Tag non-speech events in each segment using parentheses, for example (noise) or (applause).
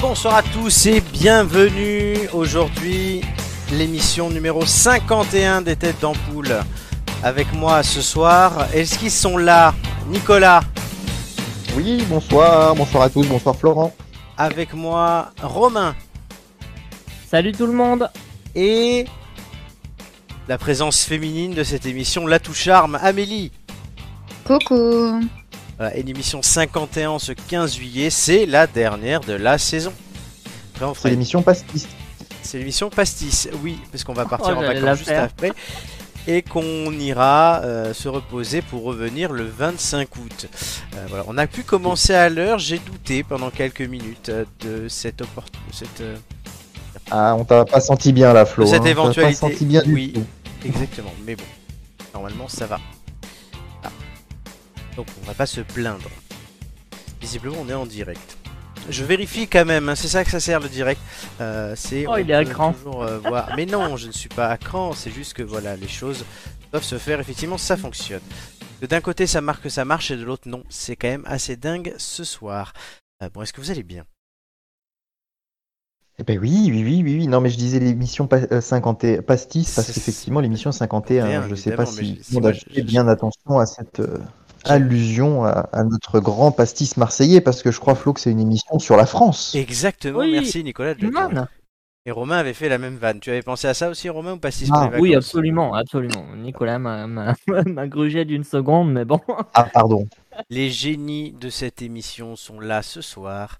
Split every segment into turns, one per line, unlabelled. bonsoir à tous et bienvenue aujourd'hui l'émission numéro 51 des têtes d'ampoule. Avec moi ce soir, est-ce qu'ils sont là Nicolas,
Oui, bonsoir, bonsoir à tous, bonsoir Florent.
avec moi Romain
Salut tout le monde
et la présence féminine de cette émission, la touche-arme, Amélie.
Coucou
Voilà, et l'émission 51 ce 15 juillet, c'est la dernière de la saison. Après, on
C'est
fera une
l'émission Pastis.
C'est l'émission Pastis, oui, parce qu'on va partir
Oh,
en
j'allais
vacances
la
juste
faire.
après. Et qu'on ira euh, se reposer pour revenir le 25 août. Euh, voilà, on a pu commencer à l'heure, j'ai douté pendant quelques minutes euh, de cette opportunité. Cette, euh,
Ah, on t'a pas senti bien là, Flo.
De cette
hein. T'as
éventualité,
Pas senti bien du
oui.
tout.
Exactement, mais bon, normalement ça va. Ah. Donc on va pas se plaindre. Visiblement on est en direct. Je vérifie quand même, hein, c'est ça que ça sert le direct. Euh, c'est,
Oh,
on
il est à
peut
cran.
toujours, euh, voir. Mais non, je ne suis pas à cran, c'est juste que voilà, les choses doivent se faire, effectivement ça fonctionne. Que d'un côté ça marque que ça marche et de l'autre non, c'est quand même assez dingue ce soir. Euh, bon, est-ce que vous allez bien
Eh ben oui, oui, oui, oui, oui. Non, mais je disais l'émission pa- euh, 50 et- Pastis parce
C'est-
qu'effectivement, l'émission 51, je sais pas
évidemment, mais
si
je-
on
moi,
a
je-
fait bien attention à cette euh, allusion à, à notre grand Pastis marseillais parce que je crois, Flo, que c'est une émission sur la France.
Exactement,
Oui.
merci Nicolas. de le dire.
Man
Et Romain avait fait la même vanne. Tu avais pensé à ça aussi, Romain, ou pas si
Ah,
Oui, absolument, absolument. Nicolas m'a- m'a (laughs) m'a grugé d'une seconde, mais
(laughs)
bon.
Ah, pardon.
Les génies de cette émission sont là ce soir.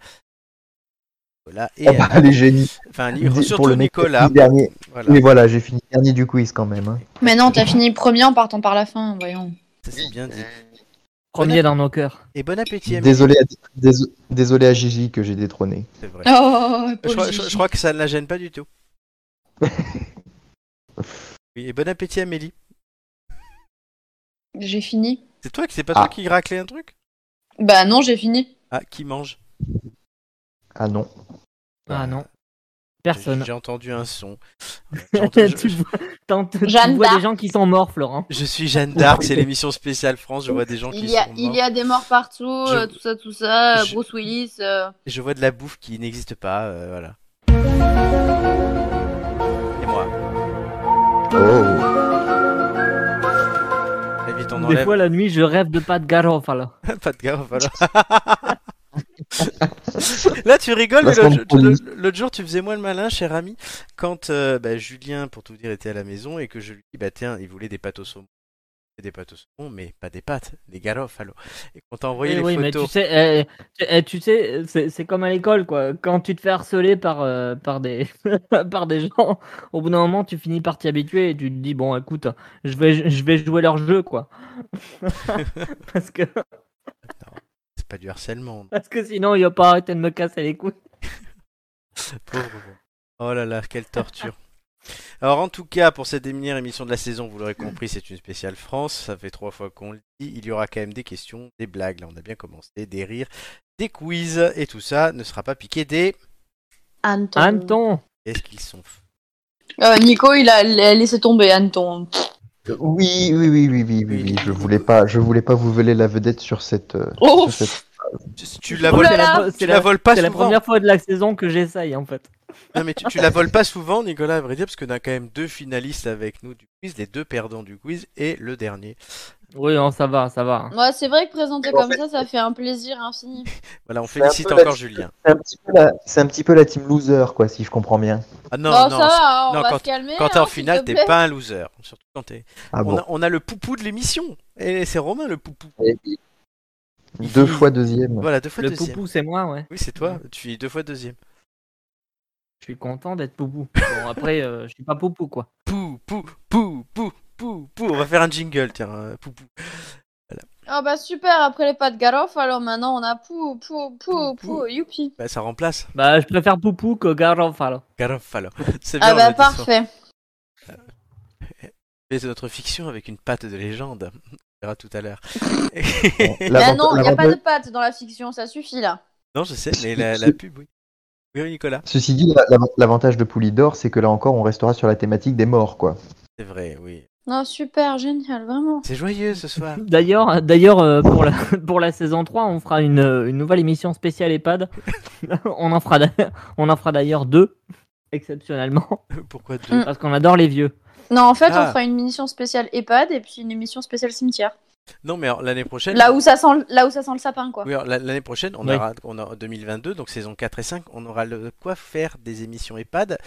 Voilà. Et
Oh, bah, les génies.
enfin, li-
Dis-
surtout
Pour le mec qui a
Nicolas.
fini dernier.
Voilà.
Mais voilà, j'ai fini dernier du quiz quand même. hein.
Mais non, t'as fini premier en partant par la fin, voyons.
Ça, c'est bien dit.
Premier dans nos cœurs.
Et bon appétit, Amélie.
Désolé à, dés- désolé à Gigi que j'ai détrôné.
C'est vrai.
Oh,
Je,
pauvre
crois, je-
Gigi.
je crois que ça ne la gêne pas du
(laughs)
tout. Oui, et bon appétit, Amélie.
J'ai fini.
C'est toi qui c'est pas
Ah.
toi qui raclais un truc
Bah non, j'ai fini.
Ah, qui mange
Ah non.
Ah non. Personne.
Bah, J'ai entendu un
(laughs)
son. J'ai entendu-
tu vois, t'en- tu
Jeanne
vois des
d'Arc.
gens qui sont morts, Florent.
Je suis Jeanne d'Arc, c'est l'émission spéciale France. Je vois des gens qui
Il y, a,
sont morts.
il y a des morts partout,
Je-
euh, tout ça, tout ça, euh,
Je-
Bruce Willis. euh,
Je vois de la bouffe qui n'existe pas, euh, voilà. Et moi,
Oh.
Eh, vite on
Des
enlève
fois, la nuit, je rêve de pas de Garofalo.
(laughs) pas de gaffe, voilà. (laughs) Là tu rigoles,
La
mais l'autre
seconde
jour-
police.
le- l'autre jour tu faisais moins le malin, cher ami, quand euh, bah, Julien, pour tout dire, était à la maison et que je lui dis, bah tiens, il voulait des pâtes au saumon. Des pâtes au saumon, mais pas des pâtes, des garof, alors. Et qu'on t'a envoyé
Eh
les
oui, mais tu
photos.
sais, eh, tu- eh, tu sais, c'est c'est comme à l'école, quoi. Quand tu te fais harceler par, euh, par, des, (laughs) par des gens, au bout d'un moment, tu finis par t'y habituer et tu te dis, bon, écoute, je vais, je vais jouer leur jeu, quoi. (laughs) parce, que,
C'est pas du harcèlement,
parce que sinon, il va pas arrêter de me casser les couilles.
Pauvre vous. Oh là là, quelle torture. Alors en tout cas, pour cette dernière émission de la saison, vous l'aurez compris, c'est une spéciale France. Ça fait trois fois qu'on le dit. Il y aura quand même des questions, des blagues. Là, on a bien commencé, des rires, des quiz. Et tout ça ne sera pas piqué des...
Anton.
Ah, Anton
Est-ce qu'ils sont... fous
Euh, Nico, il a, il a laissé tomber Anton.
Oui, oui, oui, oui, oui, oui, oui. Je voulais pas, je voulais pas vous voler la vedette sur cette. euh,
Oh.
sur cette-
Tu- Tu la
Oh
voles,
là là,
la,
tu
c'est
la
la,
voles pas
c'est la
souvent.
première fois de la saison que j'essaye, en fait.
Non, mais tu, tu la voles pas souvent, Nicolas, à vrai dire, parce qu'on a quand même deux finalistes avec nous du quiz, les deux perdants du quiz et le dernier.
Oui, non, ça va, ça va.
Ouais, c'est vrai que présenter
En
comme
fait-
ça, ça fait un plaisir infini.
Voilà, on
C'est un
félicite
peu la-
encore Julien.
C'est un petit peu la, c'est un petit peu la team loser, quoi, si je comprends bien.
Ah non,
bon,
non,
ça va, on
non,
va se calmer.
quand t'es
hein,
en
s'il
finale,
te
t'es
plaît.
pas un loser. Surtout quand t'es
Ah
on,
bon.
a, on a le poupou de l'émission. Et c'est Romain le poupou.
Et-
Il
Deux
finit-
fois deuxième.
Voilà, deux fois
Le
deuxième.
poupou, c'est moi, ouais.
Oui, c'est toi. Tu es deux fois deuxième.
Je suis content d'être poupou. Bon, après, euh, je suis pas poupou, quoi.
Pou, pou, pou, pou, pou, pou. On va faire un jingle, tiens. euh, Poupou.
Oh bah super, après les pas de Garof, alors maintenant on a pou, pou, pou, pou, youpi.
Bah, ça remplace.
Bah, je préfère poupou que Garofalo.
Garofalo. (laughs) C'est bien,
Ah
on
bah
a dit ça.
parfait.
C'est notre fiction avec une patte de légende. On verra tout à l'heure.
Bon,
Bah
l'avanta-
non, il n'y a pas
l'avantage-
de pattes dans la fiction, ça suffit là.
non, je sais, mais la,
(laughs)
la pub, oui. Oui, oui, Nicolas.
Ceci dit, la- la- l'avantage de Poulidor, c'est que là encore, on restera sur la thématique des morts, quoi.
C'est vrai, oui.
Non, super, génial, vraiment.
C'est joyeux ce
(laughs)
soir.
D'ailleurs, d'ailleurs euh, pour, la, (laughs) pour la saison 3, on fera une, euh, une nouvelle émission spéciale EHPAD. (laughs) on en fera d'a- on en fera d'ailleurs deux, exceptionnellement,
Pourquoi deux
parce qu'on adore les vieux.
Non, en fait,
Ah.
on fera une émission spéciale EHPAD et puis une émission spéciale cimetière.
Non, mais alors, l'année prochaine.
Là où ça sent, le- là où ça sent le sapin, quoi.
Oui, alors, la- l'année prochaine, on
Oui.
aura, on aura 2022, donc saison 4 et 5, on aura le quoi faire des émissions EHPAD,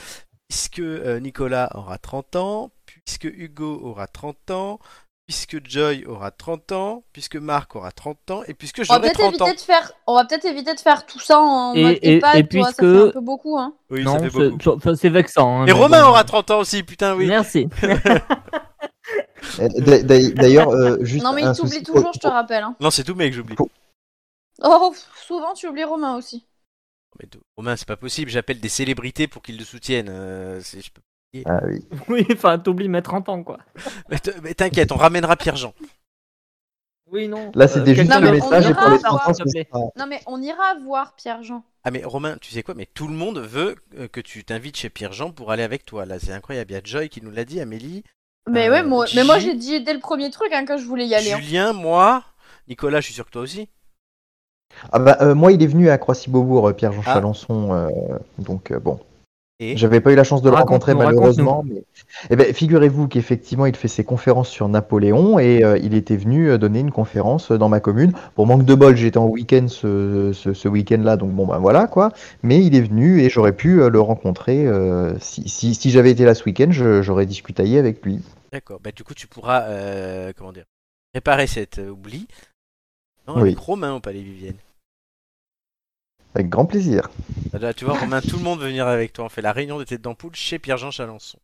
puisque euh, Nicolas aura 30 ans, puisque Hugo aura 30 ans, puisque Joy aura 30 ans, puisque Marc aura 30 ans, et puisque
On va
j'aurai
Oh, peut-être
30 ans.
éviter de faire, on va peut-être éviter de faire tout ça en
Et-
mode
et-
EHPAD,
et
toi,
puisque-
ça fait un peu beaucoup, hein.
Oui,
non,
ça fait
c'est-
beaucoup.
ça- ça- c'est vexant. hein,
Et
mais
Romain
bon.
aura 30 ans aussi, putain, oui.
Merci. (laughs)
Euh, d'a- d'a- D'ailleurs,
(laughs)
euh, juste.
Non, mais
un
il t'oublie
souci-
toujours, je te rappelle. hein.
Non, c'est tout, mec, j'oublie.
Oh, pff, souvent tu oublies Romain aussi.
Mais tout- Romain, c'est pas possible, j'appelle des célébrités pour qu'ils le soutiennent. euh, c'est- je peux-
Ah oui.
Oui, enfin, t'oublies mes 30 ans, quoi.
Mais t- Mais t'inquiète, on ramènera Pierre-Jean.
Oui, non. Euh,
Là, c'était juste
quelqu'un
le
de-
message
on
et pour les
ira voir,
enfants,
s'il te plaît.
c'est pas-
Non, mais on ira voir Pierre-Jean.
Ah mais Romain, tu sais quoi, mais tout le monde veut euh, que tu t'invites chez Pierre-Jean pour aller avec toi. Là, c'est incroyable. Il y a Joy qui nous l'a dit, Amélie,
Mais
Euh,
ouais, moi, mais moi
J-
j'ai dit dès le premier truc hein, que je voulais y aller. hein.
Julien, moi, Nicolas, je suis sûr que toi aussi.
Ah bah, euh, moi, il est venu à Croissy-Beaubourg, euh, Pierre-Jean
Ah.
Chalençon. euh, donc, euh, bon.
Et
J'avais pas eu la chance de le rencontrer
Raconte-nous, raconte-nous.
malheureusement. Mais... Eh ben, figurez-vous qu'effectivement, il fait ses conférences sur Napoléon et euh, il était venu euh, donner une conférence euh, dans ma commune. Pour manque de bol, j'étais en week-end ce, ce- ce week-end-là, donc bon ben voilà quoi. Mais il est venu et j'aurais pu euh, le rencontrer euh, si, si- si j'avais été là ce week-end, je- j'aurais discutaillé avec lui.
d'accord. Bah du coup, tu pourras euh, comment dire réparer cet euh, oubli. Non,
Oui.
avec Romain au Palais Vivienne.
Avec grand plaisir.
Ah, Là, tu vois, Romain, tout le monde veut venir avec toi. On fait la réunion des têtes d'ampoule chez Pierre-Jean Chalençon.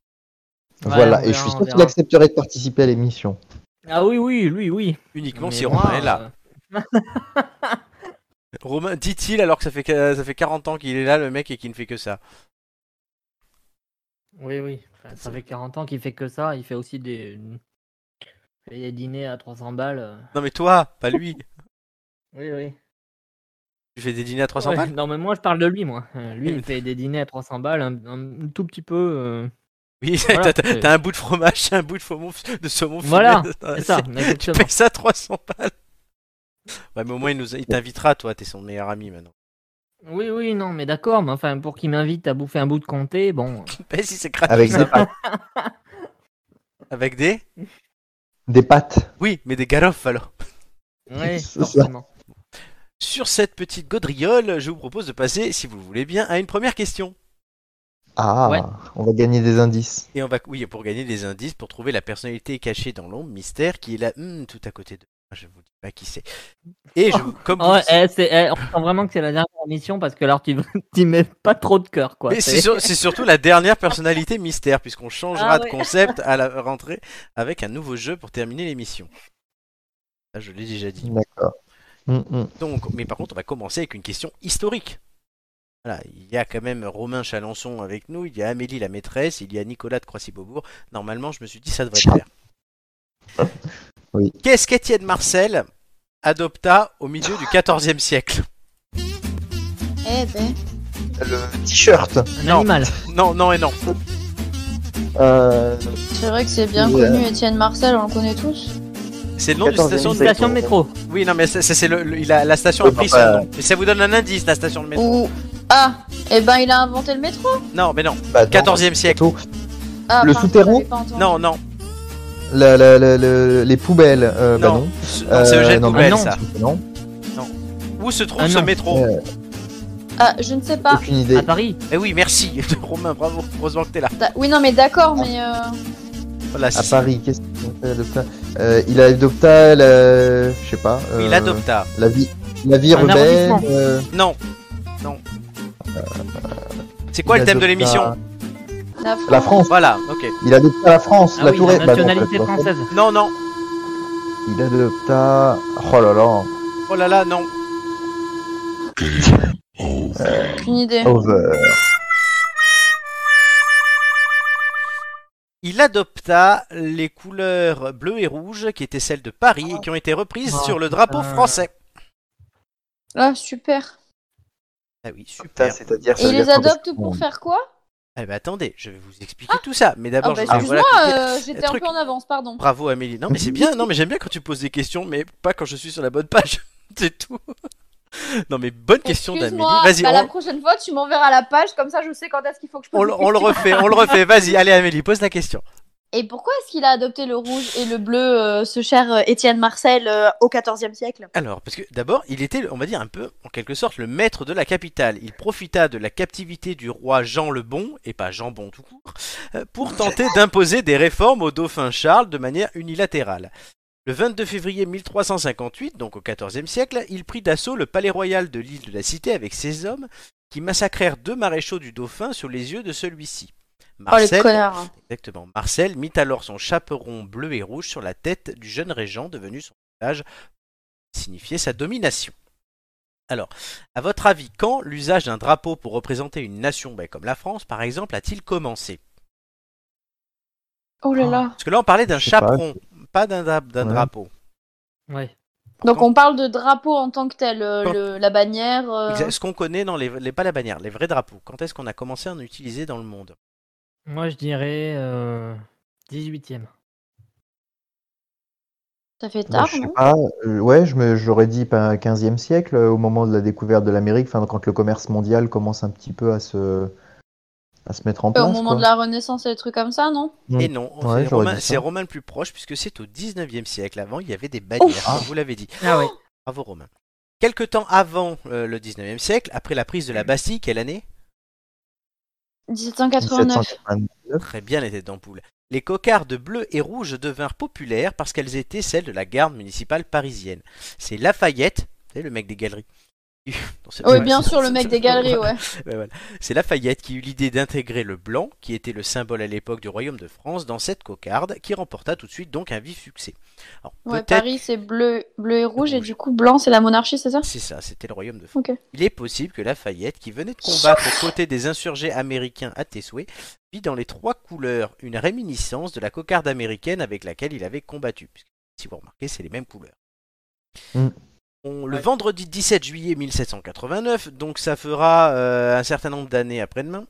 Ouais,
voilà,
on
et je
verra,
suis
on
sûr
verra.
qu'il accepterait de participer à l'émission.
Ah oui, oui, lui, oui.
Uniquement
Mais
si
moi,
Romain est là.
euh,
Romain, dit-il alors que ça fait que- ça fait 40 ans qu'il est là, le mec, et qu'il ne fait que ça.
Oui, oui. Enfin, ça fait 40 ans qu'il fait que ça. Il fait aussi des, euh, il fait des dîners à 300 balles. euh.
Non mais toi, pas lui.
Oui, oui.
tu fais des dîners à 300
Ouais,
balles.
Non, mais moi, je parle de lui, moi. Euh, Lui,
Oui, mais-
il fait des dîners à 300 balles, un, un tout petit peu. euh,
Oui, (laughs)
Voilà,
t'as- t'as
c'est-
t'as un bout de fromage, un bout de saumon, de saumon filé.
Voilà,
(laughs) Ouais,
C'est ça,
c'est- Tu
exactement.
payes ça 300 balles. Ouais, mais au moins il, nous, il t'invitera, toi, t'es son meilleur ami maintenant. (laughs)
Oui, oui, non, mais d'accord, mais enfin, pour qu'il m'invite à bouffer un bout de comté, bon.
Mais si c'est gratuit,
Avec
ça
des
va.
pâtes.
Avec des
Des pâtes.
Oui, mais des garofes alors.
(laughs)
C'est
Oui,
ça.
euh, forcément.
Sur cette petite gaudriole, je vous propose de passer, si vous le voulez bien, à une première question.
Ah,
Ouais.
on va gagner des indices.
Et on va, oui, pour gagner des indices, pour trouver la personnalité cachée dans l'ombre, mystère, qui est là, hum, tout à côté de moi. Je vous dis pas qui c'est. Et je, vous- comme vous
Ah ouais,
le
eh, c'est- eh, on sent vraiment que c'est la dernière émission parce que alors tu (laughs) tu mets pas trop de cœur, quoi.
Mais c'est
C'est-
sur- c'est surtout la dernière personnalité mystère, puisqu'on changera
Ah
de
ouais.
concept à la rentrée avec un nouveau jeu pour terminer l'émission. Ça, je l'ai déjà dit.
D'accord. Hum, hum.
Donc, mais par contre, on va commencer avec une question historique. Voilà, il y a quand même Romain Chalençon avec nous, il y a Amélie la maîtresse, il y a Nicolas de Croissy-Beaubourg. Normalement, je me suis dit, ça devrait le faire.
Oui.
Qu'est-ce qu'Étienne Marcel adopta au milieu du XIVe siècle
Eh ben.
Le t-shirt.
Un
Non.
animal.
Non, non et non.
Euh,
C'est vrai que c'est bien
Ouais.
connu, Étienne Marcel, on le connaît tous.
C'est le nom d'une
14e
station de
siècle.
Station de métro.
Oui, non, mais c'est, c'est- c'est le, le- il a- la station a
Oui,
pris
bah,
son nom. Mais ça vous donne un indice, la station de métro.
Ou. Ah Eh ben, il a inventé le métro
Non, mais non,
bah, non.
14e siècle.
Ah,
Le
pardon,
souterrain
j'avais pas entendu.
Non, non,
La- la- la- la- les poubelles. euh, bah
Non.
non.
ce- non, c'est
Euh,
Eugène
non,
Poubelle,
Ah non.
ça.
Non,
Où se trouve
Ah,
ce
non.
métro
Euh,
Ah, je ne sais pas.
aucune idée.
À Paris.
Eh oui, merci, (laughs) Romain, bravo, heureusement que t'es là.
Da- Oui, non, mais d'accord, mais. euh,
Voilà,
À
c'est-
Paris, qu'est-ce qu'il a adopté Euh, Il a adopté la. Je sais pas.
oui,
euh,
il adopta.
La vie, la vie
Un
rebelle.
arrondissement.
euh,
Non, non. C'est quoi
il
le thème de
adopta-
l'émission
La France.
Voilà, ok.
Il adopta la France,
Ah
la
oui,
Tourette.
la
bah non,
nationalité
la Tourette.
française.
Non, non,
Il adopta. Oh là là.
oh là là, non.
Aucune idée.
Over.
Il adopta les couleurs bleues et rouges qui étaient celles de Paris et qui ont été reprises
Oh,
sur le drapeau
putain.
français.
Ah, super.
Ah oui, super. Ah
c'est-à-dire.
Et il les adopte pour faire quoi
Eh ben attendez, je vais vous expliquer tout ça. Mais d'abord,
Ah, bah,
je vous
excuse-moi,
voilà
euh,
quelques-
j'étais un
truc.
peu en avance, pardon.
Bravo Amélie. Non mais c'est bien, non mais j'aime bien quand tu poses des questions, mais pas quand je suis sur la bonne page. (laughs) c'est tout. Non mais bonne question d'Amélie.
Excuse-moi,
Vas-y,
bah,
on,
la prochaine fois, tu m'enverras la page, comme ça je sais quand est-ce qu'il faut que je pose
on
des
le- on le
questions.
refait, on le refait. Vas-y, allez Amélie, pose la question.
Et pourquoi est-ce qu'il a adopté le rouge et le bleu, euh, ce cher euh, Étienne Marcel, euh, au XIVe siècle
Alors, parce que d'abord, il était, on va dire, un peu, en quelque sorte, le maître de la capitale. Il profita de la captivité du roi Jean le Bon, et pas Jean Bon tout court, euh, pour tenter d'imposer des réformes au dauphin Charles de manière unilatérale. Le 22 février 1358, donc au XIVe siècle, il prit d'assaut le palais royal de l'île de la Cité avec ses hommes, qui massacrèrent deux maréchaux du dauphin sous les yeux de celui-ci.
Oh, les
Marcel,
connards
Exactement. Marcel mit alors son chaperon bleu et rouge sur la tête du jeune régent devenu son usage pour signifier sa domination. Alors, à votre avis, quand l'usage d'un drapeau pour représenter une nation ben, comme la France, par exemple, a-t-il commencé
Oh là là
Parce que là, on parlait d'un
Je sais pas.
chaperon, pas, d'un dra- d'un
Ouais.
drapeau.
Ouais.
Donc on parle de drapeau en tant que tel, euh,
Quand-
le- la bannière. euh,
Exa- Ce qu'on connaît, dans les, les- pas la bannière, les vrais drapeaux. Quand est-ce qu'on a commencé à en utiliser dans le monde
Moi, je dirais euh, 18ème.
Ça fait
Moi,
tard,
je sais
non
pas. euh, ouais, je me, j'aurais dit ben, 15e siècle, euh, au moment de la découverte de l'Amérique, enfin, quand le commerce mondial commence un petit peu à se, à se mettre en
Euh,
place.
Au moment
quoi.
de la Renaissance et des trucs comme ça, non
Mm.
Et non,
Ouais,
c'est
j'aurais
romain,
dit ça.
c'est romain le plus proche, puisque c'est au 19e siècle. Avant, il y avait des bannières,
Ah.
comme vous l'avez dit.
Ah (laughs) ouais.
Bravo Romain. Quelque temps avant euh, le 19e siècle, après la prise de la Bastille, quelle année
1789.
1789.
Très bien les têtes d'ampoule. Les cocardes bleues et rouges devinrent populaires parce qu'elles étaient celles de la garde municipale parisienne. C'est Lafayette, c'est le mec des galeries. (laughs) Non, c'est-
Oui,
ouais,
bien
c'est-
sûr, le mec des galeries, ouais.
Ouais, voilà. C'est Lafayette qui eut l'idée d'intégrer le blanc, qui était le symbole à l'époque du royaume de France, dans cette cocarde, qui remporta tout de suite donc un vif succès. Alors,
Ouais,
peut-être
Paris, c'est bleu, bleu et rouge, et
Rouge.
du coup, blanc, c'est la monarchie, c'est ça
C'est ça, c'était le royaume de France.
Ok.
Il est possible que Lafayette, qui venait de combattre aux côtés des insurgés américains à Tessoué, vit dans les trois couleurs une réminiscence de la cocarde américaine avec laquelle il avait combattu. Puisque, si vous remarquez, c'est les mêmes couleurs.
Mm.
On- le
Ouais.
vendredi 17 juillet 1789, donc ça fera euh, un certain nombre d'années après-demain.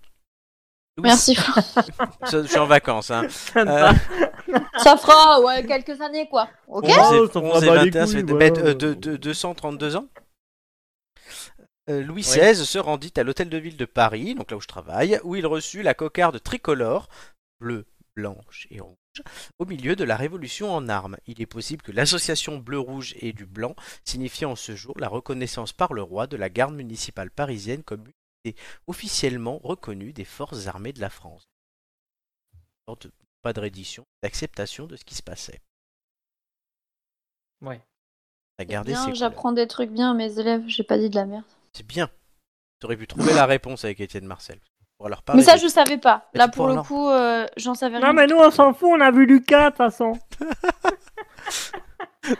Louis-
Merci. Fran.
Ça, je suis en vacances.
(laughs)
Hein. Euh,
ça fera, ouais, quelques années, quoi. Ok
11 et,
Oh, ça
11 et
fera pas les
21, ça fait
couilles,
de- bête,
voilà.
euh, de- de- 232 ans. Euh, Louis
Ouais.
XVI se rendit à l'hôtel de ville de Paris, donc là où je travaille, où il reçut la cocarde tricolore, bleu, blanche et rouge, au milieu de la Révolution en armes. Il est possible que l'association bleu-rouge et du blanc signifiait en ce jour la reconnaissance par le roi de la garde municipale parisienne comme unité officiellement reconnue des forces armées de la France. Sorte de- Pas de reddition, d'acceptation de ce qui se passait.
Ouais.
À garder ses
Eh Bien,
couleurs.
j'apprends des trucs bien à mes élèves, j'ai pas dit de la merde.
C'est bien. Tu aurais pu trouver la réponse avec Étienne Marcel. On va leur parler.
Mais ça,
de-
je savais pas.
Mais
Là,
tu
pour
pourras
le
leur-
coup, euh, j'en savais rien.
Non, mais nous, on s'en fout, on a vu Lucas, de toute façon.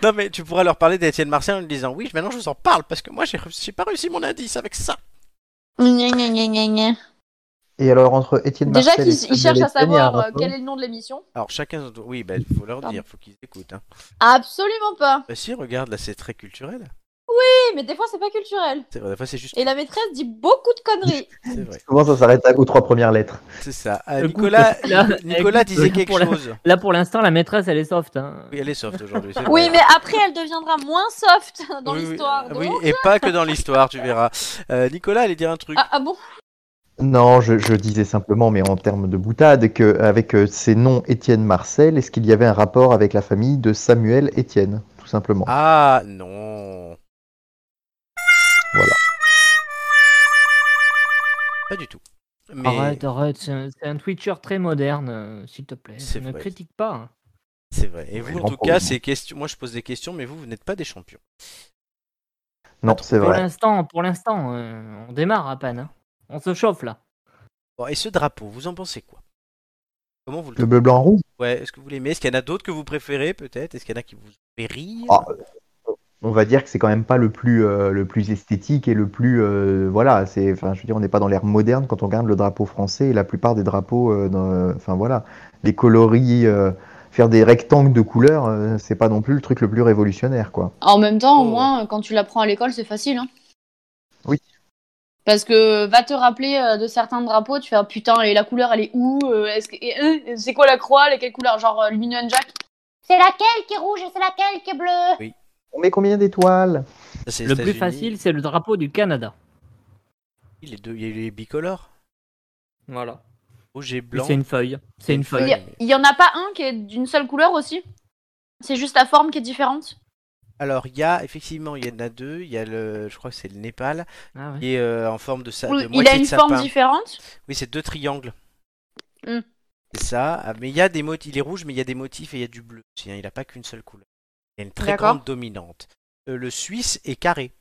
Non, mais tu pourras leur parler d'Étienne Marcel en lui disant Oui, maintenant je vous en parle parce que moi j'ai j'ai pas réussi mon indice avec ça.
Gna, gna, gna, gna, gna.
Et alors, entre Étienne
Déjà
Marcel
qu'ils
et
ils
Samuel
cherchent à
Etienne, il y a un
savoir euh,
rapport.
quel est le nom de l'émission.
Alors chacun. Oui, ben faut leur
Pardon.
dire, faut qu'ils écoutent. Hein.
Absolument pas.
Bah si, regarde, là c'est très culturel.
Oui, mais des fois, c'est pas culturel.
C'est vrai, des fois, c'est juste.
Et la maîtresse dit beaucoup de
(laughs)
conneries.
C'est vrai.
Souvent, ça s'arrête à- aux trois premières lettres.
C'est ça. Ah,
Écoute,
Nicolas,
(laughs) là,
Nicolas
écoute,
disait quelque
pour la-
chose.
Là, pour l'instant, la maîtresse, elle est soft. Hein.
Oui, elle est soft aujourd'hui. c'est
Oui,
vrai.
mais après, elle deviendra moins soft (laughs) dans
Oui, oui,
l'histoire.
Oui,
donc-
et pas que dans l'histoire, tu verras. Euh, Nicolas allait dire un truc.
Ah, ah bon
Non, je, je disais simplement, mais en termes de boutade, que avec euh, ces noms Étienne Marcel, est-ce qu'il y avait un rapport avec la famille de Samuel Étienne, tout simplement
Ah non.
Voilà.
Pas du tout. Mais
Arrête, arrête, c'est un, c'est un Twitcher très moderne, euh, s'il te plaît.
C'est
Ne
vrai.
critique pas. hein.
c'est vrai. Et vous,
grand
en tout cas,
problème.
c'est question. Moi, je pose des questions, mais vous, vous n'êtes pas des champions.
Non, c'est
Pour
vrai.
l'instant, pour l'instant, euh, on démarre à peine. hein. On se chauffe là.
Bon, et ce drapeau, vous en pensez quoi Comment vous le
Le bleu, blanc, rouge
Ouais, est-ce que vous l'aimez Est-ce qu'il y en a d'autres que vous préférez, peut-être Est-ce qu'il y en a qui vous fait rire
Ah, euh, on va dire que c'est quand même pas le plus, euh, le plus esthétique et le plus. euh, voilà, c'est. Enfin, je veux dire, on n'est pas dans l'ère moderne quand on regarde le drapeau français et la plupart des drapeaux. euh, dans- Enfin, voilà. Les coloris, euh, faire des rectangles de couleurs, euh, c'est pas non plus le truc le plus révolutionnaire, quoi.
En même temps, au
Oh.
moins, quand tu l'apprends à l'école, c'est facile. Hein. Parce que va te rappeler euh, de certains drapeaux, tu fais ah, putain, et la couleur elle est où Euh, est-ce que- et, euh, C'est quoi la croix Elle est quelle couleur Genre euh, l'Union Jack
C'est laquelle qui est rouge et c'est laquelle qui est bleue
On met combien d'étoiles
Ça, c'est les
Le plus
États-Unis.
facile, c'est le drapeau du Canada.
Les deux, il y a eu les bicolores.
Voilà.
Rouge et
Et
blanc.
C'est une feuille. C'est une
Ouais,
Il
feuille.
y, a-
mais-
il y en a pas un qui est d'une seule couleur aussi C'est juste la forme qui est différente
Alors, il y a effectivement, il y en a deux. Il y a le, je crois que c'est le Népal,
Ah ouais.
qui est euh, en forme de, sa...
Ou
de
Il
moitié
a une
de sapin.
forme différente
Oui, c'est deux triangles.
Hmm.
C'est ça. Ah, Mais il y a des motifs. Il est rouge, mais il y a des motifs et il y a du bleu aussi. hein. Il n'a pas qu'une seule couleur. Il y a une très
D'accord.
grande dominante. Euh, le suisse est carré.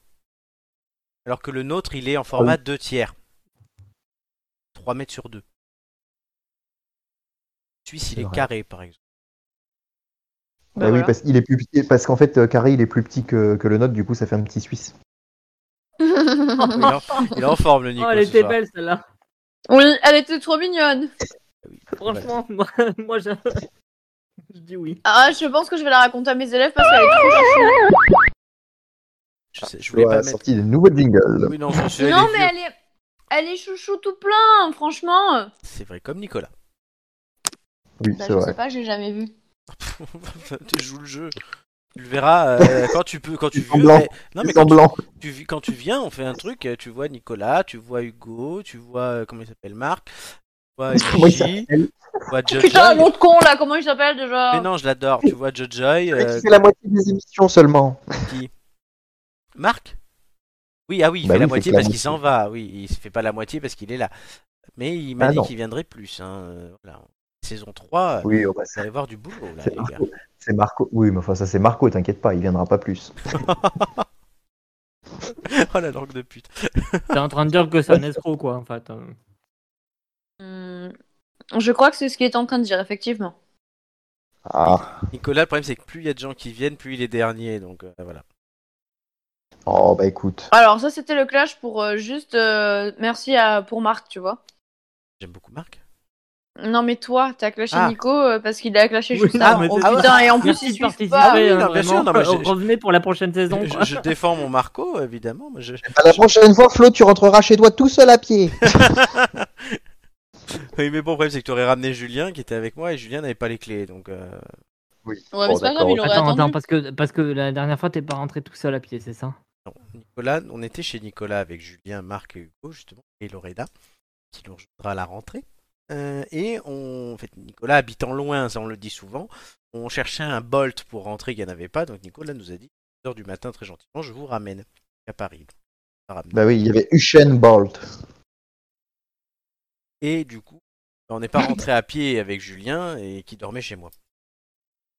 Alors que le nôtre, il est en format
Oh.
2 tiers. 3 mètres sur 2. Le suisse, il
C'est
est
vrai.
carré, par
(laughs)
exemple.
Ah
Bah
oui,
voilà.
parce qu'il est plus petit- parce qu'en fait, euh, carré, il est plus petit que, que le nôtre, du coup, ça fait un petit Suisse.
(laughs)
Il est en- il est en forme, le Nico.
Oh, elle
ce
était
soir.
belle celle-là.
Oui, Elle était trop mignonne
Ah
Franchement, (laughs) moi, moi, je... je dis oui.
Ah, je pense que je vais la raconter à mes élèves parce qu'elle est trop chouchou.
Je, sais- je voulais pas
a
mettre.
sorti des nouveaux jingles.
Oui, non, je suis
Non,
allé
mais
vieux.
elle est... Elle est chouchou tout plein, franchement Euh,
C'est vrai, comme Nicolas.
Oui,
Bah,
c'est
Je
vrai.
sais pas, j'ai jamais vu.
tu joues le jeu. Tu le verras
(laughs)
euh, quand tu peux, quand tu
Ils sont
veux.
blancs.
mais- Non, mais
Sans
quand tu-
blanc.
tu, vi- quand tu viens, on fait un truc. euh, Tu vois Nicolas, tu vois Hugo, tu vois euh, comment il s'appelle Marc, tu vois
(laughs) Comment il
Gigi,
s'appelle
tu vois Jojoy.
Putain, l'autre con là, comment il s'appelle déjà
Mais non, je l'adore. Tu vois
(laughs)
Jojoy,
Celui
euh,
qui fait la moitié des émissions seulement.
Marc. Oui, ah oui, il
Bah
fait la
oui,
moitié
c'est la
parce qu'il
moitié.
s'en va. Oui, il se fait pas la moitié parce qu'il est là. Mais il m'a
Ah
dit
non.
qu'il viendrait plus. Hein. euh, Voilà. Saison 3, euh,
Oui, oh, bah,
vous allez voir du boulot là,
c'est
les gars.
Marco. C'est Marco. Oui, mais enfin, ça, c'est Marco, t'inquiète pas, il viendra pas plus.
(laughs) Oh la langue de pute.
T'es en train de dire que c'est un escroc, quoi, en fait. Euh,
Hum, Je crois que c'est ce qu'il est en train de dire, effectivement.
Ah,
Nicolas, le problème c'est que plus il y a de gens qui viennent, plus il est dernier. Donc euh, voilà.
oh, bah écoute.
Alors ça, c'était le clash pour euh, juste... euh, merci à... pour Marc, tu vois.
J'aime beaucoup Marc.
Non mais toi, t'as clashé
Ah.
Nico euh, parce qu'il a clashé
Oui,
juste
ah,
avant. Oh,
mais c'est-
putain, et en plus
Merci
il
de
suit
participer.
pas. euh,
oui,
hein,
non, bien sûr,
vraiment.
non, mais je-
Revenez pour la prochaine saison.
Je,
quoi.
je défends mon Marco, évidemment. mais je- (laughs)
À Eh ben, la prochaine fois, Flo, tu rentreras chez toi tout seul à pied.
Oui, mais bon, le problème, c'est que tu aurais ramené Julien qui était avec moi et Julien n'avait pas les clés. Donc, euh,
(laughs) Oui.
Ouais, mais c'est pas grave, il aurait
Attends,
attendu.
attends, parce que, parce que la dernière fois, t'es pas rentré tout seul à pied, c'est ça
non. Nicolas, on était chez Nicolas avec Julien, Marc et Hugo, justement, et Loreda, qui nous rejoindra à la rentrée. Euh, et on, en fait, Nicolas habitant loin, ça on le dit souvent, on cherchait un Bolt pour rentrer, il n'y en avait pas. Donc, Nicolas nous a dit 2h du matin, très gentiment, je vous ramène à Paris. On l'a ramené.
Bah oui, il y avait Usain Bolt. (laughs)
Et du coup, on n'est pas rentré à pied avec Julien et qui dormait chez moi. Il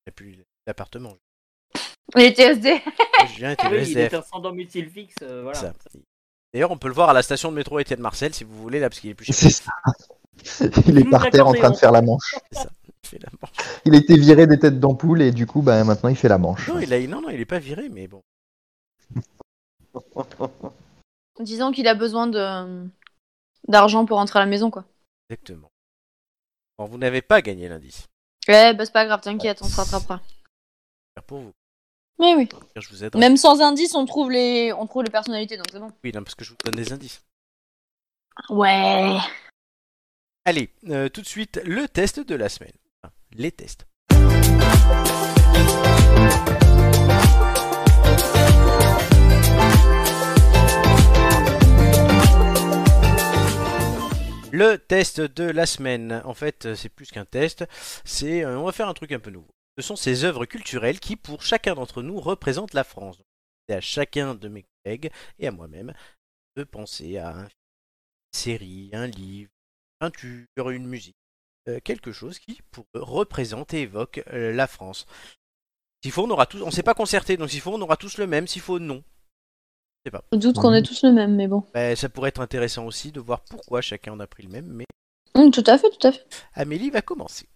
n'y a plus d'appartement.
Il était SD. (laughs)
Julien
Ah
Ah
était le SDF.
sans domicile fixe, euh,
ça. D'ailleurs, on peut le voir à la station de métro Étienne Marcel si vous voulez, là, parce qu'il est plus chez
C'est
lui.
ça. Il
Mmh,
est par terre en train de faire la manche.
Il fait la manche.
Il était viré des têtes d'ampoule et du coup, bah maintenant, il fait la manche.
Non, il a... non, non, il est pas viré, mais bon.
Disons qu'il a besoin de d'argent pour rentrer à la maison quoi.
Exactement. Bon, vous n'avez pas gagné l'indice.
Ouais, bah c'est pas grave, t'inquiète, on se rattrapera.
J'espère Pour vous.
Mais oui.
Je vous aide.
Même sans indice, on trouve les on trouve les personnalités donc c'est bon.
Oui, non, parce que je vous donne des indices.
Ouais.
Allez, euh, tout de suite, le test de la semaine. Enfin, les tests. Le test de la semaine, en fait, euh, c'est plus qu'un test, c'est euh, on va faire un truc un peu nouveau. Ce sont ces œuvres culturelles qui, pour chacun d'entre nous, représentent la France. Donc, C'est à chacun de mes collègues et à moi-même de penser à un- une série, un livre, peinture, une musique, euh, quelque chose qui pour eux, représente et évoque euh, la France. S'il faut, on aura tous, on s'est pas concerté, donc s'il faut, on aura tous le même. S'il faut, non.
Doute qu'on est tous le même, mais bon.
Ben, ça pourrait être intéressant aussi de voir pourquoi chacun en a pris le même. Mais
Hum, tout à fait, tout à fait.
Amélie va commencer.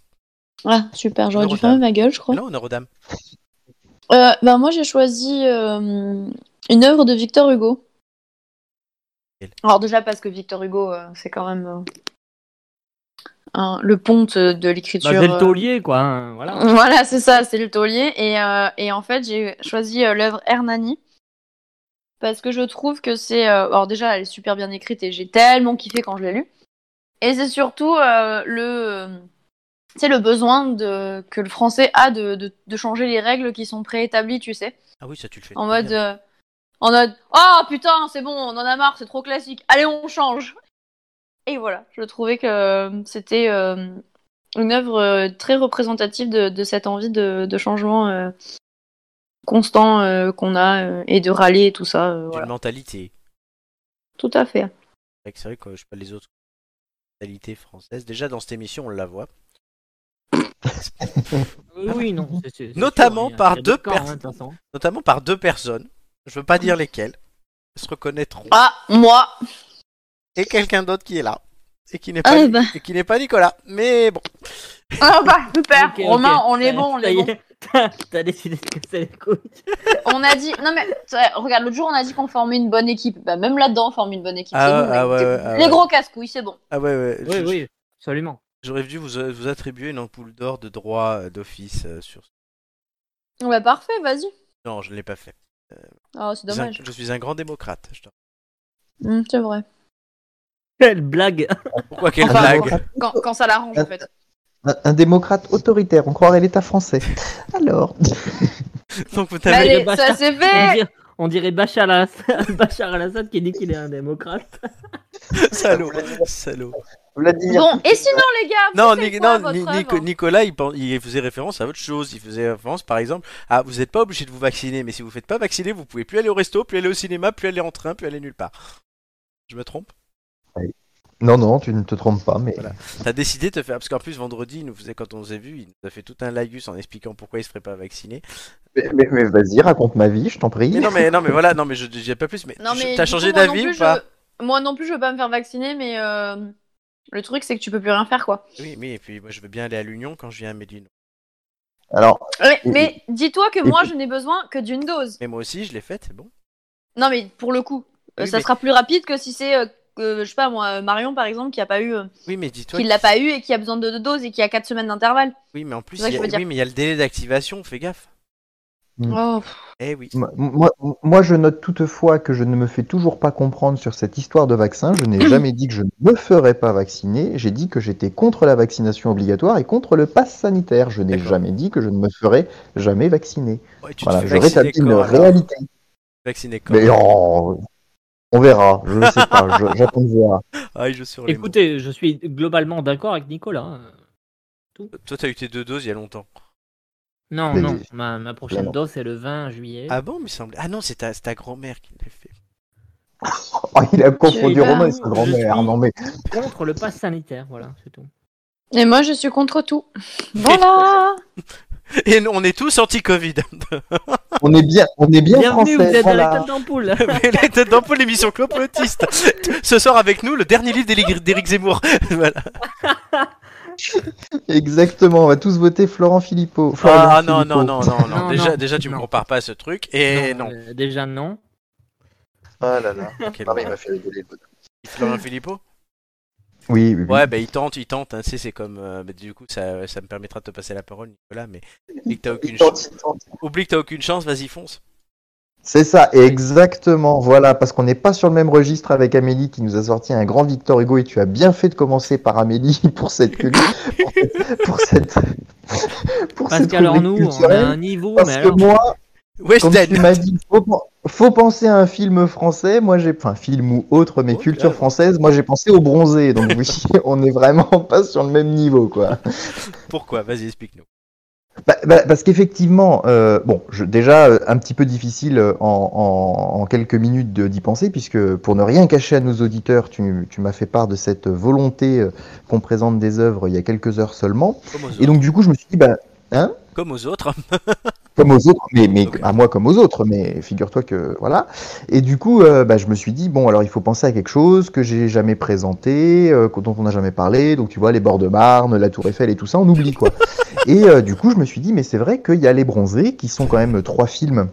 Ah super, j'aurais dû
Neurodame.
fermer ma gueule, je crois.
Là, honneur aux dames.
Euh, bah moi j'ai choisi euh, une œuvre de Victor Hugo.
Quelle
Alors déjà parce que Victor Hugo euh, c'est quand même euh, un- le ponte de l'écriture.
Bah, c'est le
euh,
taulier, quoi. hein, voilà.
(laughs) Voilà, c'est ça, c'est le taulier. Et, euh, et en fait, j'ai choisi euh, l'œuvre Hernani, parce que je trouve que c'est. euh, alors déjà, elle est super bien écrite et j'ai tellement kiffé quand je l'ai lue. Et c'est surtout euh, le, tu sais, le besoin de, que le français a de, de, de changer les règles qui sont préétablies, tu sais.
Ah oui, ça tu le fais.
En
très
mode.
bien.
euh, en mode. Oh putain, c'est bon, on en a marre, c'est trop classique. Allez, on change. Et voilà, je trouvais que euh, c'était euh, une œuvre euh, très représentative de, de cette envie de, de changement euh, constant euh, qu'on a euh, et de râler et tout ça. euh,
D'une
voilà.
mentalité.
Tout à fait.
C'est vrai que- C'est vrai que euh, je sais pas les autres mentalités françaises. Déjà dans cette émission, on la voit.
Oui, non. c'est- c'est- c'est
Notamment
sûr, il y a-
par
il y a
deux
camps, hein, de
personnes.
toute façon.
Notamment par deux personnes. Je veux pas dire lesquelles. Elles se reconnaîtront.
Ah, moi
Et quelqu'un d'autre qui est là. Et qui n'est pas,
Ah, bah.
et qui n'est pas Nicolas. Mais bon.
(laughs) Ah bah, super
Ok, ok.
Romain, on est
Ça-
bon, on
ça
est
y
bon.
est, t'as- T'as décidé de casser les couilles.
On a dit... Non mais, t'sais, regarde, l'autre jour, on a dit qu'on formait une bonne équipe. Bah, même là-dedans, on forme une bonne équipe.
Ah,
c'est bon,
ah,
les-
ouais, ouais, ah,
les
ouais.
gros casse-couilles, c'est bon.
Ah ouais, ouais.
Oui,
je-
oui, absolument.
J'aurais dû vous, euh, vous attribuer une ampoule d'or de droit euh, d'office euh, sur.
Bah, parfait, vas-y.
Non, je ne l'ai pas fait.
Ah, c'est
Je suis un-
dommage.
Je suis un grand démocrate. je te-
Hum, c'est vrai.
Quelle blague
Pourquoi quelle
Enfin,
blague (laughs)
bon. Quand, quand ça l'arrange, en fait.
Ah,
Un, un démocrate autoritaire, on croirait l'État français. Alors,
Donc vous
Bah,
t'avez-
allez,
bah,
ça c'est
on,
fait
dirait, on dirait Bachar al-Assad (laughs) Bachar al-Assad qui dit qu'il est un démocrate.
Salaud, salaud.
Vladimir.
Bon, et sinon, les gars, vous
Non,
faites
Ni-
quoi,
non,
votre
Ni-
œuvre
Nico- Nicolas, il, pen- il faisait référence à autre chose. Il faisait référence, par exemple, à vous n'êtes pas obligé de vous vacciner, mais si vous faites pas vacciner, vous pouvez plus aller au resto, plus aller au cinéma, plus aller en train, plus aller nulle part. Je me trompe
Non, non, tu ne te trompes pas, mais
Voilà. T'as décidé de te faire parce qu'en plus vendredi, il nous faisait quand on s'est vu, il nous a fait tout un lagus en expliquant pourquoi il se ferait pas vacciner.
mais, mais- mais vas-y, raconte ma vie, je t'en prie.
Mais non, mais non, mais voilà, non, mais je j'ai pas plus. Mais,
Non,
tu-
mais
t'as
du
changé
coup, moi non
d'avis
plus,
ou pas
je- Moi non plus, je veux pas me faire vacciner, mais euh, le truc, c'est que tu peux plus rien faire, quoi.
Oui, mais et puis moi je veux bien aller à l'Union quand je viens à Médine.
Alors,
Mais,
Et-
mais dis-toi que
et-
moi, je n'ai besoin que d'une dose.
Mais moi aussi, je l'ai faite, c'est bon.
Non, mais pour le coup, euh,
Oui,
ça
mais-
sera plus rapide que si c'est, euh, que, je sais pas moi, euh, Marion par exemple, qui a pas eu, euh,
Oui, mais dis-toi.
qui l'a pas eu et qui a besoin de deux doses et qui a quatre semaines d'intervalle.
Oui, mais en plus,
C'est ça
il
que
y a-
je veux dire.
oui, mais il y a le délai d'activation, fais gaffe.
Mm.
Oh, pff,
Eh oui.
moi, moi, moi, je note toutefois que je ne me fais toujours pas comprendre sur cette histoire de vaccin. Je
(clears throat)
n'ai jamais dit que je ne me ferais pas vacciner. J'ai dit que j'étais contre la vaccination obligatoire et contre le pass sanitaire. Je n'ai
D'accord.
jamais dit que je ne me ferais jamais vacciner.
Ouais, tu te
Voilà,
fais
je
vacciner
rétablis une
quand, alors
réalité.
Vacciner quand
Mais oh, on verra. Je ne sais pas.
(laughs)
je- J'attends de voir.
Ah, il joue sur les
Écoutez, je suis globalement d'accord avec Nicolas. hein.
mots. Toi, t'as eu tes deux doses il y a longtemps.
Non,
Mais-
non, ma, ma prochaine
Vraiment.
dose c'est le 20 juillet.
Ah bon, il me semble. Ah non, c'est ta, c'est ta grand-mère qui l'a fait.
Oh, il a confondu
Je suis
Romain et
là.
sa grand-mère. Non mais
Contre le pass sanitaire, voilà, c'est tout.
Et moi, je suis contre tout. Bah, Voilà.
Et nous, on est tous anti-Covid. (laughs)
on est bien, on est bien
Bienvenue, vous
français.
êtes à
voilà.
la tête d'ampoule.
Mais les têtes d'ampoule, l'émission complotiste. Ce soir avec nous, le dernier livre d'Éric- d'Éric Zemmour. (laughs) Voilà.
Exactement. On va tous voter Florent Philippot. Florian
Ah non, non,
Philippot.
non, non, non.
Non,
Déjà,
non.
déjà tu me
Non.
compares pas à ce truc. Et Eh non.
euh, déjà non.
Ah là là.
(laughs)
Ok,
Non, mais il m'a fait rigoler. le bonhomme.
Florian Philippot
Oui, oui, oui.
Ouais, bah il tente, il tente. hein, tu sais, c'est comme. euh, bah, du coup, ça, ça me permettra de te passer la parole, Nicolas. Mais oublie que t'as
Il
aucune, chance-
tente, il tente.
oublie que t'as aucune chance, vas-y, fonce.
C'est ça, exactement. Voilà, parce qu'on n'est pas sur le même registre avec Amélie qui nous a sorti un grand Victor Hugo et tu as bien fait de commencer par Amélie (laughs) pour cette cul- pour cette pour
Parce
cette
qu'alors
rubrique
nous, on a
culturelle.
un niveau, mais
Parce que
alors,
moi, Comme
Weston
tu m'as dit, faut, pen- faut penser à un film français. Moi, j'ai enfin film ou autre, mais
Oh,
culture
grave.
française. Moi, j'ai pensé au bronzé. Donc (laughs) oui, on est vraiment pas sur le même niveau, quoi.
(laughs) Pourquoi Vas-y, explique-nous.
Bah, bah, parce qu'effectivement, euh, bon, je, déjà euh, un petit peu difficile euh, en, en- en quelques minutes de- d'y penser, puisque pour ne rien cacher à nos auditeurs, tu, tu m'as fait part de cette volonté euh, qu'on présente des œuvres il y a quelques heures seulement.
Comme aux autres.
Et donc du coup, je me suis dit, bah,
Comme aux autres. (laughs)
Comme aux autres, mais, mais
Ok.
à moi comme aux autres, mais figure-toi que voilà. Et du coup, euh, bah, je me suis dit bon, alors il faut penser à quelque chose que j'ai jamais présenté, euh, dont on n'a jamais parlé. Donc tu vois les bords de Marne, la Tour Eiffel et tout ça, on oublie quoi. et euh, du coup, je me suis dit mais c'est vrai qu'il y a les Bronzés qui sont quand même trois films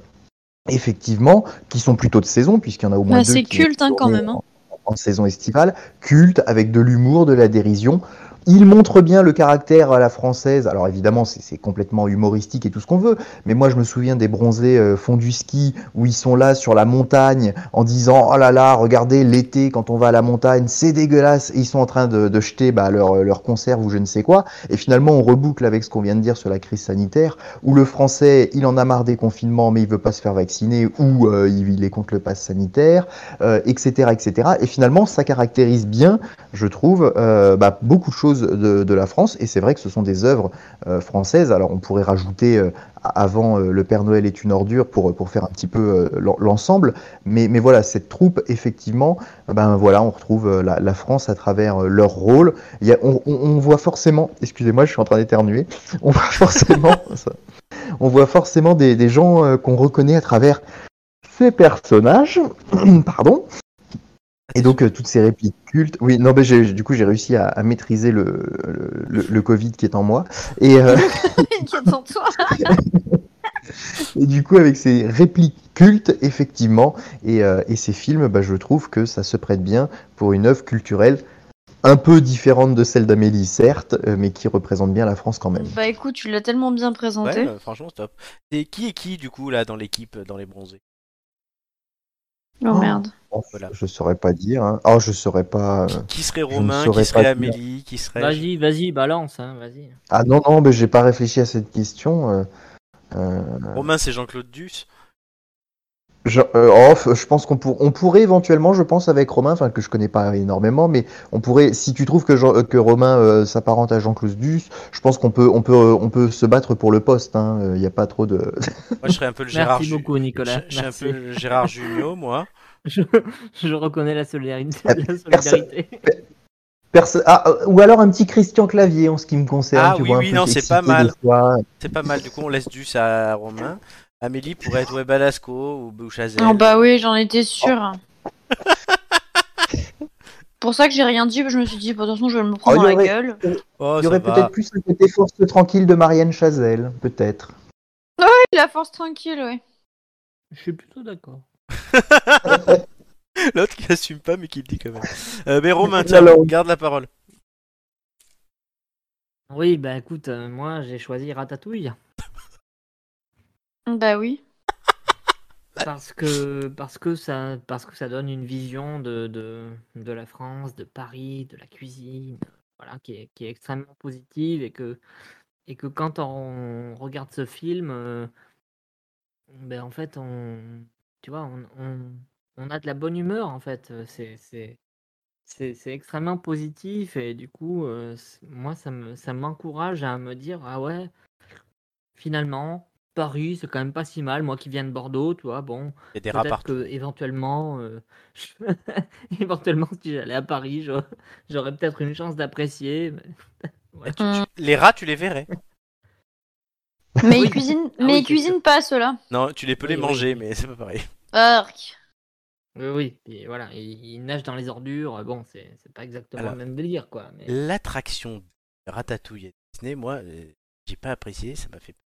effectivement qui sont plutôt de saison puisqu'il y en a au moins
Bah,
deux.
c'est
qui
culte, hein, quand
sont
même, hein.
En, en saison estivale, culte avec de l'humour, de la dérision. Il montre bien le caractère à la française. Alors évidemment, c'est c'est complètement humoristique et tout ce qu'on veut. Mais moi, je me souviens des bronzés euh, fond du ski où ils sont là sur la montagne en disant Oh là là, regardez l'été quand on va à la montagne, c'est dégueulasse. Et ils sont en train de, de jeter bah, leur, leur conserve ou je ne sais quoi. Et finalement, on reboucle avec ce qu'on vient de dire sur la crise sanitaire où le français, il en a marre des confinements, mais il veut pas se faire vacciner ou euh, il, il est contre le pass sanitaire, euh, etc., etc. Et finalement, ça caractérise bien, je trouve, euh, bah, beaucoup de choses de, de la France. Et c'est vrai que ce sont des œuvres euh, françaises. Alors, on pourrait rajouter euh, a- avant euh, Le Père Noël est une ordure pour, pour faire un petit peu euh, l'en- l'ensemble. Mais, mais voilà, cette troupe, effectivement, ben voilà, on retrouve euh, la, la France à travers euh, leur rôle. Il y a- on, on- on voit forcément, excusez-moi, je suis en train d'éternuer, on voit (laughs) forcément, ça. on voit forcément des, des gens euh, qu'on reconnaît à travers ces personnages, (clears throat) pardon, et donc euh, toutes ces répliques cultes. Oui, non, mais j'ai- du coup j'ai réussi à, à maîtriser le, le, le- le Covid qui est en moi. Et, euh,
(laughs) Qui est en toi
et du coup avec ces répliques cultes, effectivement, et, euh, et ces films, bah, je trouve que ça se prête bien pour une œuvre culturelle un peu différente de celle d'Amélie, certes, euh, mais qui représente bien la France quand même.
Bah écoute, tu l'as tellement bien présenté.
Ouais, euh, franchement, c'est top. Et qui est qui, du coup, là, dans l'équipe, dans les bronzés
Oh,
Oh.
merde.
Bon,
Voilà.
Je saurais pas dire. Hein. Oh, je saurais pas. euh.
Qui- Qui serait
ne
Romain
saurais
Qui serait
pas
Amélie Qui serait.
Vas-y, vas-y, balance, hein, vas-y.
Ah non, non, mais j'ai pas réfléchi à cette question. euh. Euh,
Romain, c'est Jean-Claude Duss.
Je, euh, off, je pense qu'on pour- on pourrait éventuellement, je pense avec Romain, enfin que je connais pas énormément, mais on pourrait, si tu trouves que, Jean- euh, que Romain euh, s'apparente à Jean-Claude Duss, je pense qu'on peut, on peut, euh, on peut se battre pour le poste. Il hein, n'y a pas trop de. (laughs)
Moi, je serais un peu le Gérard
Merci
Ju-
beaucoup, Nicolas.
Je, je serais un
Merci.
peu le Gérard Junio, moi.
(laughs) Je, je reconnais la solidarité. (laughs)
Ah,
la
personne-
solidarité.
Perso- ah, euh, ou alors un petit Christian Clavier en ce qui me concerne.
Ah
tu
oui,
vois, un
oui,
peu
non, c'est
excité
pas mal. Oh,
des fois.
C'est pas mal. Du coup, on laisse Duss à Romain. Amélie pourrait être ouais, Balasco ou Bouchazel.
Oh bah oui, j'en étais sûre.
(laughs)
pour ça que j'ai rien dit, je me suis dit, bon, de toute façon, je vais me prendre
Oh,
dans
il y aurait-
la gueule.
Oh,
Il y
ça
aurait
va.
peut-être plus un côté force tranquille de Marianne Chazelle, peut-être.
Il a Ah, force tranquille, ouais.
Je suis plutôt d'accord.
(laughs) L'autre qui assume pas, mais qui le dit quand même. Euh, mais Romain, tiens,
(laughs) Alors-
garde la parole.
Oui, bah écoute, euh, moi j'ai choisi Ratatouille
Bah oui.
parce que parce que ça parce que ça donne une vision de, de, de la France, de Paris, de la cuisine, voilà, qui est, qui est extrêmement positive et que et que quand on regarde ce film, euh, ben en fait on tu vois on, on, on a de la bonne humeur en fait, euh, c'est c'est c'est c'est extrêmement positif et du coup euh, c- moi ça me ça m'encourage à me dire ah ouais finalement Paris c'est quand même pas si mal moi qui viens de Bordeaux tu vois bon
Il y a des rats
peut-être
partout.
que éventuellement euh, (laughs) je- éventuellement si j'allais à Paris j'aurais- j'aurais peut-être une chance d'apprécier mais- Ouais.
Tu-
Hum.
tu- Les rats, tu les verrais.
Mais
Oui.
ils cuisinent,
Ah
mais
oui,
ils
c'est
cuisinent
sûr.
pas ceux-là.
Non, tu les peux les
Oui, oui.
manger, mais c'est pas pareil.
Arc.
Oui, oui, et voilà, il, il nage dans les ordures, bon, c'est c'est pas exactement
Alors,
le même délire, quoi. mais-
L'attraction de Ratatouille à Disney, moi, euh, j'ai pas apprécié, ça m'a fait peur.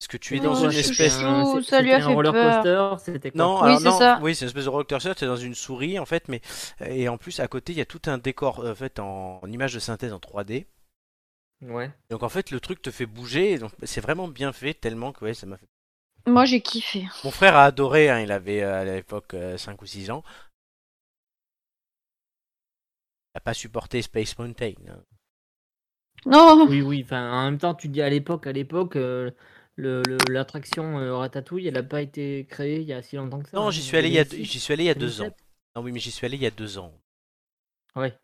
Parce que tu es
Oh,
dans
Ouais,
une
chouchou.
espèce.
c'était un-
Chouchou,
c'est-
ça lui a
c'était un
fait
roller
peur.
coaster, c'était quoi
Non,
Oui,
alors
c'est
non,
ça.
oui, c'est une espèce de roller coaster, c'est dans une souris en fait, mais et en plus à côté il y a tout un décor euh, en fait en, en image de synthèse en 3D.
Ouais.
Donc en fait le truc te fait bouger, et donc c'est vraiment bien fait tellement que ouais ça m'a fait.
Moi, j'ai kiffé.
Mon frère a adoré, hein, il avait euh, à l'époque 5 ou 6 ans. Il a pas supporté Space Mountain. hein.
Non.
Oui, oui, enfin, en même temps, tu dis à l'époque, à l'époque, euh, le- le- l'attraction euh, Ratatouille, elle a pas été créée il y a si longtemps que ça.
Non,
hein,
j'y suis allé il y a deux-
2006.
j'y suis allé il y a 2 ans.
2007.
Non oui, mais j'y suis allé il y a 2 ans.
Ouais.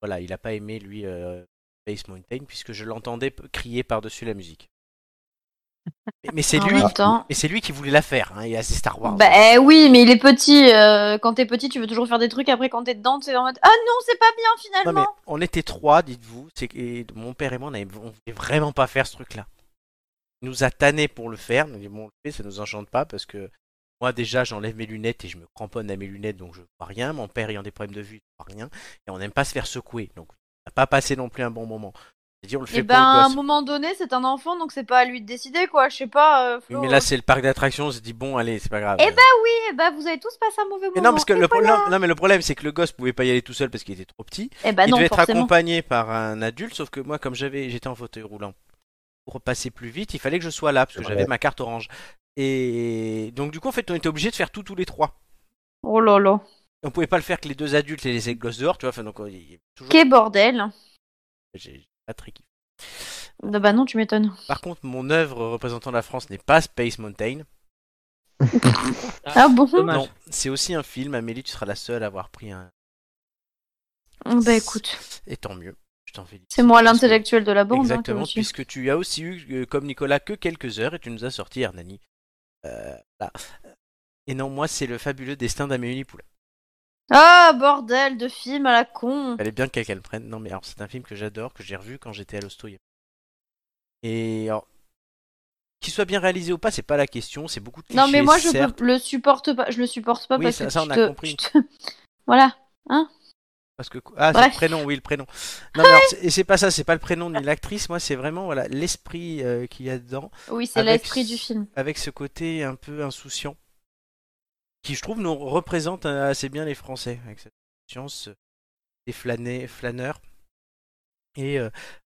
Voilà, il a pas aimé lui euh, Space Mountain puisque je l'entendais p- crier par-dessus la (laughs) musique. Mais, mais c'est
En
lui
même temps.
Et c'est lui qui voulait la faire, hein, et c'est Star Wars.
Bah eh oui, mais il est petit. euh, quand t'es petit, tu veux toujours faire des trucs. Après, quand t'es dedans, t'es en mode Ah non, c'est pas bien
Non, mais
finalement.
on était trois, dites-vous, c'est que- et mon père et moi, on, avait- on voulait vraiment pas faire ce truc-là. Il nous a tannés pour le faire, on a dit bon, on le fait, ça nous enchante pas, parce que moi déjà, j'enlève mes lunettes et je me cramponne à mes lunettes, donc je vois rien. Mon père ayant des problèmes de vue, il voit rien, et on n'aime pas se faire secouer, donc on n'a pas passé non plus un bon moment. J'ai dit, on le
Et
fait
ben,
pour le
à un
gosse.
moment donné, c'est un enfant, donc c'est pas à lui de décider, quoi. Je sais pas. euh,
Oui,
Flo,
mais là,
euh,
c'est le parc d'attractions. J'ai dit, bon, allez, c'est pas grave.
Eh ben oui, eh ben, vous avez tous passé un mauvais moment.
Mais non, parce que
Et
le, pro-
voilà.
non, non, mais le problème, c'est que le gosse pouvait pas y aller tout seul parce qu'il était trop petit.
Eh ben
il
non,
devait être
forcément.
accompagné par un adulte, sauf que moi, comme j'avais, j'étais en fauteuil roulant, pour passer plus vite, il fallait que je sois là parce que
Ouais.
j'avais ma carte orange. Et donc, du coup, en fait, on était obligé de faire tout tous les trois.
Oh là là.
On pouvait pas le faire que les deux adultes et les gosses dehors, tu vois. Enfin, donc, il y a toujours.
Quel bordel.
J'ai j'ai pas très kiffé.
Ah bah non, tu m'étonnes.
Par contre, mon œuvre représentant la France n'est pas Space Mountain.
Ah bon
Dommage.
Non, c'est aussi un film. Amélie, tu seras la seule à avoir pris un.
Bah écoute,
Et tant mieux. Je t'en félicite.
c'est moi
Parce que-
l'intellectuel de la bande. hein, que
Exactement,
je suis.
puisque tu as aussi eu, euh, comme Nicolas, que quelques heures et tu nous as sorti Hernani. Euh, là. Et non, moi, c'est le fabuleux destin d'Amélie Poulain.
Ah bordel de film à la con.
Fallait bien que quelqu'un le prenne. Non, mais alors, c'est un film que j'adore, que j'ai revu quand j'étais à l'hosto. il y a- Et alors, qu'il soit bien réalisé ou pas, c'est pas la question. C'est beaucoup de clichés.
Non mais moi je
certes.
peux- le supporte pas, je le supporte pas
Oui,
parce
ça-
que
ça,
tu
on a
te-
compris.
tu te- voilà.
Parce que ah, c'est
Bref.
le prénom, oui, le prénom. Non, mais alors, c'est- et c'est pas ça, c'est pas le prénom
(laughs)
ni l'actrice. Moi, c'est vraiment voilà l'esprit euh, qu'il y a dedans.
Oui, c'est
Avec-
l'esprit du film.
avec ce côté un peu insouciant qui je trouve nous représente euh, assez bien les Français avec cette conscience euh, des flânés- flâneurs et euh,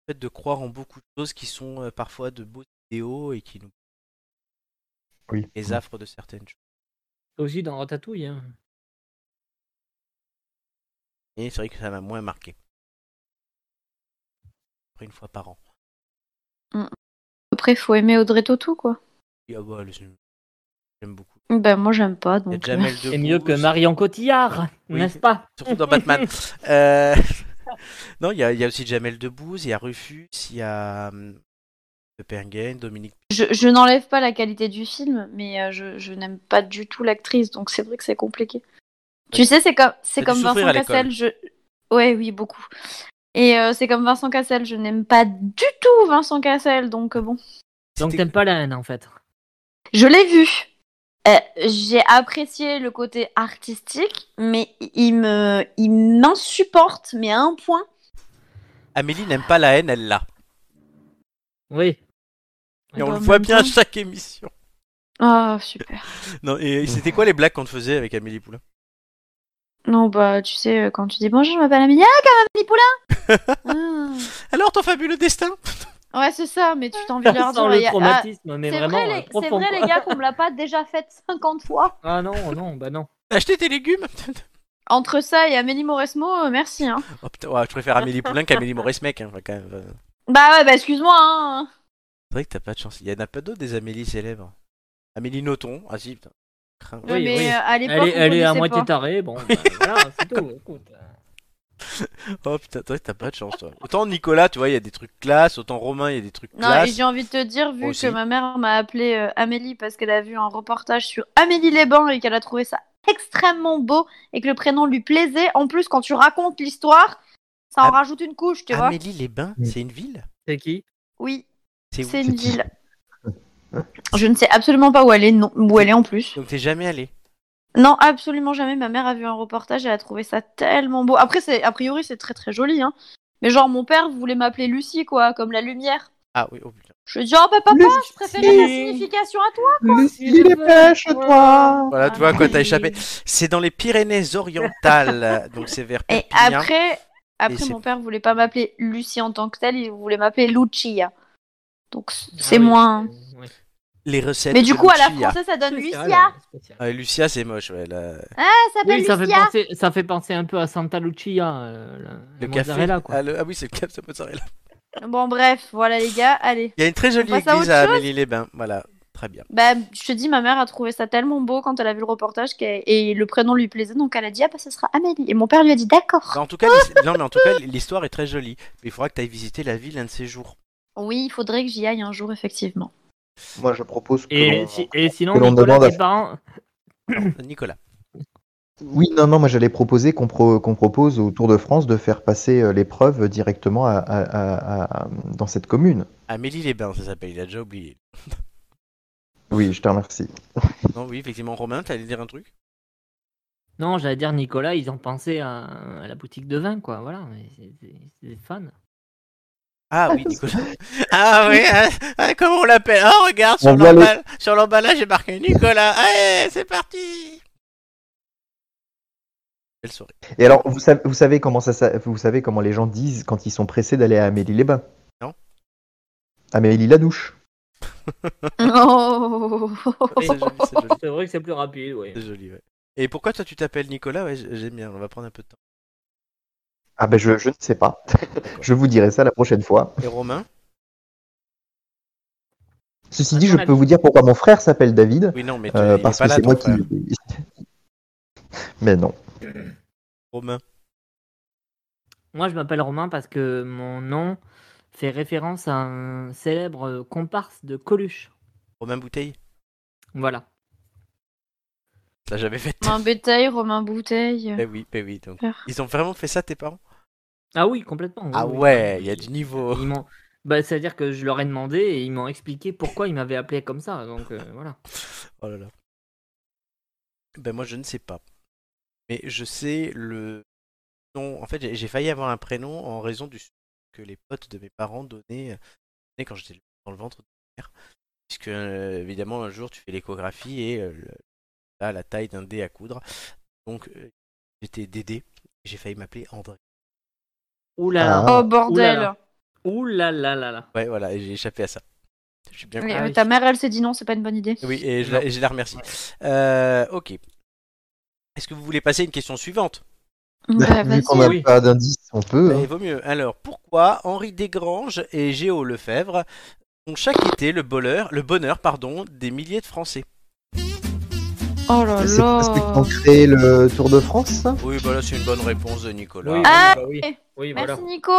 le fait de croire en beaucoup de choses qui sont euh, parfois de beaux idéaux et qui nous
Oui.
les affrent de certaines choses.
Aussi dans Ratatouille. hein.
Et c'est vrai que ça m'a moins marqué. Après une fois par an.
Après, faut aimer Audrey Tautou quoi.
Et, ah bah, le- J'aime beaucoup.
Ben moi j'aime pas
Il y a
donc. euh,
Jamel
(laughs) C'est mieux que
Debbouze.
Marion Cotillard,
Oui.
n'est-ce pas
Surtout dans
(laughs)
Batman. Euh, (laughs) Non, il y, a- il y a aussi Jamel Debbouze, il y a Rufus, il y a hum, De Pengen, Dominique.
Je, je n'enlève pas la qualité du film, mais euh, je, je n'aime pas du tout l'actrice, donc c'est vrai que c'est compliqué. Tu sais, c'est comme, c'est
dû
comme
souffrir
Vincent
à l'école.
Cassel, je... Ouais, oui, beaucoup. Et euh, c'est comme Vincent Cassel, je n'aime pas du tout Vincent Cassel, donc euh, bon.
Donc
C'était-
t'aimes pas la haine en fait.
Je l'ai vu. Euh, j'ai apprécié le côté artistique, mais il me, il m'insupporte, mais à un point.
Amélie n'aime pas la haine, elle l'a.
Oui.
Et on
Bah,
le
en
voit
même
bien à
temps.
chaque émission.
Ah, super.
Non, et
(laughs)
c'était quoi les blagues qu'on te faisait avec Amélie Poulain
Non, bah, tu sais, quand tu dis bonjour, je m'appelle Amélie, ah, quand
(laughs)
même, Amélie Poulain Ah.
Alors, ton fabuleux destin
Ouais, c'est ça, mais tu t'as
(laughs)
envie de leur
Sans
dire. il y
le
a- ah,
traumatisme, mais
c'est
vraiment
vrai,
euh,
les, c'est
profond.
vrai,
quoi.
les gars, qu'on me l'a pas déjà faite 50 fois.
Ah non, non, bah non.
Acheter tes légumes (laughs)
Entre ça et Amélie Mauresmo, euh, merci. Hein.
Oh putain, ouais, je préfère Amélie Poulain qu'Amélie Mauresmec. Hein. Enfin, quand même, euh, C'est
Bah ouais, bah excuse-moi. Hein.
vrai que t'as pas de chance. Il y en a pas d'autres des Amélie célèbres. Amélie Nothomb, ah si, putain. Crains-
Oui,
mais
oui.
euh, à
Elle
l'époque,
est, elle est
on
à
connaissait
moitié
pas.
tarée, bon,
(laughs)
bah, voilà, c'est tout. Écoute. euh,
Oh putain, c'est vrai que t'as pas de chance toi. Autant Nicolas, tu vois, il y a des trucs classe, autant Romain, il y a des trucs
Non,
classe.
et j'ai envie de te dire, vu
Moi aussi.
que ma mère m'a appelé euh, Amélie parce qu'elle a vu un reportage sur Amélie les Bains et qu'elle a trouvé ça extrêmement beau et que le prénom lui plaisait. En plus, quand tu racontes l'histoire, ça en
Am-
rajoute une couche, tu vois.
Amélie les Bains,
Mm.
c'est une ville
C'est qui
Oui,
C'est où
c'est une
C'est qui
ville. Je ne sais absolument pas où elle est, non, où elle est en plus.
Donc t'es jamais allé
Non, absolument jamais. Ma mère a vu un reportage, elle a trouvé ça tellement beau. Après, c'est a priori, c'est très très joli. Hein. Mais genre, mon père voulait m'appeler Lucie, quoi, comme la lumière.
Ah oui, oh putain.
Je lui ai dit, oh bah, papa, je préfère la signification à toi.
Lucie, dépêche-toi
Voilà, Ah, tu vois quoi, t'as échappé.
Oui.
C'est dans les
(laughs)
Pyrénées-Orientales, donc c'est vers
Et
Perpignan.
après, après
hein. c'est-
mon père voulait pas m'appeler Lucie en tant que telle, il voulait m'appeler Lucia. Donc, c- c'est
Ah oui,
moins.
euh, ouais.
Les recettes.
Mais du
de
coup, à la
Lucia.
française, ça donne
C'est
Lucia.
spécial,
Elle
euh, spécial.
Ah, Lucia, c'est moche, ouais. la-
s'appelle
Oui, ça fait,
Lucia.
penser, ça fait penser un peu à Santa Lucia, euh, la,
Le
la
café.
mozzarella, quoi.
Ah, le- ah oui, c'est le cap, c'est mozzarella.
Bon, bref, voilà les gars, allez.
Il y a une très jolie
passe à
église
autre
à Amélie-les-Bains. Voilà, très bien.
Bah, je te dis, ma mère a trouvé ça tellement beau quand elle a vu le reportage qu'elle- et le prénom lui plaisait, donc elle a dit ah bah ça sera Amélie. Et mon père lui a dit d'accord.
Bah, En tout cas, l'his- non, mais en tout cas, l'histoire est très jolie. Mais il faudra que tu ailles visiter la ville un de ces jours.
Oui, il faudrait que j'y aille un jour effectivement.
Moi, je propose que.
Et,
l'on-
si- et sinon,
que l'on
Nicolas,
demande à-
tes parents... Hmm.
Nicolas.
Oui, non, non, moi j'allais proposer qu'on pro- qu'on propose au Tour de France de faire passer euh, l'épreuve directement à- à- à- à- dans cette commune.
Amélie-les-Bains, ça s'appelle. Il a déjà oublié.
Oui, je te remercie.
Non, oui, effectivement, Romain, t'allais dire un truc
Non, j'allais dire Nicolas, ils ont pensé à, à la boutique de vin, quoi. Voilà, mais c'est- c'est c'est des fans.
Ah oui, Nicolas. Ah oui, ah, ah, comment on l'appelle Oh, regarde, sur
On voit le-
l'emball- sur l'emballage, j'ai marqué Nicolas. Allez, c'est parti Belle soirée.
Et alors, vous savez, vous savez comment ça, s'a- vous savez comment les gens disent quand ils sont pressés d'aller à Amélie-les-Bains
Non.
Amélie la douche.
Oh.
C'est joli, c'est joli,
C'est vrai que c'est plus rapide, oui.
c'est joli, ouais. Et pourquoi toi tu t'appelles Nicolas Ouais, j- j'aime bien, on va prendre un peu de temps.
Ah ben je, je ne sais pas. je vous dirai ça la prochaine fois.
Et Romain
Ceci dit, je
Attends,
peux vous dire pourquoi mon frère s'appelle David.
Oui, non, mais tu Bah,
euh,
il est
parce
pas
que
là,
c'est
ton
moi qui.
frère.
(laughs) Mais non.
Romain.
Moi, je m'appelle Romain parce que mon nom fait référence à un célèbre euh, comparse de Coluche.
Romain Bouteille
Voilà.
Tu l'as jamais fait
Romain Bétail, Romain Bouteille.
Eh oui, eh oui. Donc.
Super.
Ils ont vraiment fait ça, tes parents
Ah oui, complètement. oui,
Ah
oui.
ouais, il y a du niveau.
Ils m'ont- Bah, c'est-à-dire que je leur ai demandé et ils m'ont expliqué pourquoi ils m'avaient appelé comme ça. Donc euh, voilà.
Oh là là. Ben moi je ne sais pas. Mais je sais le nom. En fait, j'ai- j'ai failli avoir un prénom en raison du surnom que les potes de mes parents donnaient, euh, donnaient quand j'étais dans le ventre de ma mère. Puisque euh, évidemment un jour tu fais l'échographie et euh, le- là, la taille d'un dé à coudre. Donc euh, j'étais Dédé. J'ai failli m'appeler André.
Ouh là là.
Ah.
Oh bordel.
Ouh là là. Ouh là là là là.
Ouais voilà, et j'ai échappé à ça. Je suis bien
Mais,
content.
euh,
oui.
ta mère, elle s'est dit non, c'est pas une bonne idée.
Oui, et je, la, et je la remercie. Euh, ok. Est-ce que vous voulez passer à une question suivante
Bah,
Vu qu'on
vas-y.
n'a
oui.
pas d'indice, on peut.
Eh,
hein.
vaut mieux. Alors, pourquoi Henri Desgranges et Géo Lefebvre ont chaque été le, bonheur, le bonheur pardon, des milliers de Français
Oh là
C'est parce qu'ils ont
là.
créé le Tour de France. ça
Oui, bah là, c'est une bonne réponse de Nicolas.
Oui,
Ah,
voilà, oui. Oui, voilà.
Merci Nico.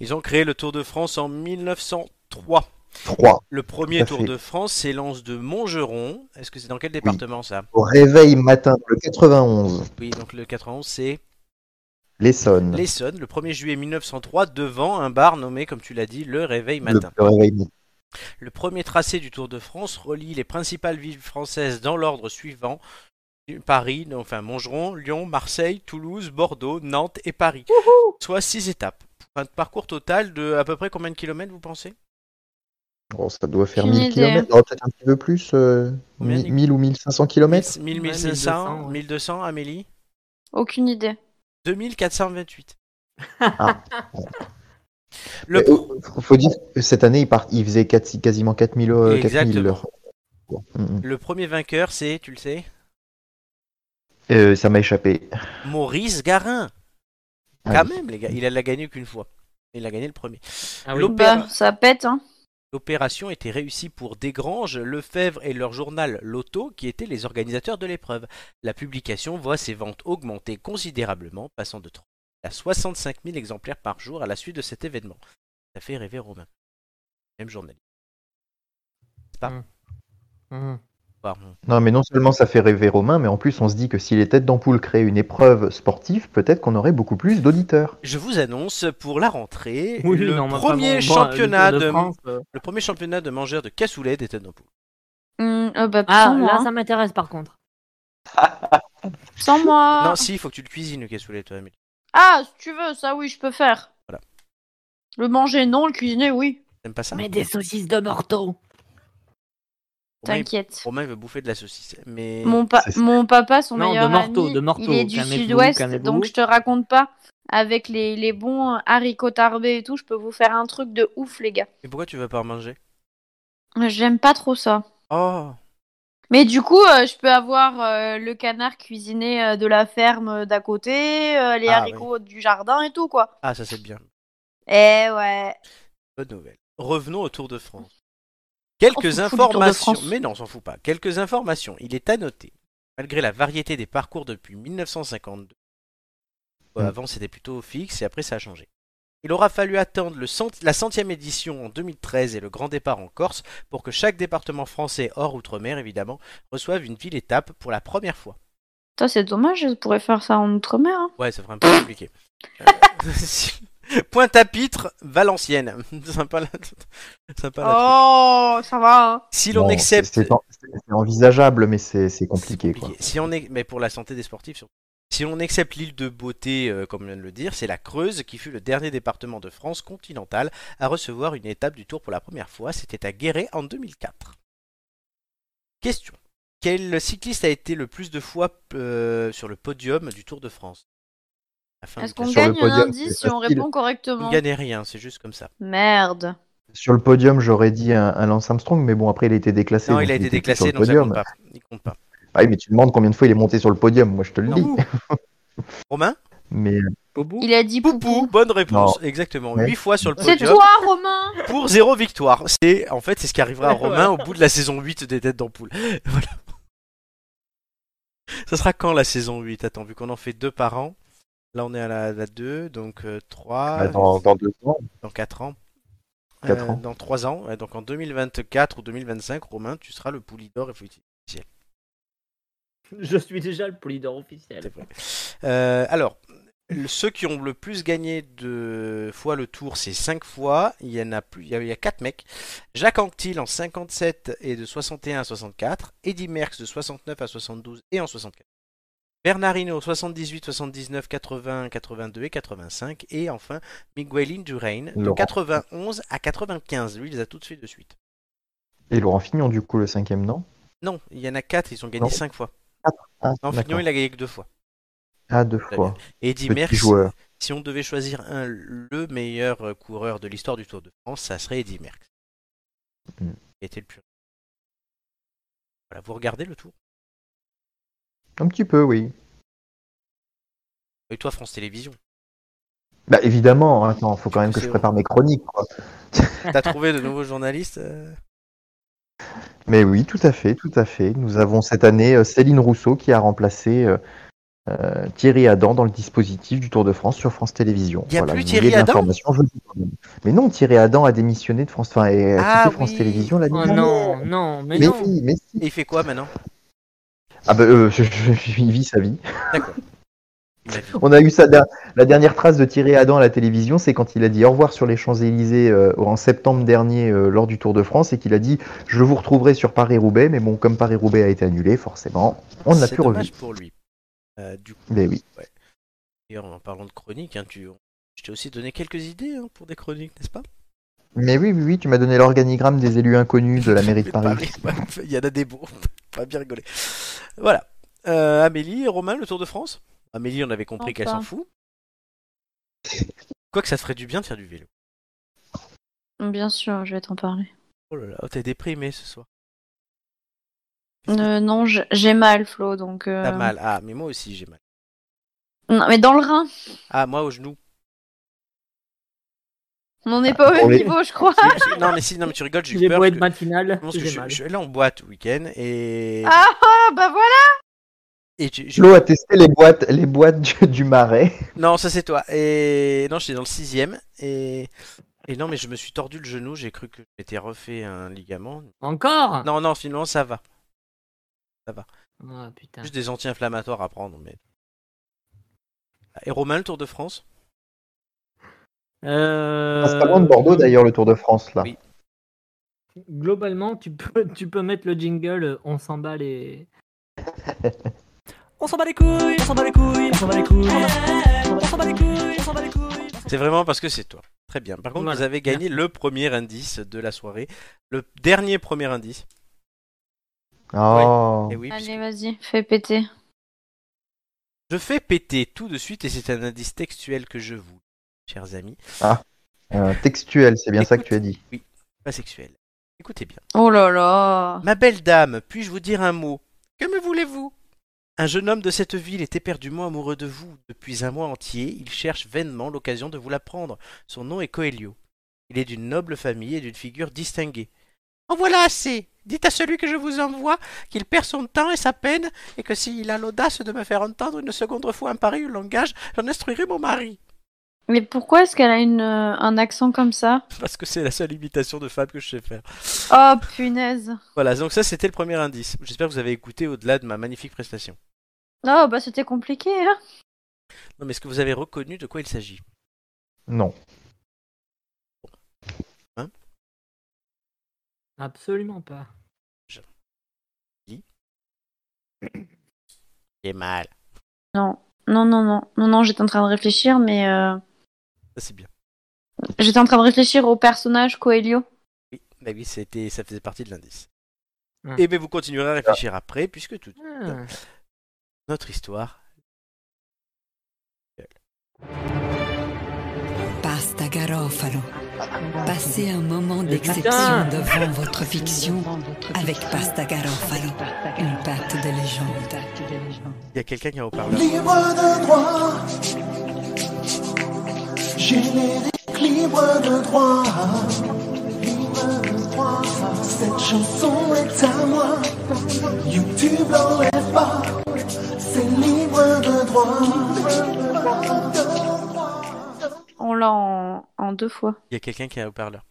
Ils ont créé le Tour de France en 1903.
Trois.
Le premier
Tout à
Tour
fait.
de France s'élance de Montgeron. Est-ce que c'est dans quel département ça
Au réveil matin, le 91,
Oui, donc le 91, c'est
l'Essonne.
l'Essonne, le 1er juillet 1903, devant un bar nommé, comme tu l'as dit, le Réveil
Le,
Matin.
le réveil matin.
Le premier tracé du Tour de France relie les principales villes françaises dans l'ordre suivant Paris, non, enfin Montgeron, Lyon, Marseille, Toulouse, Bordeaux, Nantes et Paris. Soit six étapes. Un parcours total de à peu près combien de kilomètres vous pensez
Bon, ça doit faire
Aucune
1000
idée.
km, peut-être un petit peu plus, euh,
Combien,
mi-
Nick
1000 ou 1500 km.
1000,
Ouais,
1500,
1200, ouais.
1200, Amélie
Aucune idée.
2428.
Ah.
(laughs) Le
Il oh, faut dire que cette année, il, part, il faisait quatre- quasiment 4000 euh, 4000
Exactement.
heures. Bon, mm, mm.
Le premier vainqueur, c'est, tu le sais,
Euh, ça m'a échappé.
Maurice Garin.
Ah
Quand
oui.
même, les gars, il l'a gagné qu'une fois. Il a gagné le premier.
Ah oui.
L'eau-
Bah, ça pète, hein.
L'opération était réussie pour Desgranges, Lefebvre et leur journal Loto, qui étaient les organisateurs de l'épreuve. La publication voit ses ventes augmenter considérablement, passant de 30 à 65 000 exemplaires par jour à la suite de cet événement. Ça fait rêver Romain. Même journal.
Mhm.
Pardon.
Non, mais non seulement ça fait rêver Romain, mais en plus, on se dit que si les têtes d'ampoule créaient une épreuve sportive, peut-être qu'on aurait beaucoup plus d'auditeurs.
Je vous annonce pour la rentrée
Oui,
le,
non, mais enfin,
premier
bon, moi, le
championnat
Tour
de,
France, euh,
le premier championnat de mangeurs de cassoulet des têtes d'ampoule.
Hum, euh, bah,
Ah,
sans moi.
là,
hein.
ça m'intéresse par contre.
Sans moi.
Non, si, il faut que tu le cuisines, le cassoulet, toi, Amélie.
Ah, si tu veux, ça oui, je peux faire.
Voilà.
Le manger, non, le cuisiner, oui.
T'aimes pas ça
Mais des saucisses de morteau.
Romain, il-
T'inquiète.
Romain, il veut bouffer de la saucisse. Mais...
Mon, pa-
C'est ça.
mon papa, son
Non, de
meilleur
Morteau,
ami,
de Morteau,
il est du
calmez-vous,
sud-ouest,
calmez-vous.
donc je te raconte pas. Avec les, les bons haricots tarbés et tout, je peux vous faire un truc de ouf, les gars.
mais pourquoi tu veux pas en manger
J'aime pas trop ça.
Oh
Mais du coup, euh, je peux avoir euh, le canard cuisiné euh, de la ferme euh, d'à côté, euh, les
Ah,
haricots du jardin et tout, quoi.
Ah, ça c'est bien.
Eh ouais.
Bonne nouvelle. Revenons au Tour de France.
On s'en
Quelques
fout du Tour de
informations.
France.
Mais non, on s'en fout pas. Quelques informations. Il est à noter, malgré la variété des parcours depuis 1952, euh,
Mm.
avant c'était plutôt fixe et après ça a changé. Il aura fallu attendre le cent- la centième édition en 2013 et le grand départ en Corse pour que chaque département français, hors Outre-mer évidemment, reçoive une ville étape pour la première fois.
Putain, c'est dommage, je pourrais faire ça en Outre-mer. hein.
Ouais, ça ferait un peu compliqué. Euh, (laughs) Pointe-à-Pitre, Valenciennes. (laughs) sympa la... sympa la truc.
Oh, ça va. hein.
Si l'on
Bon,
accepte.
C'est c'est en- c'est envisageable, mais c'est c'est
C'est
compliqué.
compliqué. Si on est, mais pour la santé des sportifs surtout. Si on accepte l'île de beauté, euh, comme on vient de le dire, c'est la Creuse qui fut le dernier département de France continentale à recevoir une étape du Tour pour la première fois. C'était à Guéret en 2004. Question. Quel cycliste a été le plus de fois euh, sur le podium du Tour de France Afin
Est-ce
de-
qu'on
sur le
gagne un
podium,
indice
c'est
si on
facile.
répond
Vous
correctement
ne gagnez rien, c'est juste comme ça.
Merde.
Sur le podium, j'aurais dit un, un Lance Armstrong, mais bon, après, il a été déclassé.
Non,
donc
il a été
était plus sur
déclassé,
le
donc ça compte
podium.
pas. Il compte pas.
Ah oui, mais tu demandes combien de fois il est monté sur le podium, moi je te le dis.
Non. Romain
Mais
Bobo
Il a dit
Poupou,
poupou.
bonne réponse, exactement.
Ouais.
8 fois sur le
C'est
podium
toi, Romain
pour 0 victoire. C'est en fait c'est ce qui arrivera à
Ouais, ouais.
Romain au bout de la saison 8 des têtes d'ampoule. (laughs) Voilà. Ça sera quand la saison 8 Attends, vu qu'on en fait deux par an. Là on est à la, la 2, donc 3
bah, dans, dans deux ans,
dans 4 ans.
Quatre
Euh,
ans.
Dans 3 ans, ouais, donc en 2024 ou 2025, Romain, tu seras le pouli d'or effectivement.
Je suis déjà le polydor
C'est
officiel.
vrai. Euh, alors, le- ceux qui ont le plus gagné de fois le tour, c'est 5 fois. Il y en a plus, il y a, il y a 4 mecs. Jacques Anquetil en 57 et de 61 à 64. Eddy Merckx de 69 à 72 et en 64. Bernard Hinault 78, 79, 80, 82 et 85. Et enfin, Miguel Indurain de
Laurent.
91 à 95. Lui, il les a toutes fait de suite.
et Laurent Fignon, du coup, le cinquième, non
Non, il y en a 4, ils ont
Non.
gagné 5 fois.
ah,
Non,
d'accord.
Fignon, il a gagné que 2 fois.
Ah, deux fois.
Et Eddy
Petit
Merckx,
joueur.
Si on devait choisir un, le meilleur euh, coureur de l'histoire du Tour de France, ça serait Eddy Merckx.
Mm.
Qui était le plus. Voilà, vous regardez le tour.
Un petit peu, oui.
Et toi, France
(laughs)
Télévisions.
Bah évidemment, attends, faut quand même
Surtout
que je
c'est-
prépare mes chroniques, quoi.
T'as trouvé de nouveaux journalistes euh
Mais oui, tout à fait, tout à fait. Nous avons cette année euh, Céline Rousseau qui a remplacé euh, euh, Thierry Adam dans le dispositif du Tour de France sur France Télévisions.
Y a plus
vous
Thierry
voulez de
Adam
l'information, je vous le donne. Mais non, Thierry Adam a démissionné de France, enfin, et a
Ah
quitté France
oui. Ah
Télévisions l'année
Oh
dernière.
non, non, mais
mais
non.
si, mais si.
Et il fait quoi maintenant
Ah bah, euh, (laughs) je, je- je- il vit sa vie.
D'accord. Il a dit.
On a eu sa der- la dernière trace de Thierry Adam à la télévision, c'est quand il a dit au revoir sur les Champs-Élysées euh, en septembre dernier euh, lors du Tour de France et qu'il a dit je vous retrouverai sur Paris-Roubaix, mais bon, comme Paris-Roubaix a été annulé, forcément, on ne l'a
C'est
plus revu.
dommage pour lui. Euh, du coup,
Mais Ben oui.
ouais. D'ailleurs, en parlant de chronique, hein, tu... je t'ai aussi donné quelques idées hein, pour des chroniques, n'est-ce pas
Mais oui, oui, oui, tu m'as donné l'organigramme des élus inconnus de la mairie de Paris.
Paris, ouais, (laughs) Il y en a des beaux. Pas bien rigoler. Voilà. Euh, Amélie, Romain, le Tour de France Amélie, on avait compris qu'elle
Enfin.
s'en fout. Quoique ça te ferait du bien de faire du vélo.
Bien sûr, je vais t'en parler.
Oh là là, oh, t'es déprimé ce soir.
Euh, non, je- j'ai mal, Flo, donc... euh,
T'as mal. Ah, mais moi aussi j'ai mal.
Non, mais dans le rein,
Ah, moi au genou.
on n'en est pas au
Pour
même
les-
niveau, je crois.
J'ai- j'ai- (laughs) non, mais si, non, mais tu rigoles, j'ai eu
J'ai
peur.
beau
parce
être
que-
matinal,
parce que
j'ai
je,
mal.
je- là, on boîte au week-end et.
Ah, ah, bah voilà
et j'ai- j'ai-
Flo a testé les boîtes, les boîtes du, du marais.
Non, ça c'est toi. Et non, j'étais dans le sixième. Et... et non, mais je me suis tordu le genou. J'ai cru que je m'étais refait un ligament.
Encore
Non, non, finalement ça va.
Ah, putain.
Juste des anti-inflammatoires à prendre, mais. Et Romain, le Tour de France
Euh,
C'est pas loin de Bordeaux d'ailleurs, le Tour de France là.
Oui.
Globalement, tu peux, tu peux mettre le jingle euh, On s'en bat les.
(laughs) On s'en bat les couilles, on s'en bat les couilles, on s'en bat les couilles, on s'en bat les couilles, on s'en bat les couilles.
C'est vraiment parce que c'est toi. Très bien. Par contre,
Voilà.
vous avez gagné le premier indice de la soirée. Le dernier premier indice.
Oh.
Et oui,
Allez,
puisque
vas-y, fais péter.
je fais péter tout de suite et c'est un indice textuel que je vous, chers amis.
Euh, textuel, c'est bien ça que tu as
Écoute,
dit.
Oui, pas sexuel. Écoutez bien.
Oh là là
Ma belle dame, puis-je vous dire un mot Que me voulez-vous Un jeune homme de cette ville est éperdument amoureux de vous. Depuis un mois entier, il cherche vainement l'occasion de vous l'apprendre. Son nom est Coelho. Il est d'une noble famille et d'une figure distinguée. En voilà assez Dites à celui que je vous envoie qu'il perd son temps et sa peine, et que s'il a l'audace de me faire entendre une seconde fois un pareil langage, j'en instruirai mon mari. (laughs)
Mais pourquoi est-ce qu'elle a une, euh, un accent comme ça
Parce que c'est la seule imitation de femme que je sais faire.
Oh, punaise
Voilà, donc ça c'était le premier indice. J'espère que vous avez écouté au-delà de ma magnifique prestation.
Oh, bah c'était compliqué, hein
Non, mais est-ce que vous avez reconnu de quoi il s'agit
Non.
Absolument pas.
J'ai mal.
Non. Non, non, non. Non, non, j'étais en train de réfléchir, mais... euh,
Ça, c'est bien.
J'étais en train de réfléchir au personnage Coelho.
Oui, bah oui, c'était, ça faisait partie de l'indice.
Hmm.
Et bien, vous continuerez à réfléchir après, puisque toute
Ah.
notre histoire.
Pasta Garofalo. Passez un moment
Mais
d'exception
putain
devant votre fiction avec Pasta Garofalo. Une pâte de légende.
Il y a quelqu'un qui a un haut-parleur.
Libre de droit. Générique libre de droit. Libre de droit. Cette chanson est à moi. YouTube l'enlève pas. C'est libre de droit.
On l'a en... en deux fois.
Il y a quelqu'un qui a un haut-parleur.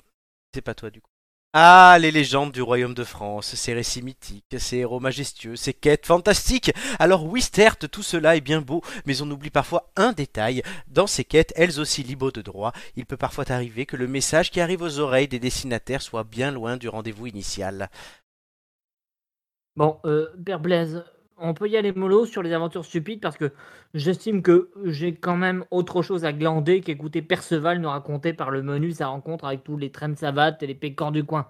C'est pas toi du coup. Ah, les légendes du royaume de France, ces récits mythiques, ces héros majestueux, ces quêtes fantastiques. Alors oui, certes, tout cela est bien beau, mais on oublie parfois un détail. Dans ces quêtes, elles aussi libres de droit, il peut parfois arriver que le message qui arrive aux oreilles des destinataires soit bien loin du rendez-vous initial.
Bon, euh, Père Blaise, on peut y aller mollo sur les aventures stupides parce que j'estime que j'ai quand même autre chose à glander qu'écouter Perceval nous raconter par le menu sa rencontre avec tous les trains de savate et les pécans du coin.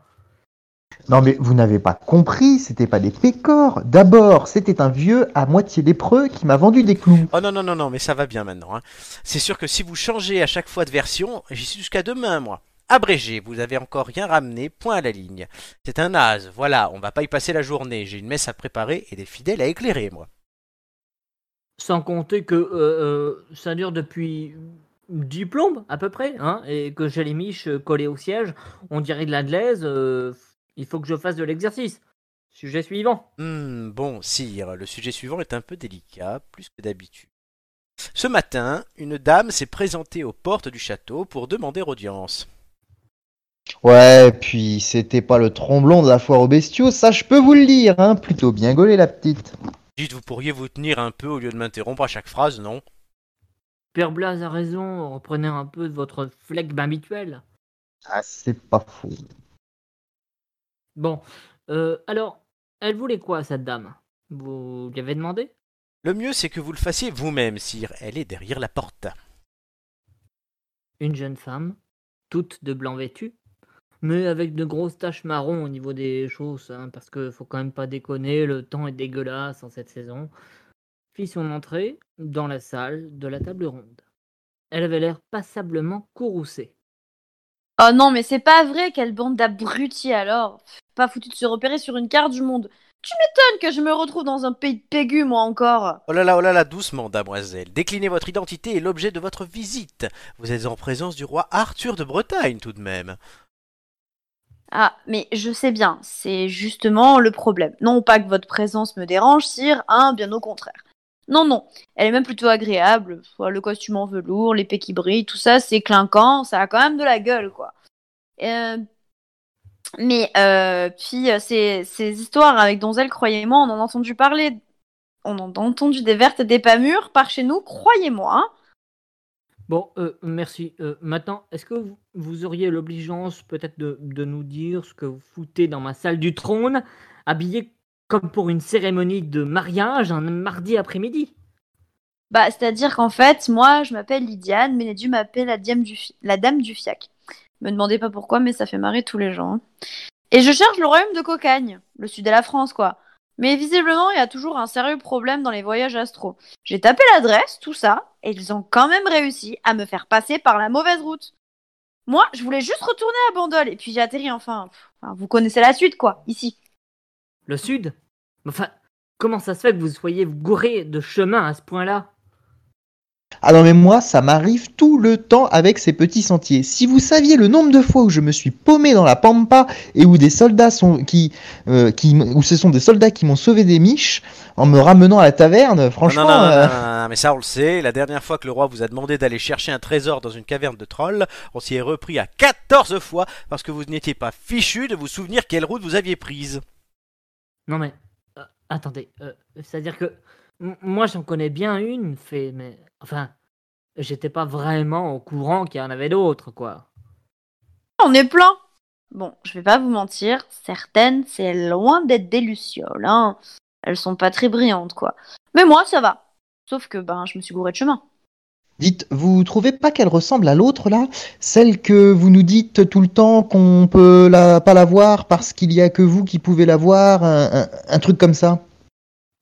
Non mais vous n'avez pas compris, c'était pas des pécores. D'abord, c'était un vieux à moitié lépreux qui m'a vendu des clous.
Oh non, non, non, non, mais ça va bien maintenant. hein. C'est sûr que si vous changez à chaque fois de version, j'y suis jusqu'à demain, moi. Abrégé, vous avez encore rien ramené, point à la ligne. C'est un naze, voilà, on va pas y passer la journée, j'ai une messe à préparer et des fidèles à éclairer, moi.
Sans compter que euh, euh, ça dure depuis 10 plombes à peu près, hein, et que j'ai les miches euh, collées au siège, on dirait de la glaise, euh, il faut que je fasse de l'exercice. Sujet suivant.
Hmm, bon, sire, le sujet suivant est un peu délicat, plus que d'habitude. Ce matin, une dame s'est présentée aux portes du château pour demander audience.
Ouais, puis c'était pas le tromblon de la foire aux bestiaux, ça je peux vous le dire, hein. Plutôt bien gaulé la petite.
Dites, vous pourriez vous tenir un peu au lieu de m'interrompre à chaque phrase, non
Père Blaise a raison, reprenez un peu de votre flegme habituel.
Ah, c'est pas faux.
Bon, euh, alors, elle voulait quoi, cette dame Vous lui avez demandé
Le mieux, c'est que vous le fassiez vous-même, sire, elle est derrière la porte.
Une jeune femme, toute de blanc vêtue, mais avec de grosses taches marron au niveau des chausses, hein, parce que faut quand même pas déconner, le temps est dégueulasse en cette saison, fit son entrée dans la salle de la table ronde. Elle avait l'air passablement courroucée.
Oh non, mais c'est pas vrai, quelle bande d'abrutis alors Pff, Pas foutu de se repérer sur une carte du monde. Tu m'étonnes que je me retrouve dans un pays de Pégu, moi encore
Oh là là, oh là là, doucement, damoiselle. Déclinez votre identité et l'objet de votre visite. Vous êtes en présence du roi Arthur de Bretagne, tout de même.
Ah, mais je sais bien, c'est justement le problème. Non pas que votre présence me dérange, sire, hein, bien au contraire. Non, non, elle est même plutôt agréable. Soit le costume en velours, l'épée qui brille, tout ça, c'est clinquant, ça a quand même de la gueule, quoi. Euh, Mais euh, puis, euh, ces, ces histoires avec Donzel, croyez-moi, on en a entendu parler. On en a entendu des vertes et des pas mûres par chez nous, croyez-moi. hein.
Bon, euh, merci. Euh, maintenant, est-ce que vous, vous auriez l'obligeance peut-être de, de nous dire ce que vous foutez dans ma salle du trône, habillée comme pour une cérémonie de mariage un mardi après-midi
Bah, c'est-à-dire qu'en fait, moi, je m'appelle Lydiane, mais Nédu m'appelle la, diame du fi- la dame du fiac. Me demandez pas pourquoi, mais ça fait marrer tous les gens. hein. Et je cherche le royaume de Cocagne, le sud de la France, quoi. Mais visiblement, il y a toujours un sérieux problème dans les voyages astro. J'ai tapé l'adresse, tout ça, et ils ont quand même réussi à me faire passer par la mauvaise route. Moi, je voulais juste retourner à Bandol, et puis j'ai atterri enfin. Pff, enfin, Vous connaissez la suite, quoi, ici.
Le sud Enfin, comment ça se fait que vous soyez gouré de chemin à ce point-là
Ah non mais moi, ça m'arrive tout le temps avec ces petits sentiers. Si vous saviez le nombre de fois où je me suis paumé dans la pampa et où des soldats sont qui, euh, qui où ce sont des soldats qui m'ont sauvé des miches en me ramenant à la taverne, franchement.
Ah non, non, non,
euh,
non, non, non, mais ça on le sait. La dernière fois que le roi vous a demandé d'aller chercher un trésor dans une caverne de trolls, on s'y est repris à 14 fois parce que vous n'étiez pas fichu de vous souvenir quelle route vous aviez prise.
Non mais, euh, attendez, euh, c'est-à-dire que m- moi j'en connais bien une, fait, mais enfin, j'étais pas vraiment au courant qu'il y en avait d'autres, quoi.
On est plein. Bon, je vais pas vous mentir, certaines, c'est loin d'être des lucioles. Hein. Elles sont pas très brillantes, quoi. Mais moi, ça va. Sauf que ben, je me suis gouré de chemin.
Dites, vous trouvez pas qu'elle ressemble à l'autre là Celle que vous nous dites tout le temps qu'on peut la, pas la voir parce qu'il y a que vous qui pouvez la voir, un, un- un truc comme ça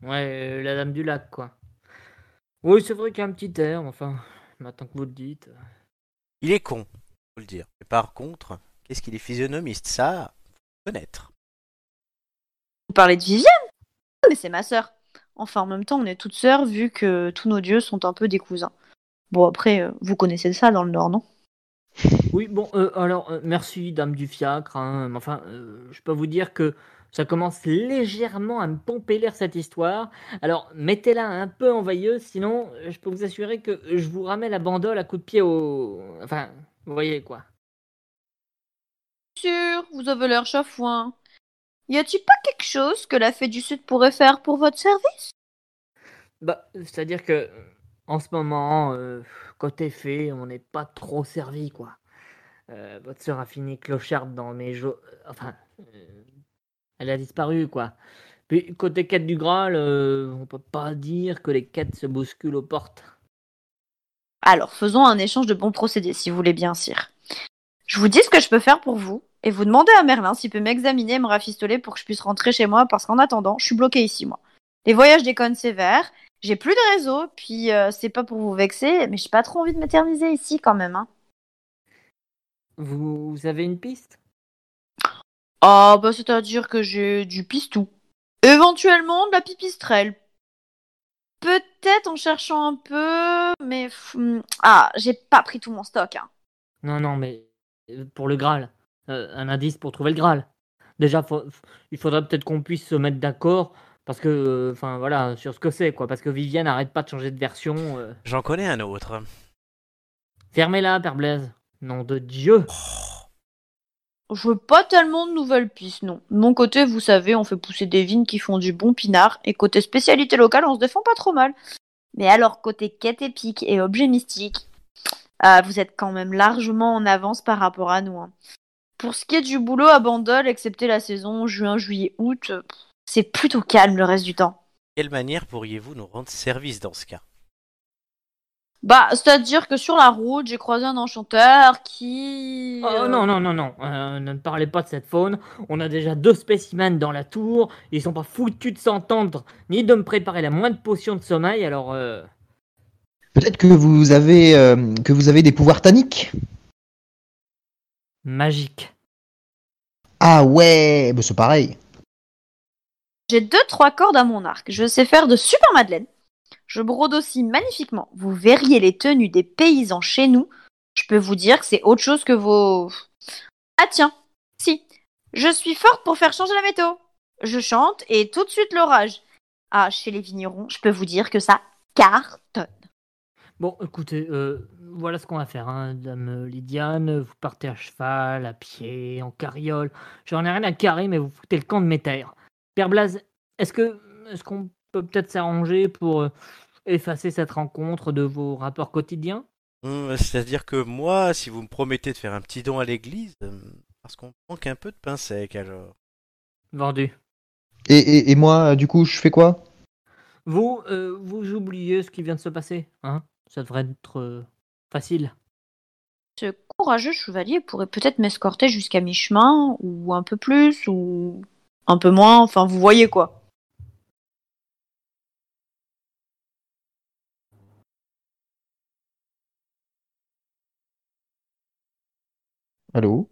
Ouais, euh, la dame du lac, quoi. Oui, c'est vrai qu'il y a un petit air, mais enfin, maintenant que vous le dites.
Il est con, faut le dire. Mais par contre, qu'est-ce qu'il est physionomiste Ça, faut connaître.
Vous parlez de Viviane Ah, Mais c'est ma sœur. Enfin, en même temps, on est toutes sœurs vu que tous nos dieux sont un peu des cousins. Bon, après, euh, vous connaissez ça dans le Nord, non
Oui, bon, euh, alors, euh, merci, dame du fiacre, hein, mais enfin, euh, je peux vous dire que ça commence légèrement à me pomper l'air cette histoire. Alors, mettez-la un peu en veilleuse, sinon, euh, je peux vous assurer que je vous ramène la bandole à coups de pied au. Enfin, vous voyez quoi.
Sûr, vous avez l'air chafouin. Y a-t-il pas quelque chose que la fée du Sud pourrait faire pour votre service
Bah, c'est-à-dire que euh, en ce moment, euh, côté fée, on n'est pas trop servi, quoi. Euh, votre sœur a fini clocharde dans mes jeux. Enfin, euh, elle a disparu, quoi. Puis côté quête du Graal, euh, on peut pas dire que les quêtes se bousculent aux portes.
Alors, faisons un échange de bons procédés, si vous voulez bien, sire. Je vous dis ce que je peux faire pour vous, et vous demandez à Merlin s'il peut m'examiner et me rafistoler pour que je puisse rentrer chez moi, parce qu'en attendant, je suis bloquée ici, moi. Les voyages déconnent sévères, j'ai plus de réseau, puis euh, c'est pas pour vous vexer, mais j'ai pas trop envie de m'éterniser ici, quand même, hein.
Vous, vous avez une piste
Ah, bah, c'est-à-dire que j'ai du pistou. Éventuellement de la pipistrelle. Peut-être en cherchant un peu, mais. pff, hmm, Ah, j'ai pas pris tout mon stock. Hein.
Non, non, mais euh, pour le Graal. Euh, un indice pour trouver le Graal. Déjà, faut- il faudrait peut-être qu'on puisse se mettre d'accord. Parce que, euh, enfin voilà, sur ce que c'est, quoi. Parce que Viviane n'arrête pas de changer de version. euh.
J'en connais un autre.
Fermez-la, Père Blaise. Nom de Dieu.
Je veux pas tellement de nouvelles pistes, non. De mon côté, vous savez, on fait pousser des vignes qui font du bon pinard, et côté spécialité locale, on se défend pas trop mal. Mais alors, côté quête épique et objet mystique, ah, vous êtes quand même largement en avance par rapport à nous. hein. Pour ce qui est du boulot à Bandol, excepté la saison juin, juillet, août, euh, pff, c'est plutôt calme le reste du temps.
Quelle manière pourriez-vous nous rendre service dans ce cas
Bah, c'est-à-dire que sur la route, j'ai croisé un enchanteur qui...
Oh
euh,
non, non, non, non. euh, ne parlez pas de cette faune. On a déjà deux spécimens dans la tour. Ils sont pas foutus de s'entendre, ni de me préparer la moindre potion de sommeil. Alors, euh,
Peut-être que vous avez euh, que vous avez des pouvoirs tanniques
magique.
Ah ouais, bah c'est pareil.
J'ai deux, trois cordes à mon arc. Je sais faire de super madeleines. Je brode aussi magnifiquement. Vous verriez les tenues des paysans chez nous. Je peux vous dire que c'est autre chose que vos... Ah tiens, si. Je suis forte pour faire changer la météo. Je chante et tout de suite l'orage. Ah, chez les vignerons, je peux vous dire que ça cartonne.
Bon, écoutez, euh, voilà ce qu'on va faire, hein, Dame Lydiane. Vous partez à cheval, à pied, en carriole. J'en ai rien à carrer, mais vous foutez le camp de mes terres. Père Blaze, est-ce que est-ce qu'on peut peut-être s'arranger pour euh, effacer cette rencontre de vos rapports quotidiens
Hum, C'est-à-dire que moi, si vous me promettez de faire un petit don à l'église, hum, parce qu'on manque un peu de pain sec alors.
Vendu.
Et, et- et moi, euh, du coup, je fais quoi
Vous, euh, vous oubliez ce qui vient de se passer, hein Ça devrait être euh, facile.
Ce courageux chevalier pourrait peut-être m'escorter jusqu'à mi-chemin, ou un peu plus, ou un peu moins, enfin vous voyez quoi.
Allô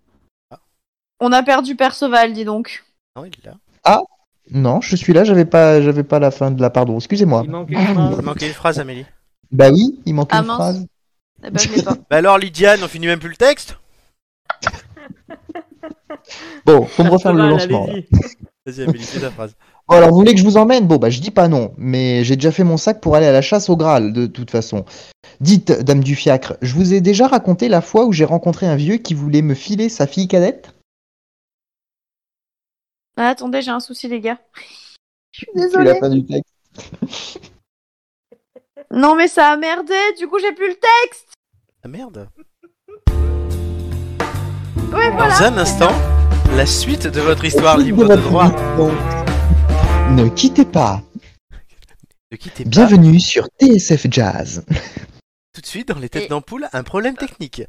On a perdu Perceval, dis donc.
Non, il est Ah là.
Non, je suis là, j'avais pas j'avais pas la fin de la pardon, excusez-moi.
Il manque une phrase.
Il manquait une phrase, Amélie.
Bah oui, il manque
Ah,
une
mince.
phrase.
Eh ben, je l'ai pas.
Bah alors, Lydiane, on finit même plus le texte
Bon, faut me refaire le
Cheval,
lancement. là.
Ah, allez-y.
Vas-y, Amélie, fais ta phrase.
Bon, alors vous voulez que je vous emmène Bon, bah je dis pas non, mais j'ai déjà fait mon sac pour aller à la chasse au Graal, de toute façon. Dites, dame du fiacre, je vous ai déjà raconté la fois où j'ai rencontré un vieux qui voulait me filer sa fille cadette
Ah, attendez, j'ai un souci, les gars.
Désolé. la fin du texte.
Non, mais ça a merdé, du coup, j'ai plus le texte.
Ah merde
Ouais, voilà.
Dans un instant, la suite de votre histoire libre de droit.
Ne quittez pas.
Ne Ne quittez pas.
Bienvenue sur TSF Jazz.
Tout de suite, dans les têtes
Et-
d'ampoule, un problème technique.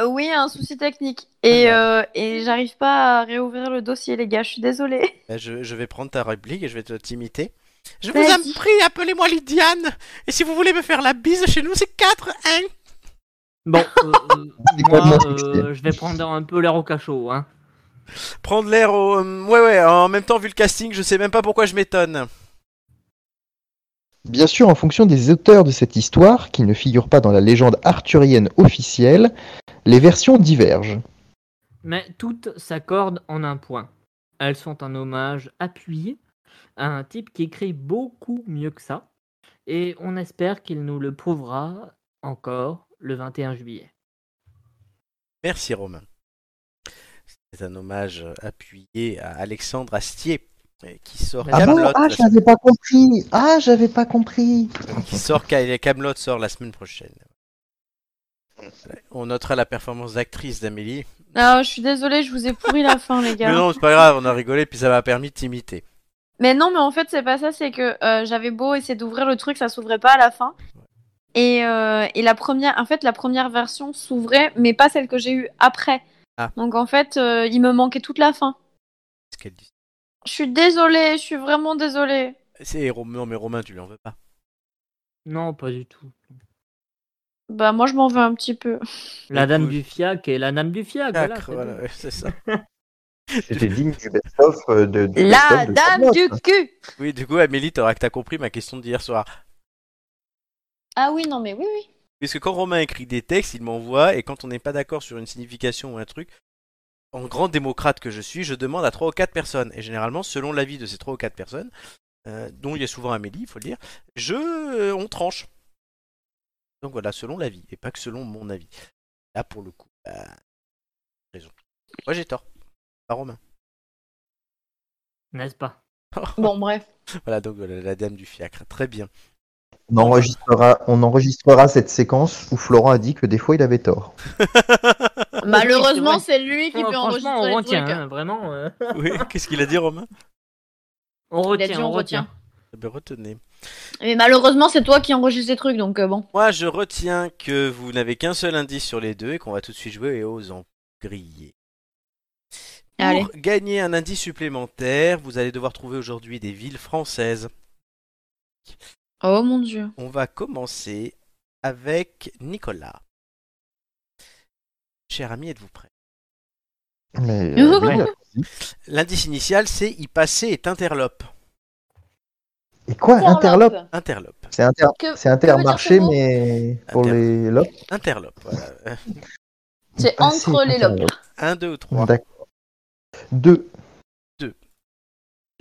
Euh, oui, un souci technique. Et, euh, et j'arrive pas à réouvrir le dossier, les gars, je suis désolée.
Bah, Je, je vais prendre ta réplique et je vais te t'imiter. Je vous
Vas-y.
en prie, appelez-moi Lydiane. Et si vous voulez me faire la bise, chez nous c'est 4 1
Bon, euh,
(laughs)
euh,
C'est quoi
moi,
de mon texte
euh, je vais prendre un peu l'air au cachot. Hein.
Prendre l'air au... euh, Ouais, ouais, en même temps, vu le casting, je sais même pas pourquoi je m'étonne.
Bien sûr, en fonction des auteurs de cette histoire, qui ne figurent pas dans la légende arthurienne officielle, les versions divergent.
Mais toutes s'accordent en un point. Elles sont un hommage appuyé à un type qui écrit beaucoup mieux que ça. Et on espère qu'il nous le prouvera encore le 21 juillet.
Merci Romain. C'est un hommage euh, appuyé à Alexandre Astier, euh, qui sort euh,
Ah bon
Kaamelott la semaine-
pas compris Ah, j'avais pas compris
qui sort Ka- Kaamelott sort la semaine prochaine. On notera la performance d'actrice d'Amélie.
Ah, je suis désolée, je vous ai pourri la fin, les gars.
Mais non, c'est pas grave, on a rigolé, puis ça m'a permis de t'imiter.
Mais non, mais en fait, c'est pas ça, c'est que euh, j'avais beau essayer d'ouvrir le truc, ça s'ouvrait pas à la fin. Et, euh, et la première, en fait, la première version s'ouvrait, mais pas celle que j'ai eue après.
Ah.
Donc en fait, euh, il me manquait toute la fin.
Ce qu'elle dit.
Je suis désolée, je suis vraiment désolée.
C'est Rom- Non, mais Romain, tu lui en veux pas.
Non, pas du tout.
Bah moi, je m'en veux un petit peu.
La dame
Écoute.
du fiac et la dame du fiac. Ah, voilà,
Cacre,
c'est
voilà,
tout.
ouais, (laughs) c'est ça.
C'était digne du best-of euh, de, du best-of
La
de hein.
dame
Camelot.
du cul
Oui, du coup, Amélie, t'auras que t'as compris ma question d'hier soir.
Ah oui, non, mais oui, oui.
Parce que quand Romain écrit des textes, il m'envoie, et quand on n'est pas d'accord sur une signification ou un truc, en grand démocrate que je suis, je demande à trois ou quatre personnes. Et généralement, selon l'avis de ces trois ou quatre personnes, euh, dont il y a souvent Amélie, il faut le dire, je, euh, on tranche. Donc voilà, selon l'avis, et pas que selon mon avis. Là, pour le coup, bah, raison. Moi, j'ai tort. Pas Romain.
N'est-ce pas
Bon, (laughs) bref.
Voilà, donc voilà, la dame du fiacre. Très (laughs) bien.
On enregistrera, on enregistrera cette séquence où Florent a dit que des fois il avait tort.
Malheureusement, c'est lui qui
Non,
peut enregistrer
Euh, Franchement, on
les trucs.
retient. hein, vraiment, euh, (laughs)
Oui, qu'est-ce qu'il a dit, Romain
on
Il a dit
retient,
on
on retient.
retient.
Eh ben, retenez.
Mais malheureusement, c'est toi qui enregistre les trucs, donc euh, bon.
Moi, je retiens que vous n'avez qu'un seul indice sur les deux et qu'on va tout de suite jouer aux en griller. Pour
Allez.
gagner un indice supplémentaire, vous allez devoir trouver aujourd'hui des villes françaises.
Oh mon dieu.
On va commencer avec Nicolas. Cher ami, êtes-vous prêt
Mais euh, oui, il a-
L'indice initial, c'est y passer est interlope.
Et quoi Ah, Interlope
Interlope.
C'est inter...
Que-
c'est intermarché,
que veut dire
mais pour
Inter-
les lopes.
Interlope, voilà. Euh,
C'est
Ah, c'est
entre les lobes.
Interlope.
Un, deux ou trois.
D'accord. Deux.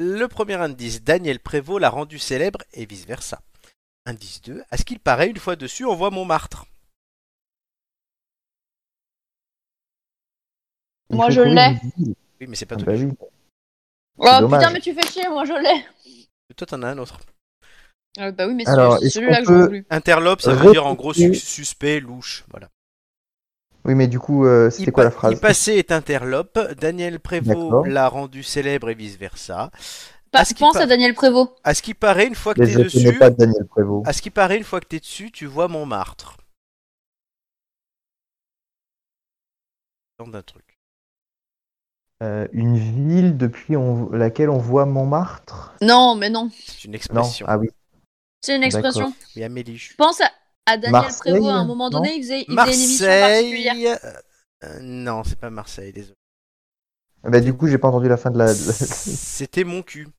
Le premier indice, Daniel Prévost l'a rendu célèbre et vice-versa. Indice 2, à ce qu'il paraît, une fois dessus, on voit Montmartre.
Il
Moi,
faut
je
trouver
l'ai.
une ville.
Oui, mais c'est pas
Ah
toi.
bah
qui-
oui.
Oh
dommage.
putain, mais tu fais chier, moi je l'ai.
Toi, t'en as un autre.
Ah, bah oui, mais
Alors,
c'est
est-ce
celui-là
qu'on
que je veux
peut-
plus.
Interlope, ça veut
Répétez.
dire en gros su- suspect, louche. Voilà.
Oui, mais du coup, euh,
Il
c'était quoi
pa-
la phrase
Il passé est interlope. Daniel
D'accord.
Prévost l'a rendu célèbre et vice-versa.
Pa-
Parce qu'il
pense
pa-
à Daniel Prévost.
À ce qui paraît, une fois que
Mais
t'es
je connais
dessus,
pas Daniel Prévost.
à ce qui paraît, une fois que t'es dessus, tu vois Montmartre. Tente d'un truc.
Euh, une ville depuis on- laquelle on voit Montmartre
Non, mais non.
C'est une
Non.
expression.
Ah oui.
C'est une expression.
D'accord.
Oui, Amélie. je-
Pense à, à Daniel
Marseille,
Prévost à un moment donné, il faisait, il faisait une émission particulière.
Marseille. euh, non, c'est pas Marseille, désolé.
Bah, du coup, j'ai pas entendu la fin de la. de
(laughs)
la- (laughs)
C'était mon cul.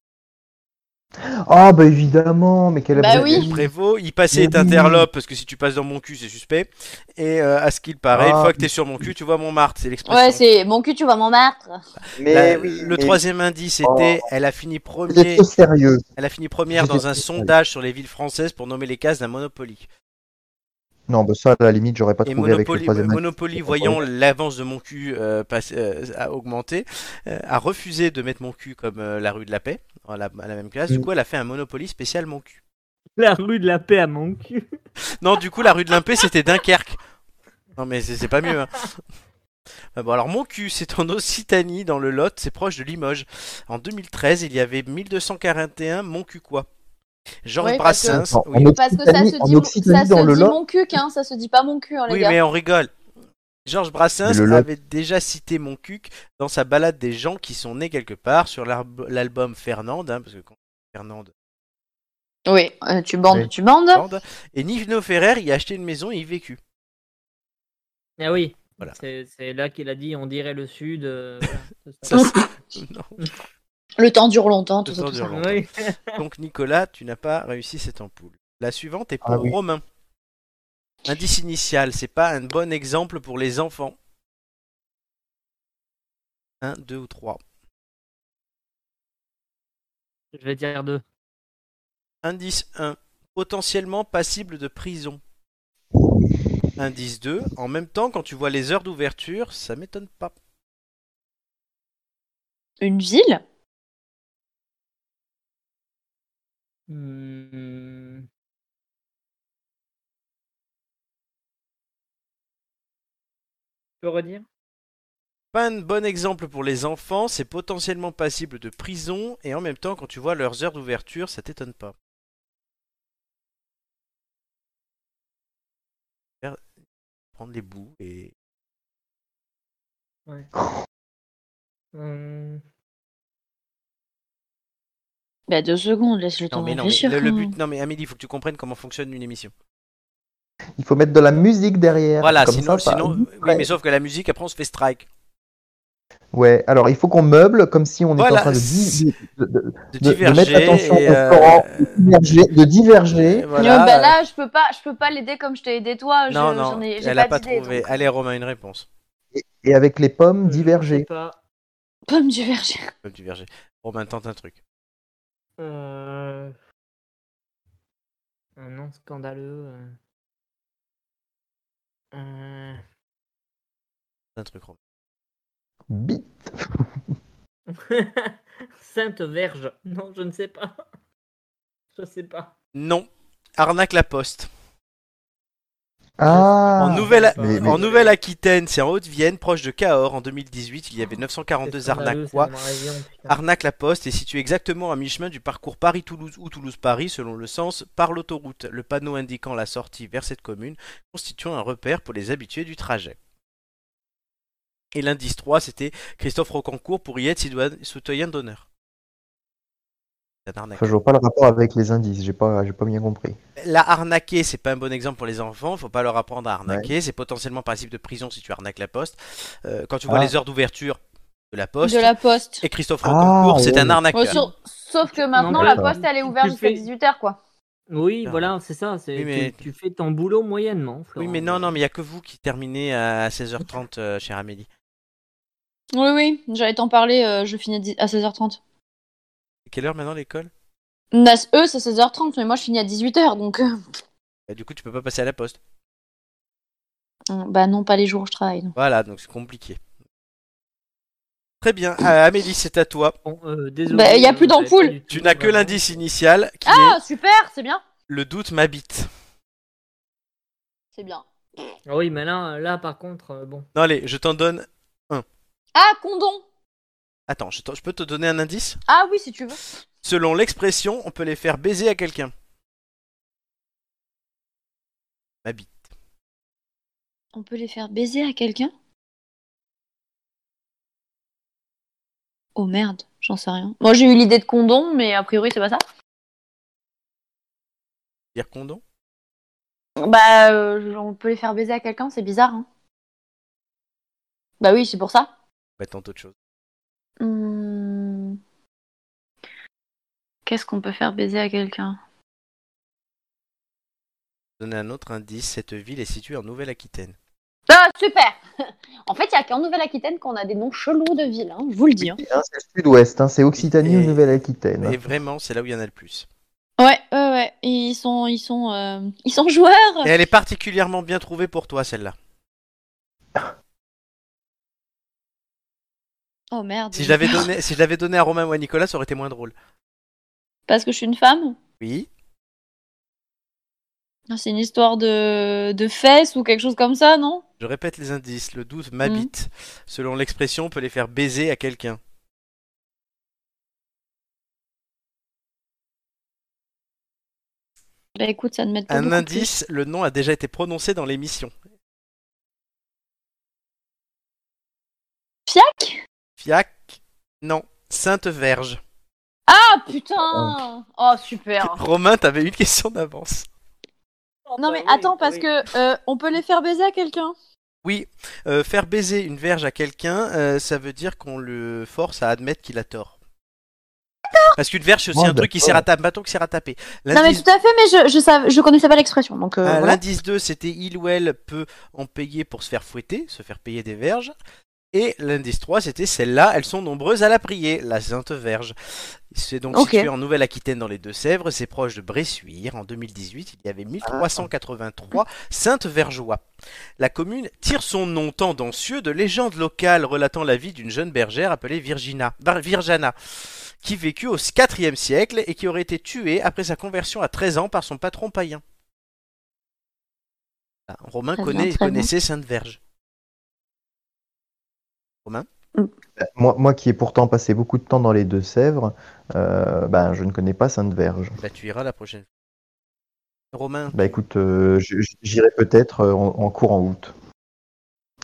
Ah, bah évidemment, mais quelle
Bah
absence.
oui.
Prévost, y passer est
Oui.
interlope, parce que si tu passes dans mon cul, c'est suspect. Et euh, à ce qu'il paraît, une
Ah.
fois que t'es sur mon cul, tu vois Montmartre, c'est l'expression.
Ouais, c'est mon cul, tu vas Montmartre.
Mais
La-
oui,
le
mais Oh.
troisième indice était, elle a fini
Vous êtes
premier,
trop sérieux.
elle a fini première
Vous
dans
êtes
un
tous
sondage sur les villes françaises pour nommer les cases d'un Monopoly.
Non, bah ça, à la limite, j'aurais pas
Et
trouvé avec le
Monopoly, bah,
troisième. indice.
Monopoly voyant l'avance de mon cul euh, passer- euh, a augmenté, euh, a refusé de mettre mon cul comme euh, la rue de la paix, à la, à la même classe. Du
Mm.
coup, elle a fait un Monopoly spécial mon cul.
La rue de la paix à mon cul.
Non, du coup, la rue de l'impé, c'était Dunkerque. Non, mais c'est c'est pas mieux. hein. Ah Bon, alors, mon cul, c'est en Occitanie, dans le Lot, c'est proche de Limoges. En 2013, il y avait 1241 mon cul quoi. Georges
Ouais, parce que-
Brassens.
Attends,
oui.
en
Parce que ça
Occitanie-
se
en
dit,
Occitanie,
ça
dans
se
le
dit
Lot-
mon cul, hein, ça se dit pas mon cul, hein, les
Oui,
gars.
mais on rigole. Georges Brassens
Le lot.
avait déjà cité mon cuc dans sa balade des gens qui sont nés quelque part sur l'arb- l'album Fernande, hein, parce que quand Fernande
Oui, euh, tu bandes,
Oui.
tu bandes.
Fernande, et Nino Ferrer y a acheté une maison et y vécu.
Ah oui.
Voilà.
C'est c'est là qu'il a dit on dirait le sud. euh, voilà,
Ça,
c'est ça.
c'est- Non.
Le temps dure longtemps, tout
Le
ça.
temps
tout
dure
ça.
longtemps.
Oui.
(laughs)
Donc Nicolas, tu n'as pas réussi cette ampoule. La suivante est pour
Ah oui.
Romain. Indice initial, c'est pas un bon exemple pour les enfants. 1, 2 ou 3.
Je vais dire deux.
Indice 1, potentiellement passible de prison. Indice 2, en même temps, quand tu vois les heures d'ouverture, ça m'étonne pas.
Une ville
Hmm. Tu peux redire
Pas un bon exemple pour les enfants, c'est potentiellement passible de prison, et en même temps, quand tu vois leurs heures d'ouverture, ça t'étonne pas. Faire- Prendre les bouts et.
Hmm.
Bah deux secondes, laisse le temps
Non, mais
de
non, mais
réfléchir. hein.
le, le
quand
but. Non, mais Amélie, il faut que tu comprennes comment fonctionne une émission.
Il faut mettre de la musique derrière.
Voilà,
comme
sinon.
ça, bah, ça-
sinon oui, mais sauf que la musique, après, on se fait strike.
Ouais, alors il faut qu'on meuble comme si on était
Voilà.
en train
(laughs)
de, di- de- de-
De
de
diverger.
mettre attention
et,
au
euh,
Coran,
Ah,
diverger, de diverger.
voilà.
Euh, bah là, je peux pas, je peux pas l'aider comme je t'ai aidé toi. je-
non,
j'en
non,
ai- j'ai
elle a pas
pas d'idée,
trouvé.
donc.
Allez, Romain, une réponse.
et avec les pommes
Je sais
diverger.
pas.
Pomme du verger.
Comme tu verger. Romain, tente un truc.
Euh, Un nom scandaleux. euh. Euh,
Un truc, Romain.
Bi-
(laughs) Sainte Verge. Non, je ne sais pas. Je sais pas.
Non. Arnaque la poste.
Ah,
En Nouvelle-
mais-
En Nouvelle-Aquitaine, c'est en Haute-Vienne, proche de Cahors. En 2018, il y avait 942
arnaques
arnaques. Ah. Arnaque la Poste est située exactement à mi-chemin du parcours Paris-Toulouse ou Toulouse-Paris, selon le sens, par l'autoroute. Le panneau indiquant la sortie vers cette commune constituant un repère pour les habitués du trajet. Et l'indice 3, c'était Christophe Rocancourt pour y être citoyen- citoyen d'honneur. C'est un arnaque.
Enfin, je vois pas le rapport avec les indices, j'ai pas, j'ai pas bien compris.
La arnaquer, c'est pas un bon exemple pour les enfants. Faut pas leur apprendre à arnaquer. C'est potentiellement passible de prison si tu arnaques la poste. Euh, quand tu vois
Ah.
les heures d'ouverture de la poste.
De la poste.
Et Christophe
Ah,
Rocancourt, c'est
ouais.
un
Ouais,
arnaqueur.
sauf- sauf que maintenant,
mais
la
ça-
poste, elle est ouverte
tu
jusqu'à
fais-
18h, quoi.
Oui,
Non.
voilà, c'est ça. c'est
Oui,
tu-
mais-
Tu, fais ton boulot moyennement.
Oui,
Florent.
mais non, non, mais il y a que vous qui terminez à 16h30, euh, chère Amélie.
Oui, oui, j'allais t'en parler, euh, je finis à dix- à 16h30.
C'est quelle heure maintenant l'école
Nas, eux, c'est 16h30, mais moi, je finis à 18h, donc... euh,
Bah, Du coup, tu peux pas passer à la poste.
Bah non, pas les jours où je travaille. non.
Voilà, donc c'est compliqué. Très bien, Euh, Amélie, c'est à toi.
Bon, euh, désolé,
Bah, y a
euh, j'avais
plus d'ampoule.
pas du
Tu
tout,
n'as que
vraiment.
l'indice initial qui
Ah,
est
super, c'est bien.
le doute m'habite.
C'est bien.
Ah oui, mais là, là par contre, euh, bon.
Non, allez, je t'en donne.
Ah, condom.
Attends, je, t'en- je peux te donner un indice
Ah oui, si tu veux.
Selon l'expression, on peut les faire baiser à quelqu'un. M'habite.
On peut les faire baiser à quelqu'un Oh merde, j'en sais rien. Moi j'ai eu l'idée de condom, mais a priori c'est pas ça.
Dire condom
Bah, euh, on peut les faire baiser à quelqu'un, c'est bizarre. Hein. Bah oui, c'est pour ça.
Bah, tente autre chose.
Hmm. Qu'est-ce qu'on peut faire baiser à quelqu'un
Je vais Donner un autre indice, cette ville est située en Nouvelle-Aquitaine.
Ah, super (laughs) En fait, il y a qu'en Nouvelle-Aquitaine qu'on a des noms chelous de villes, hein, je vous le dis. hein.
Oui, hein, c'est le sud-ouest, hein, c'est Occitanie ou
Et-
Nouvelle-Aquitaine.
Et vraiment, c'est là où il y en a le plus.
Ouais, ouais, ouais. Ils sont, ils sont, euh, ils sont joueurs.
Et elle est particulièrement bien trouvée pour toi, celle-là.
Oh merde.
Si je
(laughs)
l'avais donné, si je l'avais donné à Romain ou à Nicolas, ça aurait été moins drôle.
Parce que je suis une femme.
Oui.
Ah, C'est une histoire de... de fesses ou quelque chose comme ça, non
Je répète les indices. Le doute m'habite. Selon l'expression, on peut les faire baiser à quelqu'un.
Bah écoute, ça ne m'aide pas.
Un
beaucoup
indice, le nom a déjà été prononcé dans l'émission.
plus. Fiac
Fiac Non. Sainte Verge.
Ah putain Oh super
Romain, t'avais une question d'avance.
Non mais attends, parce que euh, on peut les faire baiser à quelqu'un
Oui, euh, faire baiser une verge à quelqu'un, euh, ça veut dire qu'on le force à admettre qu'il a tort. Parce qu'une verge, c'est aussi
Oh,
un truc qui
d'accord.
sert à taper, un bâton qui sert à taper.
Non mais
L'indice-
tout à fait, mais je, je, sav- je connaissais pas l'expression, donc euh,
Ah,
voilà.
L'indice 2, c'était il ou elle peut en payer pour se faire fouetter, se faire payer des verges. Et l'indice 3, c'était celles-là, elles sont nombreuses à la prier, la Sainte Verge. C'est donc
Ok.
situé en Nouvelle-Aquitaine dans les Deux-Sèvres, c'est proche de Bressuire. En 2018, il y avait
Ah.
1383 Saintes Vergeois. La commune tire son nom tendancieux de légendes locales relatant la vie d'une jeune bergère appelée Virgina, Bar- Virjana, qui vécut au IVe siècle et qui aurait été tuée après sa conversion à 13 ans par son patron païen. Ah, Romain
Très
connaît-
bien, très
connaissait Sainte Verge.
Moi, moi qui ai pourtant passé beaucoup de temps dans les Deux-Sèvres, euh, ben, je ne connais pas Sainte-Verge.
Bah, tu iras la prochaine fois. Romain,
Bah écoute, euh, je- je- j'irai peut-être euh, en, en cours en août.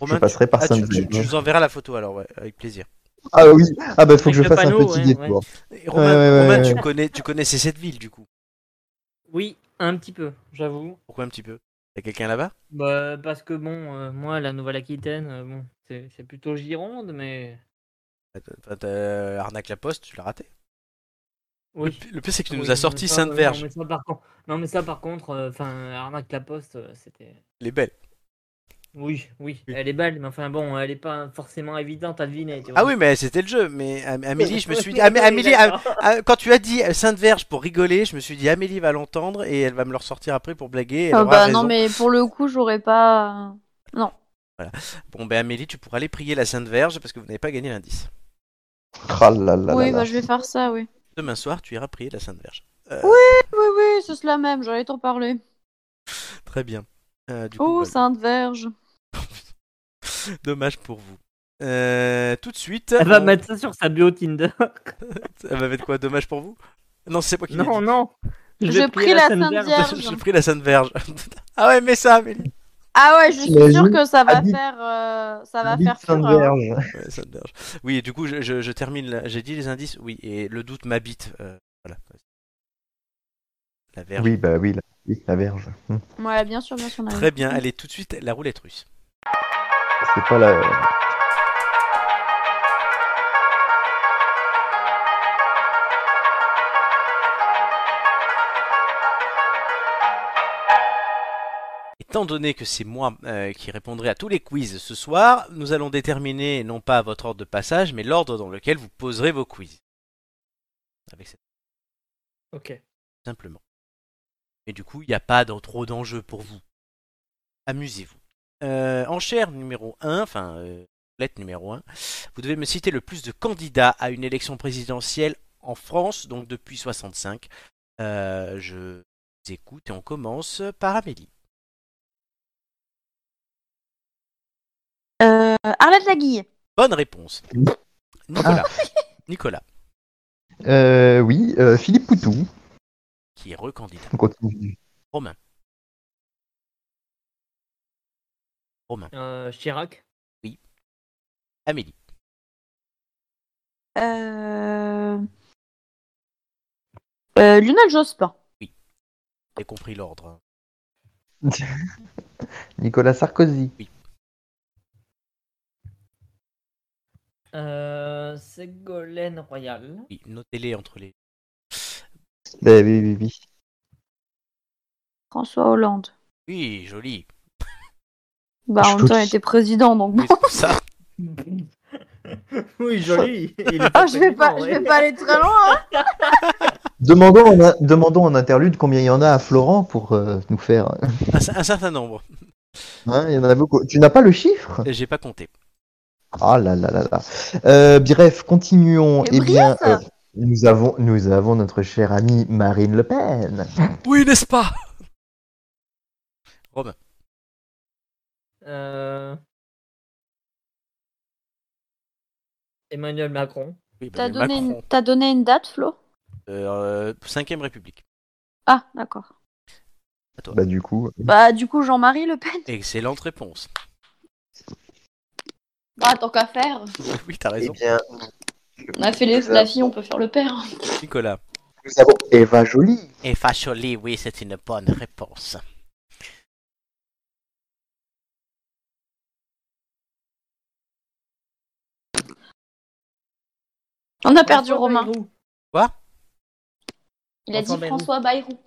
Romain
je passerai par
Ah, tu, tu-
Sainte-Verge.
tu nous enverras la photo alors, ouais, avec plaisir.
Ah oui, ah bah faut
Avec
que je
le
fasse
panneau,
un petit
ouais,
détour.
Et Romain,
Ouais, ouais,
Romain,
ouais,
Tu, connais, tu connaissais cette ville du coup
Oui, un petit peu, j'avoue.
Pourquoi un petit peu T'as quelqu'un là-bas
Bah, parce que bon, euh, moi, la Nouvelle-Aquitaine, euh, bon, c'est c'est plutôt Gironde, mais.
Enfin, t'as- euh, Arnaque la poste, tu l'as raté. Le
Oui.
pi- Le pire, c'est que tu
Oui,
nous
non,
as sorti
mais ça,
Sainte
euh,
Verge.
Non mais, ça, par contre, non, mais ça, par contre, euh, enfin, Arnaque la Poste, euh, c'était.
Elle est belle.
Oui, oui,
Oui.
elle est belle, mais enfin bon, elle est pas forcément évidente à deviner. tu
Ah
vois.
oui, mais c'était le jeu. Mais Am- Amélie, je me suis dit.
(laughs) Oui,
Amé- Amélie, Am-
d'accord.
Ah, quand tu as dit Sainte Verge pour rigoler, je me suis dit Amélie va l'entendre et elle va me le ressortir après pour blaguer. et elle
Ah
aura
bah
raison.
non mais pour le coup, j'aurais pas.
Bon, ben Amélie, tu pourras aller prier la Sainte Verge parce que vous n'avez pas gagné l'indice.
Tralalala.
oui, bah je vais faire ça, oui.
Demain soir, tu iras prier la Sainte Verge.
Oui, oui, c'est cela même, j'allais t'en parler.
Très bien. Euh, du coup,
Oh,
voilà.
Sainte Verge.
Dommage pour vous. Euh, tout de suite.
Elle va
on-
mettre ça sur sa bio Tinder.
Elle va mettre quoi Dommage pour vous Non, c'est moi qui l'ai
non, non.
Je
vais
prie
prier
la
Sainte
Sainte
Vierge.
Vierge.
dit. (laughs) J'ai pris la Sainte Verge. (laughs) ah ouais, mais ça, Amélie.
Ah ouais, je suis
T'imagines
sûre que ça va
Habite-
faire, euh, ça va
Habite
faire fureur.
Sainte-Verge.
Ouais, Sainte Verge. Oui, et du coup, je, je- je termine. là. J'ai dit les indices. Oui, et le doute m'habite. euh, voilà. La Verge.
Oui, bah oui, la, oui, la verge. Hmm.
Ouais, bien sûr, bien sûr. Marie.
Très bien. Allez, tout de suite, la roulette russe.
C'est pas la.
Étant donné que c'est moi euh, qui répondrai à tous les quiz ce soir, nous allons déterminer non pas votre ordre de passage, mais l'ordre dans lequel vous poserez vos quiz. Avec cette-
Ok.
simplement. Et du coup, il n'y a pas d'en- trop d'enjeux pour vous. Amusez-vous. Euh, enchère numéro 1, enfin, euh, lettre numéro 1, vous devez me citer le plus de candidats à une élection présidentielle en France, donc depuis 65. Euh, je vous écoute et on commence par Amélie.
Euh, Arlette Laguille.
Bonne réponse. Nicolas. Nicolas,
Ah. Euh, oui, euh, Philippe Poutou.
qui est recandidat.
On continue.
Euh, Chirac.
Amélie.
Euh... Euh, Lionel Jospin.
J'ai compris l'ordre. hein.
Nicolas Sarkozy.
Euh, Ségolène Royal.
Oui, notez-les entre les.
Bah oui, oui, oui.
François Hollande.
Oui, joli.
Bah, en même temps, il était président, donc bon.
Oui, c'est pour ça.
oui,
(laughs)
joli. Il est
Ah, je vais pas,
président,
je
ouais.
vais pas aller très loin. hein.
Demandons en, in- demandons en interlude combien il y en a à Florent pour euh, nous faire.
Un, cer- un certain nombre.
Hein, il y en a beaucoup. Tu n'as pas le chiffre
J'ai pas compté.
Ah là là là là. Euh, bref, continuons.
Mais
Eh bien,
Brice
euh, nous avons, nous avons notre chère amie Marine Le Pen.
Oui, n'est-ce pas
Euh, Emmanuel Macron.
Oui,
T'as
bah, mais
donné, une...
Macron.
t'as donné une date, Flo
Euh, Cinquième République.
Ah, d'accord.
toi.
Bah du coup,
Bah, du coup, Jean-Marie Le Pen.
Excellente réponse. (laughs)
Bah, tant qu'à faire.
Oui, t'as
eh
raison.
bien,
On a fait les-
nous
la
avons-
fille, on peut faire le père.
Nicolas.
Nous avons Eva Jolie.
Et Facholi, Eh, oui, c'est une bonne réponse.
On a perdu Romain.
Quoi
Il a dit
François Bayrou.
François Bayrou.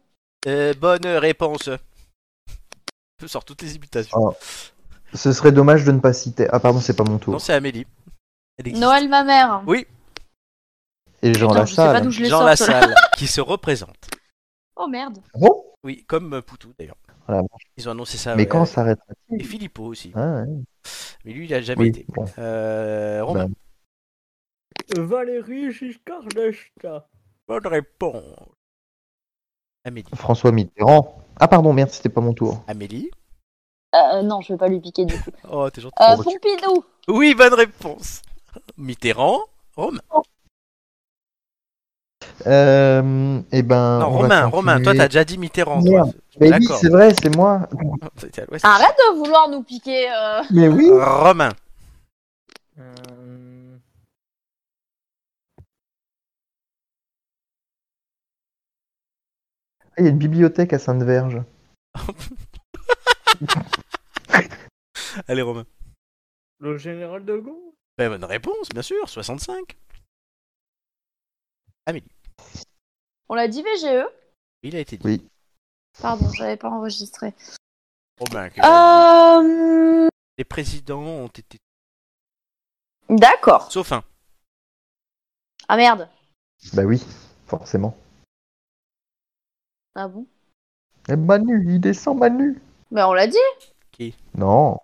Euh, bonne réponse. Je sors toutes les imitations.
Oh, Ce serait dommage de ne pas citer. Ah pardon, c'est pas mon tour.
Non, c'est Amélie. Elle existe.
Noël, ma mère.
Oui.
Et Jean
Attends, je sais pas
Lassalle.
d'où je les
Jean
sors, ceux-là.
Lassalle, qui se représente.
Oh merde.
Bon,
Oui, comme euh, Poutou d'ailleurs.
Ah la
Ils ont annoncé ça.
mais
Ah, ouais,
quand
avec-
s'arrêtera
Et Philippot aussi.
ah, ouais.
Mais lui, il a jamais
Oui,
été.
bon.
Euh, Romain.
Ben.
Valérie Giscard d'Estaing.
Bah.
Bonne réponse. Amélie.
François Mitterrand. Ah pardon, merde, c'était pas mon tour.
Amélie.
Euh, non, je vais pas lui piquer du coup.
Oh, t'es gentil.
Ah.
Euh, Pompidou
Oui, bonne réponse. Mitterrand. Romain.
Euh, eh ben.
Non,
on va
Romain,
continuer.
Romain, toi, t'as déjà dit Mitterrand. toi.
Merde. Mais oui,
D'accord.
c'est vrai, c'est moi.
T'étais à l'ouest.
Ah.
Arrête de vouloir nous piquer euh,
Mais oui.
Romain.
Euh,
Il y a une bibliothèque à Sainte-Verge.
Allez, Romain.
Le général de Gaulle
Ben, bonne réponse, bien sûr. 65.
On l'a dit VGE.
Il a été dit.
Oui.
Pardon, j'avais pas enregistré.
Romain. que-
Euh...
Les présidents ont été.
D'accord.
Sauf un.
Ah merde.
Bah oui, forcément.
Ah bon
Et Eh, Manu, il descend Manu.
Bah on l'a dit.
Non.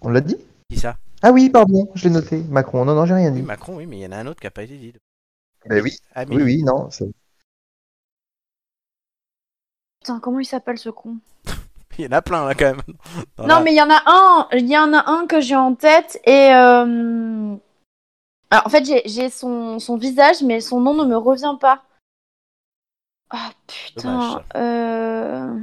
On l'a dit
Qui ça
Ah oui, pardon, je l'ai noté. Macron. Non, non, j'ai rien
Oui,
dit.
Macron, oui, mais il y en a un autre qui n'a pas été dit. Ah,
Bah oui.
Amélie.
Oui, oui, non. c'est-
Putain, comment il s'appelle ce con
Il y en a plein, là, quand même. Dans la-
Non mais il y en a un, il y en a un que j'ai en tête et euh, alors, en fait j'ai- j'ai son, son visage mais son nom ne me revient pas. Ah
Dommage,
putain. euh,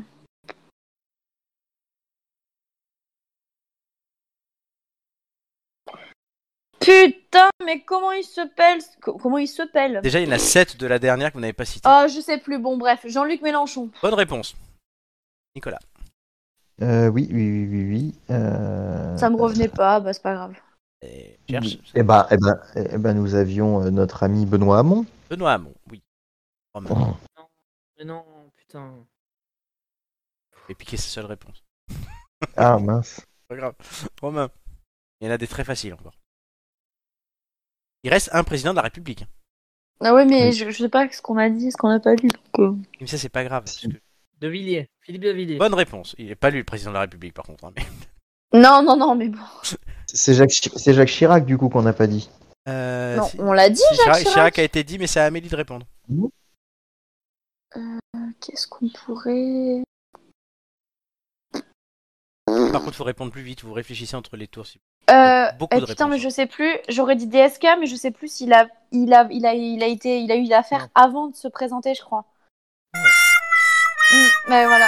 Putain mais comment il s'appelle co- Comment il s'appelle
Déjà, il y en a 7 de la dernière que vous n'avez pas citée.
Oh je sais plus. Bon bref, Jean-Luc Mélenchon.
Bonne réponse. Nicolas.
Euh, oui, oui, oui, oui, oui. Euh...
Ça me revenait pas, bah c'est pas grave.
Et cherche.
Eh ben, eh ben, eh ben, nous avions euh, notre ami
(laughs)
Benoît Hamon.
Benoît Hamon, oui. Romain.
Oh.
Mais non, putain.
Et piqué sa seule réponse.
Ah mince.
Pas grave. (laughs) Romain. Il y en a des très faciles encore. Il reste un président de la République.
Ah ouais mais
Oui.
je, je sais pas ce qu'on a dit, ce qu'on a pas lu. donc, euh.
Mais ça, c'est pas grave. parce que-
De Villiers, Philippe de Villiers.
Bonne réponse. Il n'est pas lui, le président de la République, par contre. hein, mais-
Non non non mais bon.
C'est Jacques, Chi- c'est Jacques Chirac, du coup, qu'on n'a pas dit.
Euh,
Non,
si-
on l'a dit,
si,
Jacques Chirac.
Chirac a été dit, mais c'est à Amélie de répondre.
Qu'est-ce qu'on pourrait.
Par contre, il faut répondre plus vite. Vous réfléchissez entre les tours. si-
Euh,
Beaucoup
euh,
de
putain,
réponses.
mais je sais plus. J'aurais dit DSK, mais je sais plus s'il a, il a, il a, il a été, il a eu l'affaire
Non.
avant de se présenter, je crois. Mm, bah voilà.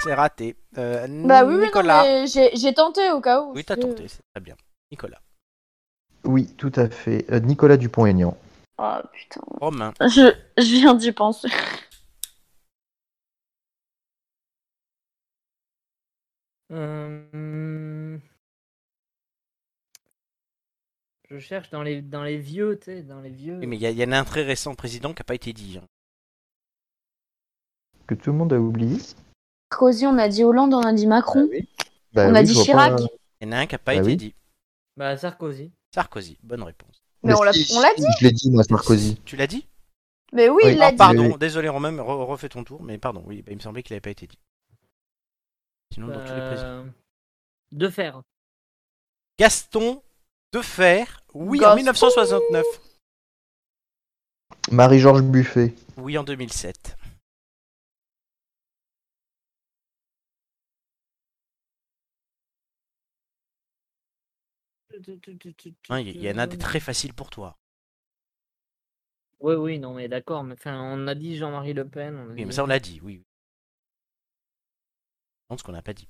C'est raté. Euh,
Bah oui, oui, non,
Nicolas.
mais j'ai j'ai tenté au cas où.
Oui, t'as
Je-
tenté. C'est très bien. Nicolas.
Oui, tout à fait. Euh, Nicolas Dupont-Aignan.
Oh putain.
Romain.
Je, je viens d'y penser.
Euh, Je cherche dans les, dans les vieux, tu sais, dans les vieux.
Oui, mais il y, a- il y en a un très récent président qui n'a pas été dit. hein.
Que tout le monde a oublié.
Sarkozy, on a dit Hollande, on a dit Macron.
Bah
On a
oui,
dit
je vois
Chirac.
pas-
Il y en a un qui n'a pas
Bah
été
oui.
dit.
Bah, Sarkozy.
Sarkozy. Bonne réponse.
Mais on l'a-
si,
on l'a
si, Je l'ai dit, moi, Sarkozy.
Tu l'as dit
Mais oui,
Oui.
il l'a
Ah,
dit.
Pardon,
Oui,
désolé Romain, mais re- refais ton tour. Mais pardon, oui, bah, il me semblait qu'il n'avait pas été dit. Sinon, dans tous les présidents.
Euh, De fer.
Gaston Defer, oui, en
Gaston.
1969.
Marie-Georges Buffet.
Oui, en 2007. Hein, Il y, en a des très faciles pour toi.
Oui, oui, non, mais d'accord, mais enfin, on a dit Jean-Marie Le Pen. on a
Oui, mais
dit-
ça, on l'a dit, oui. demande ce qu'on n'a pas dit.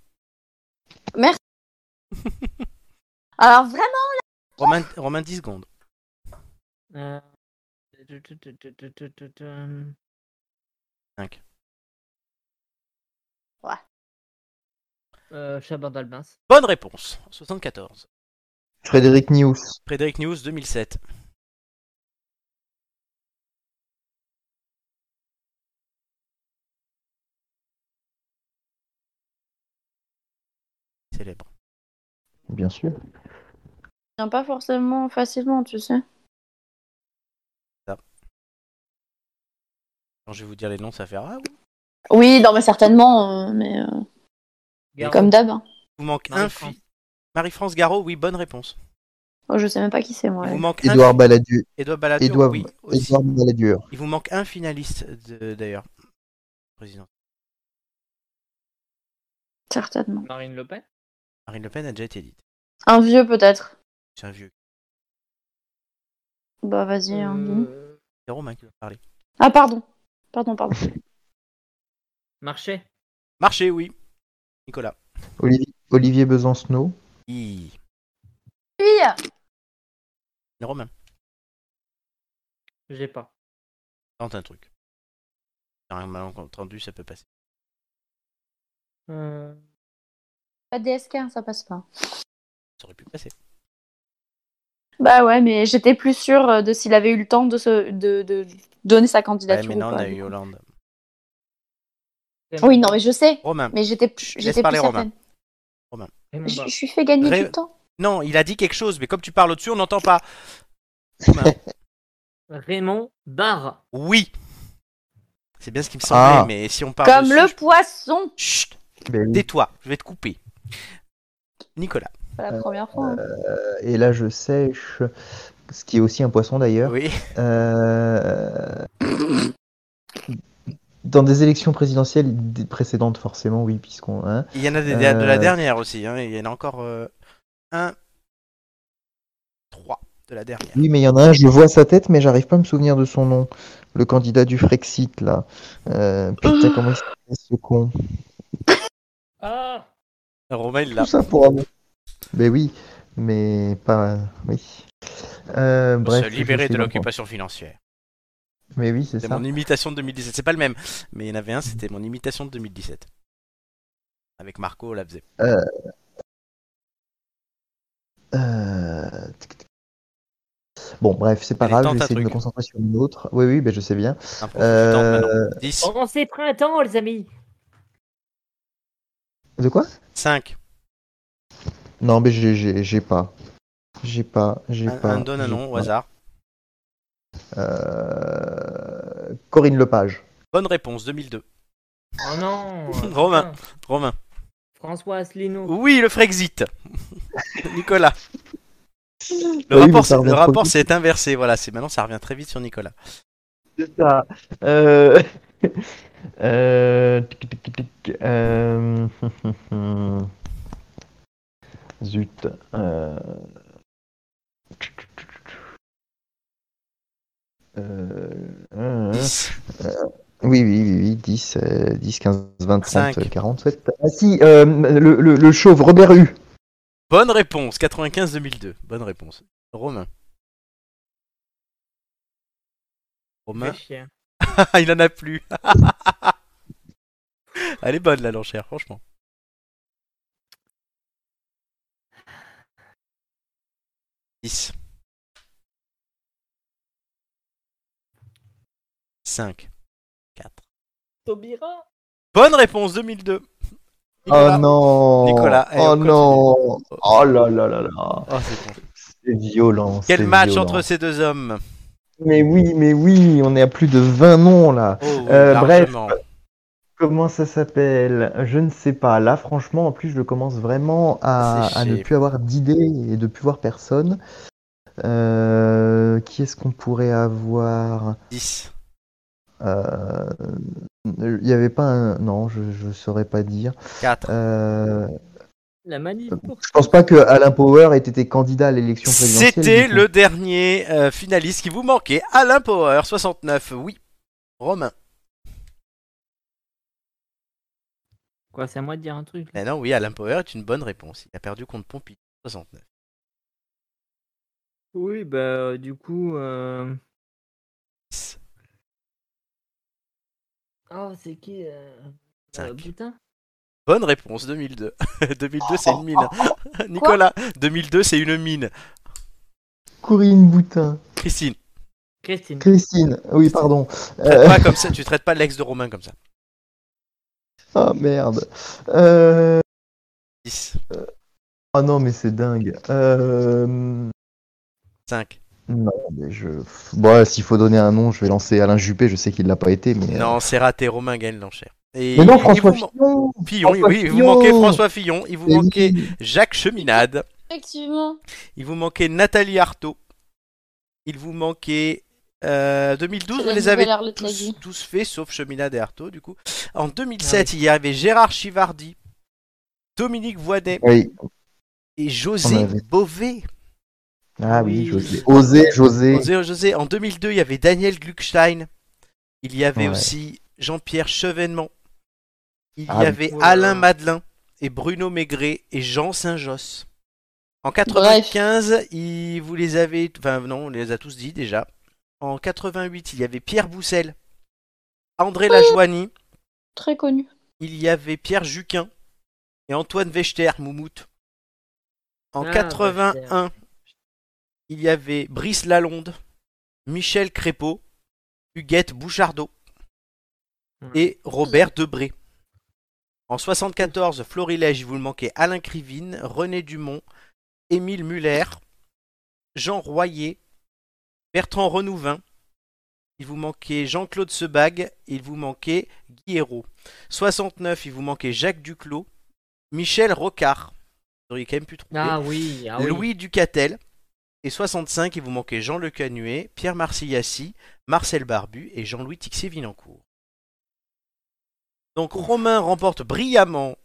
Alors vraiment
Romain, Romain 10 secondes.
Euh, tu- tu- tu- tu- tu- tu- tu- tu-
5.
Euh, Chabat d'Albins.
Bonne réponse. 74.
Frédéric News.
Frédéric News 2007. Célèbre.
Bien sûr.
vient pas forcément facilement, tu sais.
Quand je vais vous dire les noms, ça fait ah, oui.
Oui, non, mais certainement, euh, mais euh, comme d'hab. hein.
vous manque un
Marie-France.
fil. Marie-France Garot, oui, bonne réponse.
Oh, je sais même pas qui c'est, moi.
Il vous manque un
Édouard Balladur.
Edouard Balladur,
Édouard-
oui, aussi.
Édouard Balladur.
Il vous manque un finaliste de- d'ailleurs. Président.
Certainement.
Marine Le Pen.
Marine Le Pen a déjà été dite.
Un vieux, peut-être.
C'est un vieux.
Bah, vas-y, un vieux.
Euh,
C'est Romain hein, qui va parler.
Ah, pardon. Pardon, pardon. (laughs)
Marché.
Marché, oui. Nicolas.
Olivier, Olivier Besancenot.
I.
lui
Romain.
J'ai pas.
Tente un truc. T'as un malentendu, ça peut passer.
Euh,
Pas DSK, ça passe pas.
Ça aurait pu passer.
Bah ouais, mais j'étais plus sûre euh, de s'il avait eu le temps de, se, de, de donner sa
Ouais,
candidature.
mais
ou
non, on
pas.
a eu Hollande.
Oui, non, mais je sais.
Romain.
Mais j'étais j'étais plus
parler Romain.
certaine.
Raymond
Je
Barre.
je suis fait gagner
Ré-
du temps.
Non, il a dit quelque chose, mais comme tu parles au-dessus, on n'entend pas. Romain.
Raymond Barre.
Oui. C'est bien ce qui me semblait,
Ah.
mais si on parle
Comme
dessus,
le
je-
poisson.
Chut,
Ben oui.
tais-toi, je vais te couper. Nicolas.
Pas la première fois. hein.
euh, Et là, je sèche. Ce qui est aussi un poisson d'ailleurs.
Oui.
Euh, Dans des élections présidentielles des précédentes, forcément, oui, puisqu'on. hein.
Il y en a des,
Euh.
de la dernière aussi. hein, Il y en a encore euh, un, trois de la dernière.
Oui, mais il y en a un, je vois sa tête, mais j'arrive pas à me souvenir de son nom. Le candidat du Frexit, là. Euh, putain,
Ah.
comment il s'appelle ce con
Ah.
Romain, il l'a.
Tout ça pour avoir. Ben oui, mais pas. Oui. Euh,
Pour
bref.
se libérer
je
de
sais pas.
l'occupation financière.
Mais oui, c'est
C'est
ça.
mon imitation de 2017. C'est pas le même, mais il y en avait un, c'était mon imitation de 2017. Avec Marco, on la faisait.
Euh, tic, tic. Bon, bref, c'est pas
Allez,
grave,
tente
je vais
un
essayer de me
truc.
concentrer sur une autre. Oui, oui, ben je sais bien.
Un peu
Euh,
temps, maintenant. 10,
Oh, c'est printemps, les amis.
De quoi
5.
Non, mais j'ai- j'ai j'ai pas. J'ai pas, j'ai
Un,
pas.
un donne un
j'ai
nom au
pas.
hasard.
Euh, Corinne Lepage.
Bonne réponse, 2002.
Oh non.
Romain.
putain.
Romain.
François Asselineau.
Oui, le Frexit. (laughs) Nicolas. Le
Oui, mais
rapport,
ça
c'est-
revient
le
trop
rapport
vite.
s'est inversé. Voilà, c'est maintenant ça revient très vite sur Nicolas.
C'est ça. Euh... (laughs) euh, tic, tic, tic, tic, euh, (laughs) Zut. euh, euh, euh,
10.
Oui, oui, oui, oui, 10, euh, 10, 15, 20, 30,
Cinq.
47. Ah si, euh, le, le, le chauve, Robert Hu.
Bonne réponse, 95-2002. Bonne réponse. Romain. Romain,
Fait chier.
Ah, il en a plus. (laughs) Elle est bonne la l'enchère, franchement. Dix. Cinq. Quatre.
Taubira.
Bonne réponse 2002.
Oh
Nicolas.
non
Nicolas, allez, on
Oh
continue.
non Oh là là là là
Oh, c'est bon.
C'est violent
Quel
c'est
match
violent.
entre ces deux hommes
Mais oui, mais oui, on est à plus de 20 noms là.
Oh, oui,
Euh, bref.
largement.
Comment ça s'appelle? Je ne sais pas. Là, franchement, en plus, je commence vraiment à,
C'est
à ne
chier.
plus avoir d'idées et de plus voir personne. Euh, qui est-ce qu'on pourrait avoir?
10.
Euh, Il n'y avait pas un... Non, je ne saurais pas dire.
4.
Euh,
La manif pour
je pense pas que Alain Power ait été candidat à l'élection présidentielle.
C'était
du coup.
le dernier euh, finaliste qui vous manquait. Alain Power, 69. Oui. Romain.
Quoi, c'est à moi de dire un truc. là.
Mais non, oui, Alain Power est une bonne réponse. Il a perdu contre Pompidou 69.
Oui, bah euh, du coup. euh, Oh, c'est qui euh,
Cinq.
euh, Putain.
Bonne réponse, (laughs) 2002. 2002, c'est une mine. Nicolas, 2002, c'est une mine.
Corinne Boutin.
Christine,
Christine.
Christine, oui, pardon.
traite
Euh,
pas comme ça, tu traites pas l'ex de Romain comme ça.
ah merde. Euh,
10,
Ah non, mais c'est dingue. Euh,
5.
mais je... Bon, s'il faut donner un nom, je vais lancer Alain Juppé, je sais qu'il l'a pas été, mais. euh.
Non, c'est raté, Romain gagne l'enchère. Et
Mais
il
non,
vous
François
man-
Fillon
Fillon, oui,
François
oui, vous
Fillon.
manquez François Fillon, il vous
Eh oui.
manquait Jacques Cheminade,
Effectivement.
il vous manquait Nathalie Arthaud, il vous manquait euh, 2012,
C'est
vous
la
les avez
nouvelle Arlette
tous,
Laguille.
tous faits, sauf Cheminade et Arthaud, du coup. En
Ah
2007, il y avait Gérard Chivardi, Dominique Voinet
Oui.
et José
On avait-
Bové.
Ah oui,
Oui.
José. Osé, José.
José, José. En 2002, il y avait Daniel Gluckstein. Il y avait
Ouais.
aussi Jean-Pierre Chevènement. Il
Ah
y
oui.
avait
Oh là
Alain
là.
Madelin et Bruno Maigret et Jean Saint-Josse. En 95, il- vous les avez, enfin non, on les a tous dit déjà. En 88, il y avait Pierre Boussel, André Lajoigny,
Très connu.
il y avait Pierre Juquin et Antoine Vechter, Moumout. En
Ah,
81, il y avait Brice Lalonde, Michel Crépeau, Huguette Bouchardot
Ouais.
et Robert Debré. En 74, Florilège, il vous le manquez Alain Crivine, René Dumont, Émile Muller, Jean Royer, Bertrand Renouvin, il vous manquait Jean-Claude Sebag, il vous manquait Guy Hérault. 69, il vous manquait Jacques Duclos, Michel Rocard, vous auriez quand même pu trouver,
Ah oui, ah oui.
Louis Ducatel, et 65, il vous manquait Jean Le Canuet, Pierre Marcillassi, Marcel Barbu et Jean-Louis Tixier-Villancourt. Donc Romain remporte brillamment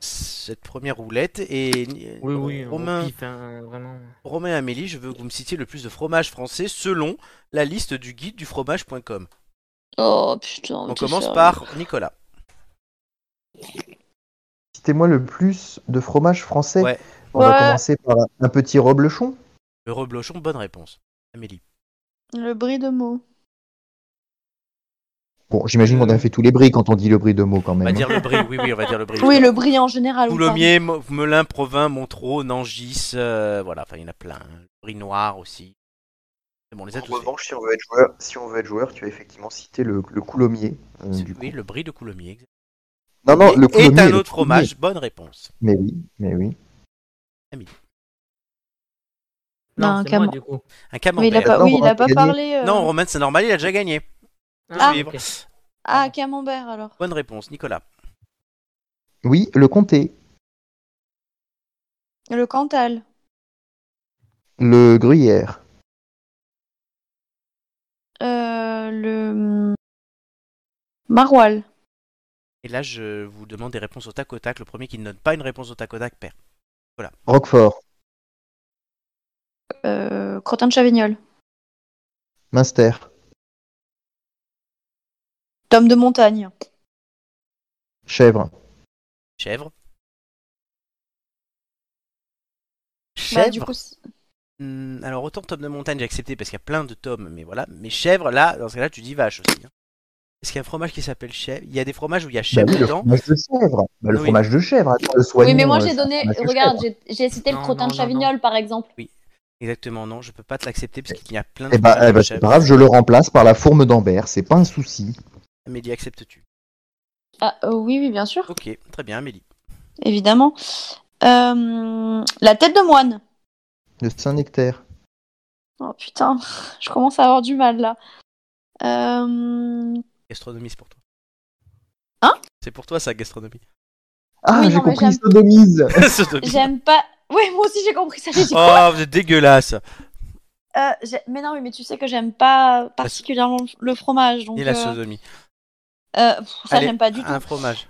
cette première roulette et euh,
Oui, oui,
Romain
Romain. vraiment.
Romain et Amélie, je veux que vous me citiez le plus de fromages français selon la liste du guide du fromage.com.
Oh putain.
On
t'es
commence
sérieux.
par Nicolas.
Citez-moi le plus de fromage français.
Ouais.
On va
Ouais.
commencer par un petit reblochon.
Le reblochon, bonne réponse. Amélie.
Le bris de mots.
Bon, j'imagine qu'on a fait tous les bris quand on dit le bris de mots quand
On va
même.
Bah, dire le brie, oui, oui, on va dire le brie.
Oui, le bris en général. oui, pardon.
Coulommiers, Mo- Melun, Provins, Montreux, Nangis, euh, voilà, enfin il y en a plein. Le brie noir aussi. C'est bon, on les a tous. fait.
si on veut être joueur, si on veut être joueur, tu as effectivement cité le, le coulommier. euh,
C'est-
du coup.
Oui, le brie de Coulommiers. exact.
Non, non,
Et-
le coulommier.
est un
le
autre
coulommier.
fromage, bonne réponse.
Mais oui, mais oui.
Non,
Non, c'est moi
Camembert.
du coup.
Un
Mais il a
camembert.
pas,
Non,
oui, il
Romain,
a pas
t'as
parlé. euh,
Non, Romain, c'est normal, il a déjà gagné.
Ah,
Suivre.
ok.
Ah, camembert alors.
Bonne réponse, Nicolas.
Oui, le comté,
Le Cantal.
le gruyère,
Euh, le. Maroilles.
Et là, je vous demande des réponses au tac au tac. Le premier qui ne donne pas une réponse au tac au tac perd.
Roquefort,
Euh, crottin de Chavignol.
Munster,
Tome de montagne.
chèvre,
Chèvre.
Bah,
Chèvre.
du coup, c'est-
Hmm, alors autant tome de montagne j'ai accepté parce qu'il y a plein de tomes, mais voilà. Mais chèvre, là, dans ce cas-là, tu dis vache aussi. hein. Est-ce qu'il y a un fromage qui s'appelle chèvre Il y a des fromages où il y a chèvre
Bah oui, le
dedans.
fromage de chèvre, Bah, le
Oui.
fromage de chèvre, attends, le soignon,
Oui, mais moi
euh,
j'ai
c'est
donné.
un fromage de
Regarde,
chèvre.
j'ai- j'ai cité
Non,
le crottin
non,
de
non,
Chavignol par exemple.
Exactement, non, je peux pas te l'accepter parce qu'il y a plein de
Eh bah,
fromages
eh bah,
de
c'est
chèvre.
pas grave, je le remplace par la fourme d'Ambert, c'est pas un souci.
Amélie, acceptes-tu
Ah, euh, oui, oui, bien sûr,
Ok, très bien, Amélie.
évidemment. Euh, la tête de moine.
Le Saint-Nectaire,
Oh putain, (laughs) je commence à avoir du mal là. Euh,
Gastronomie, c'est pour toi.
Hein
C'est pour toi ça, gastronomie.
(laughs)
(laughs)
Ah,
Oui, non,
j'ai
mais
compris,
j'aime-
sodomise
Sodomie.
J'aime pas. Ouais, moi aussi j'ai compris ça. j'ai dit quoi
oh, vous êtes dégueulasse.
Euh, j'ai- mais non, oui, mais tu sais que j'aime pas particulièrement le fromage. Donc,
Et la
euh,
sodomie.
euh, pff, ça,
Allez, Ah.
j'aime pas du tout.
Un fromage.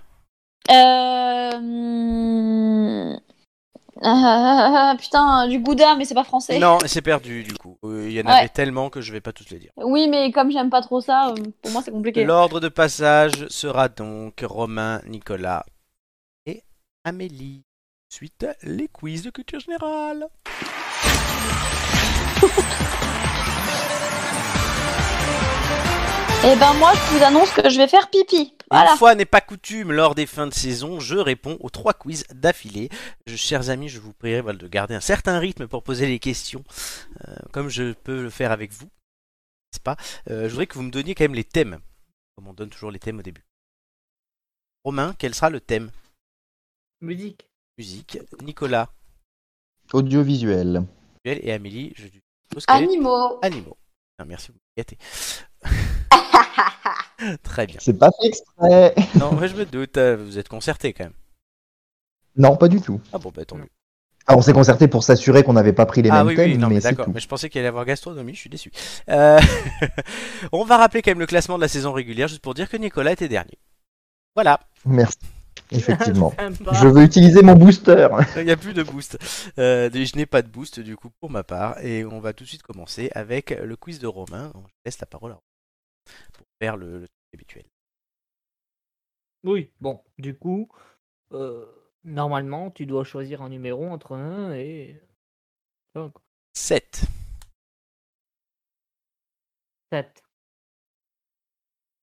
Euh, hum, ah, (laughs) putain, du gouda, mais c'est pas français.
Non, c'est perdu du coup. Euh, Il y en
Ouais.
avait tellement que je vais pas toutes les dire.
Oui, mais comme j'aime pas trop ça, euh, pour moi c'est compliqué.
L'ordre de passage sera donc Romain, Nicolas, Amélie. Suite, les quiz de culture générale.
Eh
Et ben moi, je vous annonce que je vais faire pipi. Voilà.
Une fois n'est pas coutume, lors des fins de saison, je réponds aux trois quiz d'affilée. Je- chers amis, je vous prierai voilà, de garder un certain rythme pour poser les questions, euh, comme je peux le faire avec vous. N'est-ce pas Euh, Je voudrais que vous me donniez quand même les thèmes, comme on donne toujours les thèmes au début. Romain, quel sera le thème
Musique.
Musique. Nicolas,
Audiovisuel.
Joël et Amélie, je suppose qu'elle est-
Animaux.
Animaux. Ah, merci, vous me gâtez. (laughs) Très bien.
C'est pas fait exprès.
Non, mais je me doute, euh, vous êtes concertés quand même.
Non, pas du tout.
Ah bon, bah tant mieux.
Alors, on s'est concerté pour s'assurer qu'on n'avait pas pris les
ah
mêmes
oui,
thèmes,
oui, non, mais,
mais, c'est
d'accord.
tout.
Mais je pensais qu'il allait y avoir gastronomie, je suis déçu. Euh, (laughs) On va rappeler quand même le classement de la saison régulière, juste pour dire que Nicolas était dernier. Voilà,
Merci.
(laughs)
Effectivement.
Sympa.
Je veux utiliser mon booster.
il n'y a plus de boost. Euh, je n'ai pas de boost du coup pour ma part, et on va tout de suite commencer avec le quiz de Romain. Donc, Je laisse la parole à Romain pour faire le, le truc habituel.
Oui, bon, du coup, euh, normalement, tu dois choisir un numéro entre 1 et
7.
7.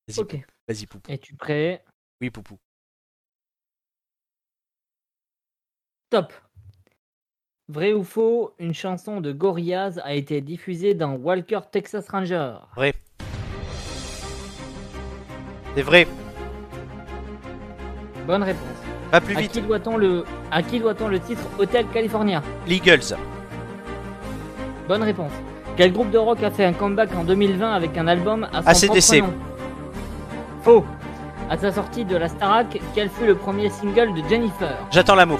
Vas-y,
Ok.
vas-y, Poupou.
Es-tu prêt
Oui, Poupou.
Top Vrai ou faux, une chanson de Gorillaz a été diffusée dans Walker Texas Ranger.
C'est vrai,
Bonne réponse.
va plus
À
vite.
qui doit-on le, à qui doit-on le titre Hotel California
L'Eagles.
Bonne réponse. Quel groupe de rock a fait un comeback en 2020 avec un album à son
AC/DC.
propre nom Faux. À sa sortie de la Starac, quel fut le premier single de Jennifer
J'attends l'amour.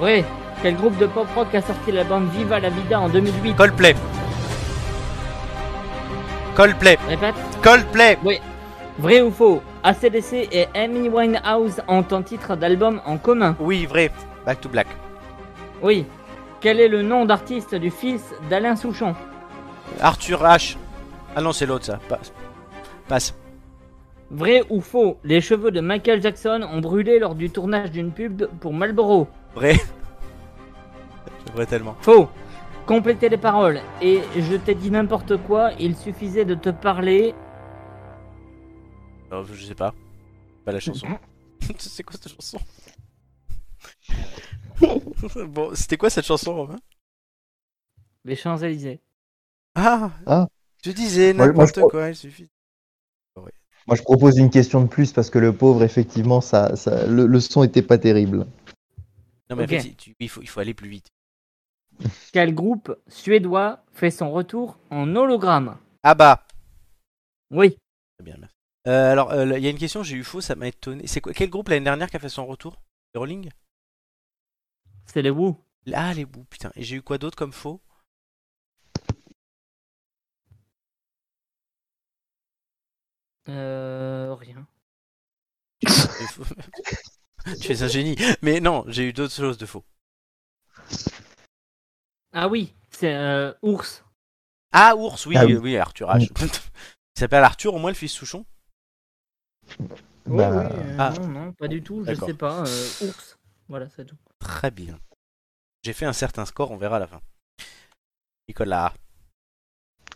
Vrai. Quel groupe de pop rock a sorti l'album Viva la Vida en 2008
Coldplay. Coldplay.
Répète.
Coldplay.
Vrai ou faux ACDC et Amy Winehouse ont un titre d'album en commun.
Oui, vrai. Back to black.
Oui. Quel est le nom d'artiste du fils d'Alain Souchon
Arthur H. Ah non, c'est l'autre ça. Passe. Passe.
Vrai ou faux Les cheveux de Michael Jackson ont brûlé lors du tournage d'une pub pour Marlboro.
Vrai. Vrai tellement.
Faux. Complétez les paroles. Et je t'ai dit n'importe quoi, il suffisait de te parler.
Euh, je sais pas. C'est Pas la chanson. (laughs) c'est quoi cette chanson (laughs) Bon, c'était quoi cette chanson, Romain
Les Champs-Élysées.
Ah.
Ah.
Je disais
Moi, moi,
n'importe
je crois-
quoi. Il suffit.
Moi, je propose une question de plus parce que le pauvre, effectivement, ça, ça- le, le son était pas terrible.
Non mais
Ok.
vas-y, tu- il faut, il faut aller plus vite.
Quel groupe suédois fait son retour en hologramme
Ah bah.
Oui.
Très bien, merci. Euh, alors, euh, là, il y a une question, j'ai eu faux, ça m'a étonné. C'est quoi, quel groupe l'année dernière qui a fait son retour Les Rolling
C'est les Who.
Ah, les bouts, putain. Et j'ai eu quoi d'autre comme faux
Euh. Rien.
J'ai eu faux. (laughs) Tu es un génie. Mais non, j'ai eu d'autres choses de faux. Oh
Ah oui, c'est euh, Ours.
Ah, ours, oui,
Ah oui.
euh, oui, Arthur H. (laughs) il s'appelle Arthur, au moins le fils Souchon.
Bah,
Oui, oui, euh,
Ah.
Non, non, pas du tout, je
D'accord.
sais pas. euh, ours. Voilà, c'est tout.
Très bien. J'ai fait un certain score, on verra à la fin. Nicolas,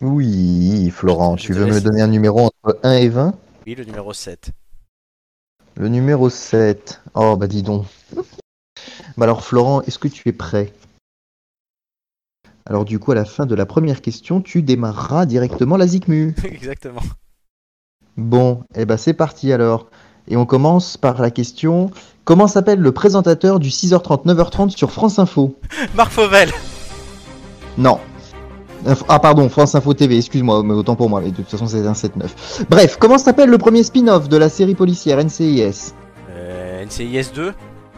Oui, Florent,
Je te
tu veux me
laisse.
donner un numéro entre 1 et 20
oui, le numéro 7.
Le numéro 7. Oh, bah dis donc. Bah alors, Florent, est-ce que tu es prêt Alors, du coup, à la fin de la première question, tu démarreras directement la Zikmu.
(laughs) Exactement.
Bon, eh ben c'est parti alors. Et on commence par la question Comment s'appelle le présentateur du 6h30, 9h30 sur France Info
Marc Fauvel
Non. Inf- Ah pardon, France Info TV, excuse-moi, mais autant pour moi, mais de toute façon c'est un 7-9. Bref, comment s'appelle le premier spin-off de la série policière NCIS
Euh, NCIS 2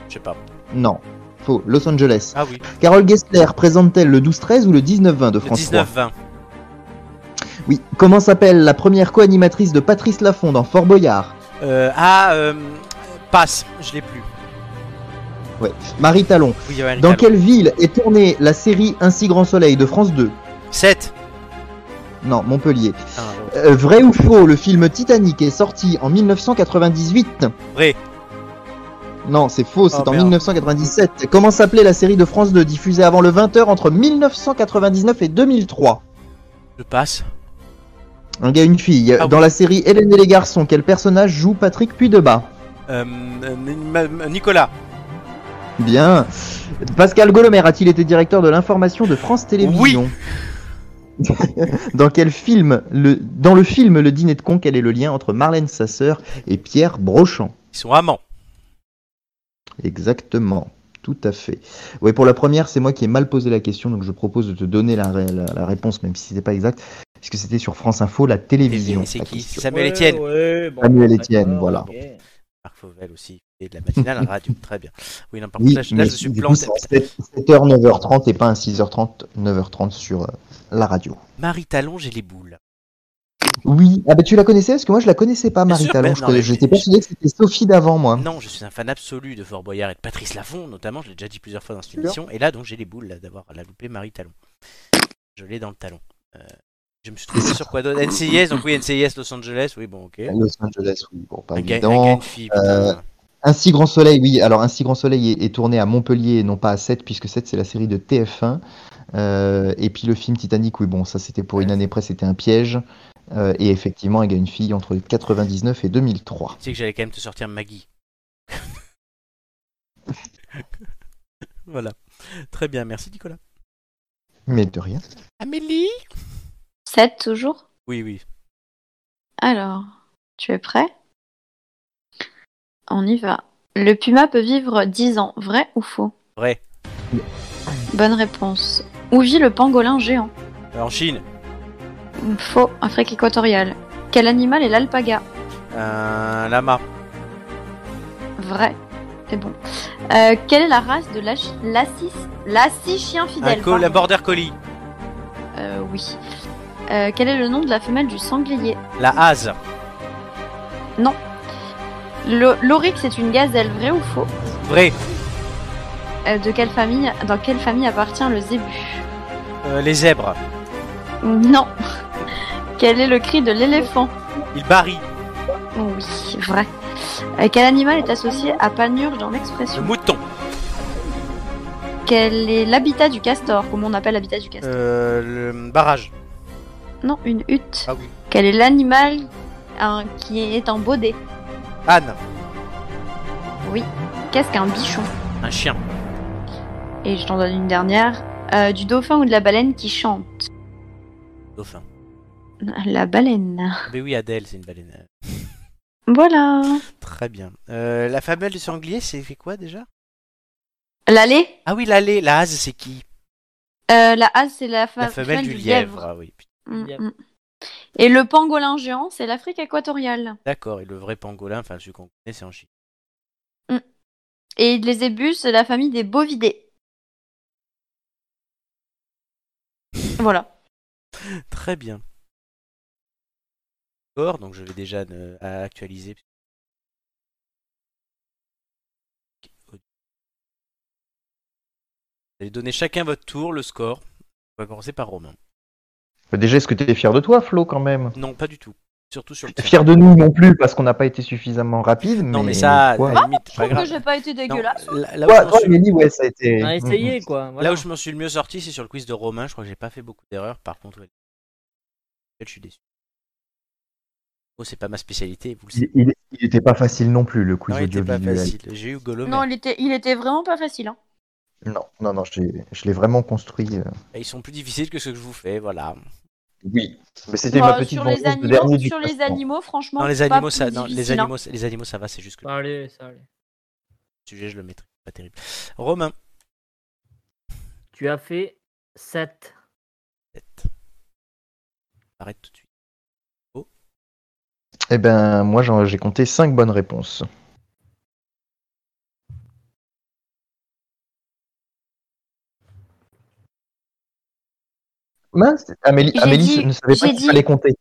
Je sais pas.
Non. Faux, Los Angeles.
Ah oui,
Carole Gessler présente-t-elle le 12-13 ou le 19-20 de
le
France 3
19-20.
Oui. Comment s'appelle la première co-animatrice de Patrice Laffont dans Fort Boyard
Euh, ah, euh, passe, je l'ai plus.
Ouais. Marie Talon.
Oui, il y avait un
Dans
Ritalin.
quelle ville est tournée la série Ainsi Grand Soleil de France 2
7
Non, Montpellier.
Ah,
Euh, vrai ou faux, le film Titanic est sorti en 1998
Vrai.
Non, c'est faux, c'est
Oh,
en
merde.
1997. Comment s'appelait la série de France 2 diffusée avant le 20h entre 1999 et 2003
Je passe.
Un gars, une fille.
Ah
Dans la série Hélène et les garçons, quel personnage joue Patrick Puydebas
Euh, euh, Ma- Nicolas.
Bien. Pascal Golomer a-t-il été directeur de l'information de France Télévisions (laughs) Dans quel film le... Dans le film Le Dîner de Con, quel est le lien entre Marlène Sasseur et Pierre Brochamp
Ils sont amants.
Exactement. Tout à fait. Oui, pour la première, c'est moi qui ai mal posé la question, donc je propose de te donner la, ré- la- la réponse, même si c'était pas exact, puisque c'était sur France Info, la télévision.
C'est
la
qui
question.
Samuel Etienne.
Ouais, bon,
Samuel Etienne,
d'accord,
voilà.
ok.
Marc Fauvel aussi. Et de la matinale à la radio. Très bien. Oui, non, par
Oui,
contre, là, je- là,
mais
je suis
du coup,
planté.
c'est en 7, 7h, 9h30 et pas un 6h30, 9h30 sur euh, la radio.
Marie Talon, j'ai les boules.
Oui, ah bah tu la connaissais parce que moi je la connaissais pas,
Bien
Marie
sûr,
Talon.
mais
Je
non,
connais-
mais-
J'étais persuadé que c'était Sophie d'avant, moi.
Non, je suis un fan absolu de Fort Boyard et de Patrice Lafont, notamment. Je l'ai déjà dit plusieurs fois dans cette émission. Et là, donc, j'ai les boules là, d'avoir la loupée Marie Talon. Je l'ai dans le talon. Euh, je me suis trouvé sur quoi d'autre NCIS, donc oui, NCIS Los Angeles. Oui, bon, ok.
Los Angeles, oui, bon, pas
Un gars, un
évident.
gars, une fille, putain.
Euh, Un si grand soleil, oui. Alors, un si grand soleil est, est tourné à Montpellier et non pas à 7, puisque 7, c'est la série de TF1. Euh, et puis le film Titanic, oui, bon, ça c'était pour une année près, c'était un piège. Euh, et effectivement, il y a une fille entre 99 et 2003.
Tu sais que j'allais quand même te sortir Maggie. (laughs) voilà. Très bien, merci Nicolas.
Mais de rien.
Amélie
7 toujours
Oui, oui.
Alors, tu es prêt On y va. Le puma peut vivre 10 ans, vrai ou faux
Vrai.
Bonne réponse. Où vit le pangolin géant
Euh, en Chine,
Faux, Afrique équatoriale. Quel animal est l'alpaga
un lama.
Vrai. C'est bon. Euh, quelle est la race de l'assis l'assis chien fidèle
un col- un
pardon.
border collie.
Euh, Oui. Euh, quel est le nom de la femelle du sanglier
La hase.
Lo- L'oryx est une gazelle, vrai ou faux
Vrai.
Euh, De quelle famille Dans quelle famille appartient le zébu
Euh, les zèbres.
Non. Quel est le cri de l'éléphant
Il barille.
Oui, vrai. Euh, quel animal est associé à panurge dans
Le
l'expression
mouton.
Quel est l'habitat du castor Comment on appelle l'habitat du castor
Euh, le barrage. Euh.
Non, une hutte.
Ah oui.
Quel est l'animal hein, qui est en baudet
Anne.
Qu'est-ce qu'un bichon
Un chien.
Et je t'en donne une dernière. Euh, du dauphin ou de la baleine qui chante (laughs)
Dauphin.
La baleine.
Mais oui, Adèle, c'est une baleine.
Voilà.
Très bien. Euh, la femelle du sanglier, c'est fait quoi déjà
L'allée
Ah oui, l'allée. La hase, c'est qui
Euh, La hase, c'est la, fa-
La femelle du lièvre. Ah oui. putain.
Mm,
Lièvre.
mm. Et le pangolin géant, c'est l'Afrique équatoriale.
D'accord. Et le vrai pangolin, enfin celui qu'on connaît, c'est en Chine.
Et les zébus, c'est la famille des bovidés. Voilà.
Très bien. D'accord, donc je vais déjà ne- à actualiser. Vous allez donner chacun votre tour, le score. On va commencer par Romain.
Bah, Déjà, est-ce que tu es fier de toi, Flo, quand même
Non, pas du tout. Surtout sur le
T'es
tien.
Fier de nous non plus, parce qu'on n'a pas été suffisamment rapide.
Non, mais ça,
quoi.
à la limite,
Oh, Je
pas
trouve que
grave.
j'ai pas été
Non,
dégueulasse.
là, là où
Toi,
je m'en
toi,
suis-
Amélie, ouais, ça a été. Mm,
On a essayé quoi. voilà.
Là où je m'en suis le mieux sorti, c'est sur le quiz de Romain. Je crois que j'ai pas fait beaucoup d'erreurs. Par contre, ouais. je suis déçu. Oh, c'est pas ma spécialité, vous le savez.
Il, il- il était pas facile non plus, le quiz
Non, il était pas
audiovisuel.
facile. J'ai eu Gollum.
Non, il était, il était vraiment pas facile. Hein.
Non, non, non, je l'ai- je l'ai vraiment construit. euh,
Et Ils sont plus difficiles que ce que je vous fais, voilà.
Oui, mais c'était
Bah,
ma petite
sur
vengeance
les
de
animaux,
dernier du
sur les
classement.
animaux, franchement.
Non, les
c'est pas
animaux,
plus
ça, non, les
difficile, hein.
animaux, ça- les animaux, ça va. C'est juste que le
Ça allait, ça allait.
sujet, je le maîtrise pas terrible. Romain,
Tu as fait 7.
arrête tout de suite.
Eh ben, moi, j'en- j'ai compté 5 bonnes réponses. Mince, Amélie,
J'ai
Amélie
dit-
ne savait pas
j'ai
qu'il
dit-
fallait compter.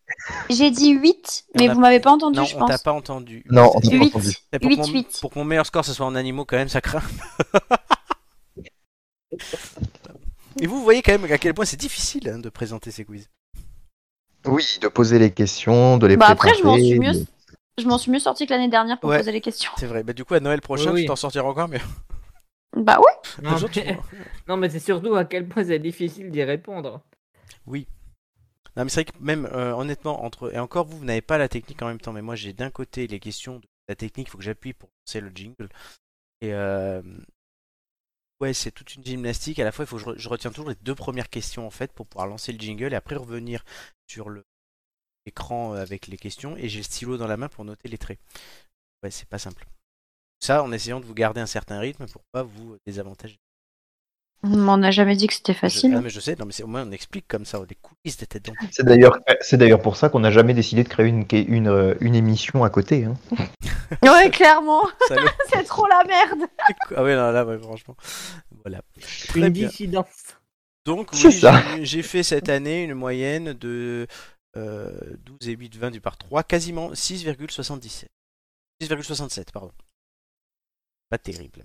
J'ai dit 8,
Et
mais
on a-
vous m'avez pas entendu,
non,
je
on t'a
pense.
pas entendu.
Non, on t'a pas
8,
entendu.
Eh, pour, que
8,
mon,
8.
pour que mon meilleur score, ce soit en animaux, quand même, ça
(laughs)
craint. Et vous voyez quand même à quel point c'est difficile hein, de présenter ces quiz.
Oui, de poser les questions, de les
Bah après, je m'en suis
préparer,
mieux- Je m'en suis mieux sortie que l'année dernière pour
Ouais.
poser les questions.
C'est vrai. Bah, du coup, à Noël prochain,
Oui, oui.
tu t'en sortiras encore mieux.
Bah ouais,
(laughs)
Non,
Un jour, tu
mais-
pourras.
(laughs) Non, mais c'est surtout à quel point c'est difficile d'y répondre.
Non, mais c'est vrai que même, euh, honnêtement, entre. Et encore, vous, vous n'avez pas la technique en même temps, mais moi, j'ai d'un côté les questions de la technique, il faut que j'appuie pour lancer le jingle. Et. euh, Ouais, c'est toute une gymnastique. À la fois, il faut que je, re- je retiens toujours les deux premières questions, en fait, pour pouvoir lancer le jingle et après revenir sur le écran euh, avec les questions. Et j'ai le stylo dans la main pour noter les traits. Ouais, c'est pas simple. Ça, en essayant de vous garder un certain rythme pour pas vous euh, désavantager.
on n'a jamais dit que c'était
Je-
facile.
ah, mais je sais, non, mais c'est- au moins on explique comme ça, des coulisses, des têtes
(laughs)
d'ampoule.
C'est d'ailleurs, c'est d'ailleurs pour ça qu'on n'a jamais décidé de créer une, une, euh, une émission à côté. hein.
Ouais, clairement, (laughs)
Salaud.
c'est trop la merde.
ah ouais, non, là, ouais, franchement. Voilà. Très
Une
bien.
dissidence.
Donc,
C'est
oui,
ça.
j'ai- j'ai fait cette année une moyenne de euh, 12 et 8, 20 du par 3, quasiment 6,77. 6,67, pardon. Pas terrible.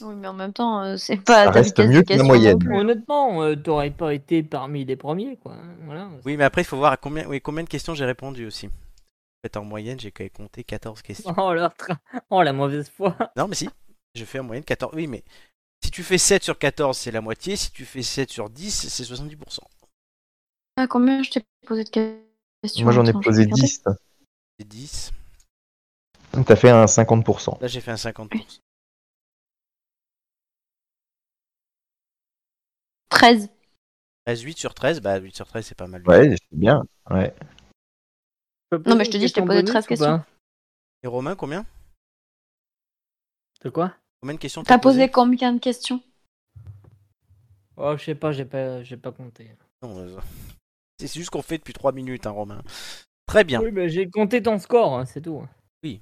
Oui, mais en même temps, euh, c'est pas.
Ça
ta
reste mieux que la
qualification
moyenne.
non plus.
Honnêtement, euh, t'aurais pas été parmi les premiers, quoi. hein, Voilà.
Oui, mais après, il faut voir à combien, oui, combien de questions j'ai répondu aussi. En fait, en moyenne, j'ai compté 14 questions.
(laughs) Oh, la, tra- oh, la mauvaise foi.
Non, mais si, je fais en moyenne 14. Oui, mais si tu fais 7 sur 14, c'est la moitié. Si tu fais 7 sur 10, c'est 70%.
Ah, combien je t'ai posé de questions
Moi, j'en ai
Attends, je vais
posé
regarder.
10.
C'est 10.
T'as fait un 50%.
Là, j'ai fait un 50%.
13.
13, 8 sur 13, bah 8 sur 13, c'est pas mal.
Ouais, c'est bien.
Je peux
Non,
poser
mais je te
une
dis, je t'ai
question
posé
bonus
13
ou
questions.
pas
Et Romain, combien
De quoi
Combien de questions
T'as posé combien de questions
Oh, je sais pas, j'ai pas, j'ai pas compté.
Non, euh, C'est c'est juste qu'on fait depuis 3 minutes, hein, Romain. Très bien.
Oui, mais j'ai compté ton score, hein, c'est tout.
Oui,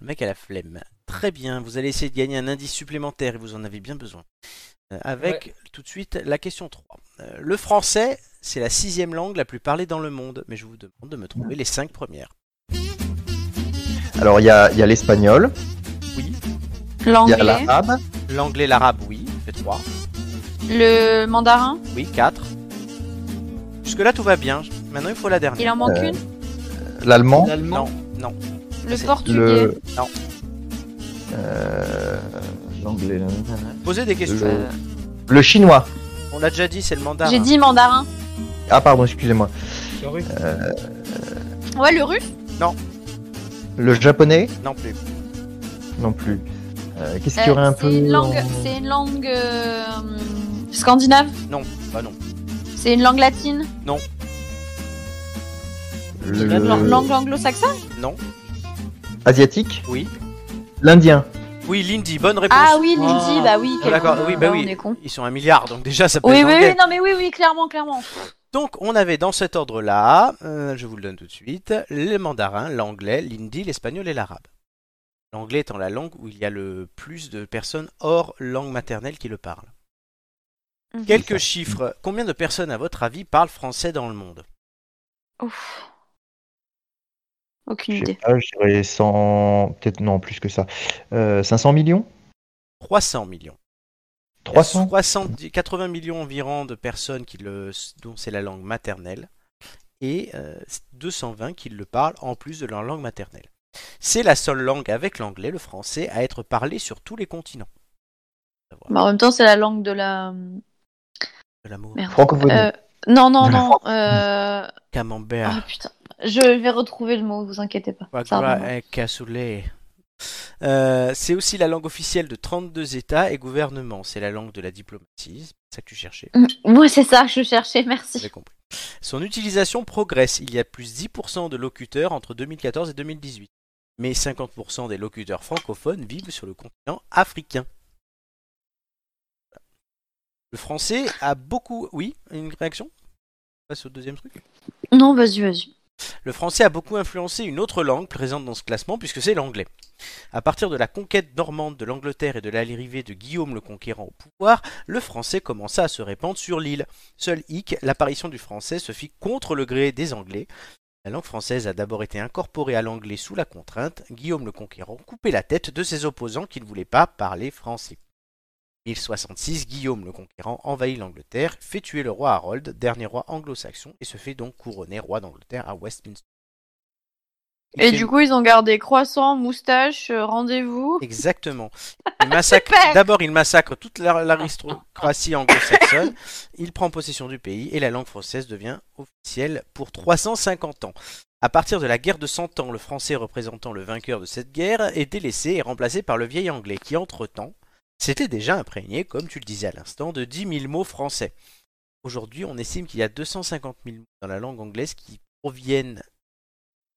le mec a la flemme. Très bien, vous allez essayer de gagner un indice supplémentaire et vous en avez bien besoin. Euh, avec tout de suite la question 3. Euh, le français, c'est la sixième langue la plus parlée dans le monde, mais je vous demande de me trouver les cinq premières.
Alors, il y a, il y a l'espagnol, il y a
L'anglais,
l'arabe,
L'anglais, l'arabe, oui, ça fait 3.
le mandarin,
Oui, 4. Jusque-là, tout va bien. Maintenant, il faut la dernière.
il en manque
Euh,
une.
l'allemand,
Non,
L'allemand.
non.
Le
c'est-
portugais,
le.
Non.
Euh, L'anglais. nanana.
Posez des questions.
Le- Le chinois.
On l'a déjà dit, c'est le mandarin.
Euh, j'ai dit mandarin.
Ah, pardon, excusez-moi.
Ouais, le russe,
Le japonais
Non plus.
Non plus. Euh, Qu'est-ce
euh,
qu'il y aurait un peu.
c'est une langue,
en-
c'est une langue euh, scandinave,
Non, bah non.
c'est une langue latine,
Le-
Euh,
D'accord,
le-
langue anglo-saxonne.
Non.
Asiatique
Oui.
L'indien.
Oui, Lindy, bonne réponse.
Ah oui, Lindy,
Ah.
bah oui.
Ah,
quel
D'accord,
con.
oui, bah
Ah,
oui.
On est con.
Ils sont un milliard, donc déjà ça pèse
Oui,
dans
oui,
le
oui,
game.
non, mais oui, oui, clairement, clairement.
Donc on avait dans cet ordre-là, euh, je vous le donne tout de suite, le mandarin, l'anglais, l'hindi, l'espagnol et l'arabe. L'anglais étant la langue où il y a le plus de personnes hors langue maternelle qui le parlent.
Mhm.
Quelques chiffres. Combien de personnes, à votre avis, parlent français dans le monde
Ouf. Aucune
Je sais
idée.
pas, Ah, je dirais 100. Peut-être non, plus que ça. Euh, 500 millions
300 millions. Il y a
300
70 80 millions environ de personnes qui le, dont c'est la langue maternelle et euh, 220 qui le parlent en plus de leur langue maternelle. C'est la seule langue avec l'anglais, le français, à être parlée sur tous les continents. Savoir
Bah, en même temps, c'est la langue de la.
de l'amour.
Merde.
Francophone.
Euh, non, non,
De la
non. Euh...
Camembert,
Oh putain. Je vais retrouver le mot, vous inquiétez pas. Ça
Wagra
reviendra.
et cassoulet. Euh, c'est aussi la langue officielle de 32 États et gouvernements. C'est la langue de la diplomatie. C'est ça que tu cherchais.
Moi, Mm. c'est ça, je cherchais,
J'ai
merci.
compris. Son utilisation progresse. Il y a plus 10% de locuteurs entre 2014 et 2018. Mais 50% des locuteurs francophones vivent sur le continent africain. Le français a beaucoup... Oui, une réaction On passe au deuxième truc.
Non, vas-y, vas-y.
Le français a beaucoup influencé une autre langue présente dans ce classement puisque c'est l'anglais. À partir de la conquête normande de l'Angleterre et de l'arrivée de Guillaume le Conquérant au pouvoir, le français commença à se répandre sur l'île. Seul hic, l'apparition du français se fit contre le gré des Anglais. La langue française a d'abord été incorporée à l'anglais sous la contrainte. Guillaume le Conquérant coupait la tête de ses opposants qui ne voulaient pas parler français. 1066, Guillaume le Conquérant envahit l'Angleterre, fait tuer le roi Harold, dernier roi anglo-saxon, et se fait donc couronner roi d'Angleterre à Westminster.
Et
qui-
du coup, ils ont gardé croissant, moustache, euh, rendez-vous.
Exactement. Il massacre... D'abord, il massacre toute la- l'aristocratie anglo-saxonne. Il prend possession du pays et la langue française devient officielle pour 350 ans. À partir de la guerre de 100 ans, le français représentant le vainqueur de cette guerre est délaissé et remplacé par le vieil anglais qui, entre-temps, s'était déjà imprégné, comme tu le disais à l'instant, de 10 000 mots français. Aujourd'hui, on estime qu'il y a 250 000 mots dans la langue anglaise qui proviennent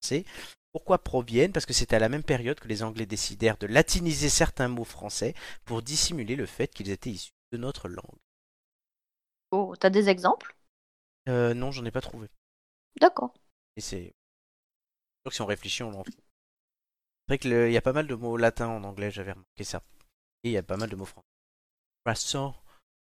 français. Pourquoi proviennent Parce que c'est à la même période que les Anglais décidèrent de latiniser certains mots français pour dissimuler le fait qu'ils étaient issus de notre langue.
Oh, t'as des exemples
Euh, non, j'en ai pas trouvé.
D'accord.
Et c'est sûr que si on réfléchit, on l'en trouve. C'est vrai qu'il y a pas mal de mots latins en anglais, j'avais remarqué ça. Et il y a pas mal de mots français. Croissant,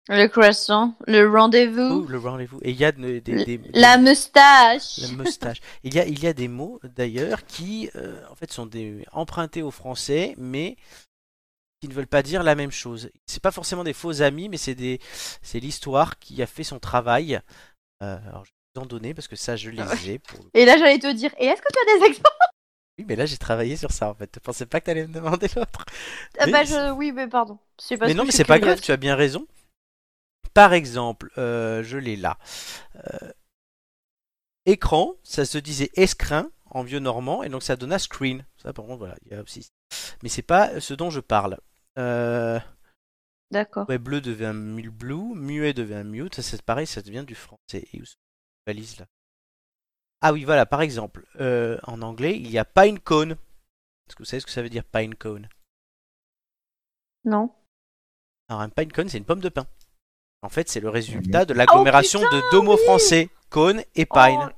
Le croissant, le rendez-vous,
ouh, le rendez-vous. Et il y a de- des- des- des-
Mmh. la moustache.
La moustache. Il y a, il y a des mots d'ailleurs qui euh, en fait sont des, empruntés au français, mais qui ne veulent pas dire la même chose. C'est pas forcément des faux amis, mais c'est des, c'est l'histoire qui a fait son travail. Euh, alors je vais vous en donner parce que ça je les ai. Pour...
Et là, j'allais te dire, et est-ce que tu as des exemples
Oui, mais là j'ai travaillé sur ça en fait. Je pensais pas que t'allais me demander l'autre.
Ah
Mais
bah,
c'est-
je- Oui, mais pardon. C'est parce
Mais
que
non,
je
mais
suis
c'est pas
curieuse.
grave. Tu as bien raison. Par exemple, euh, je l'ai là. Euh, écran, ça se disait escrin en vieux normand, et donc ça donna screen. Ça, par contre, voilà, il y a aussi. Mais c'est pas ce dont je parle. Euh,
D'accord.
ouais, bleu devient mule blue, muet devient mute, ça c'est pareil, ça devient du français. Et où sont les valises là Ah oui, voilà, par exemple, euh, en anglais, il y a pine cone. Est-ce que vous savez ce que ça veut dire pine cone
Non.
Alors un pine cone, c'est une pomme de pin. En fait, c'est le résultat de l'agglomération de deux mots français, cone et pine.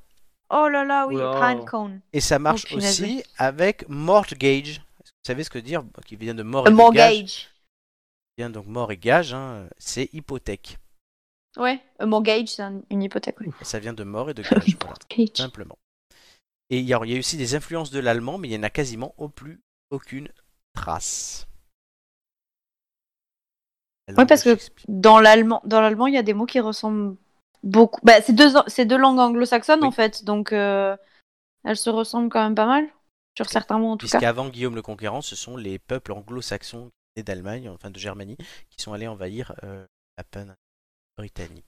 Oh, oh là là, oui,
Oula.
pine cone.
Et ça marche
Oh, punaise.
aussi avec mortgage. Est-ce que Vous savez ce que dire bah, Qui vient de mort et
Euh,
de Oh, gage.
mortgage.
Qui vient donc mort et gage, hein, c'est hypothèque.
Ouais, euh, mortgage, c'est un- une hypothèque. oui.
Et ça vient de mort et de
(laughs)
gage, voilà,
Mortgage.
simplement. Et il y, a, il y a aussi des influences de l'allemand, mais il n'y en a quasiment au plus aucune trace. La
Ouais,
langue
parce
de
que-
Shakespeare.
Dans l'allemand, dans l'allemand, il y a des mots qui ressemblent beaucoup. Bah, c'est deux, c'est deux langues anglo-saxonnes
Oui.
en fait, donc euh, elles se ressemblent quand même pas mal sur certains mots en tout cas.
Puisqu'avant Guillaume le Conquérant, ce sont les peuples anglo-saxons et d'Allemagne, enfin de Germanie, qui sont allés envahir euh, la péninsule britannique.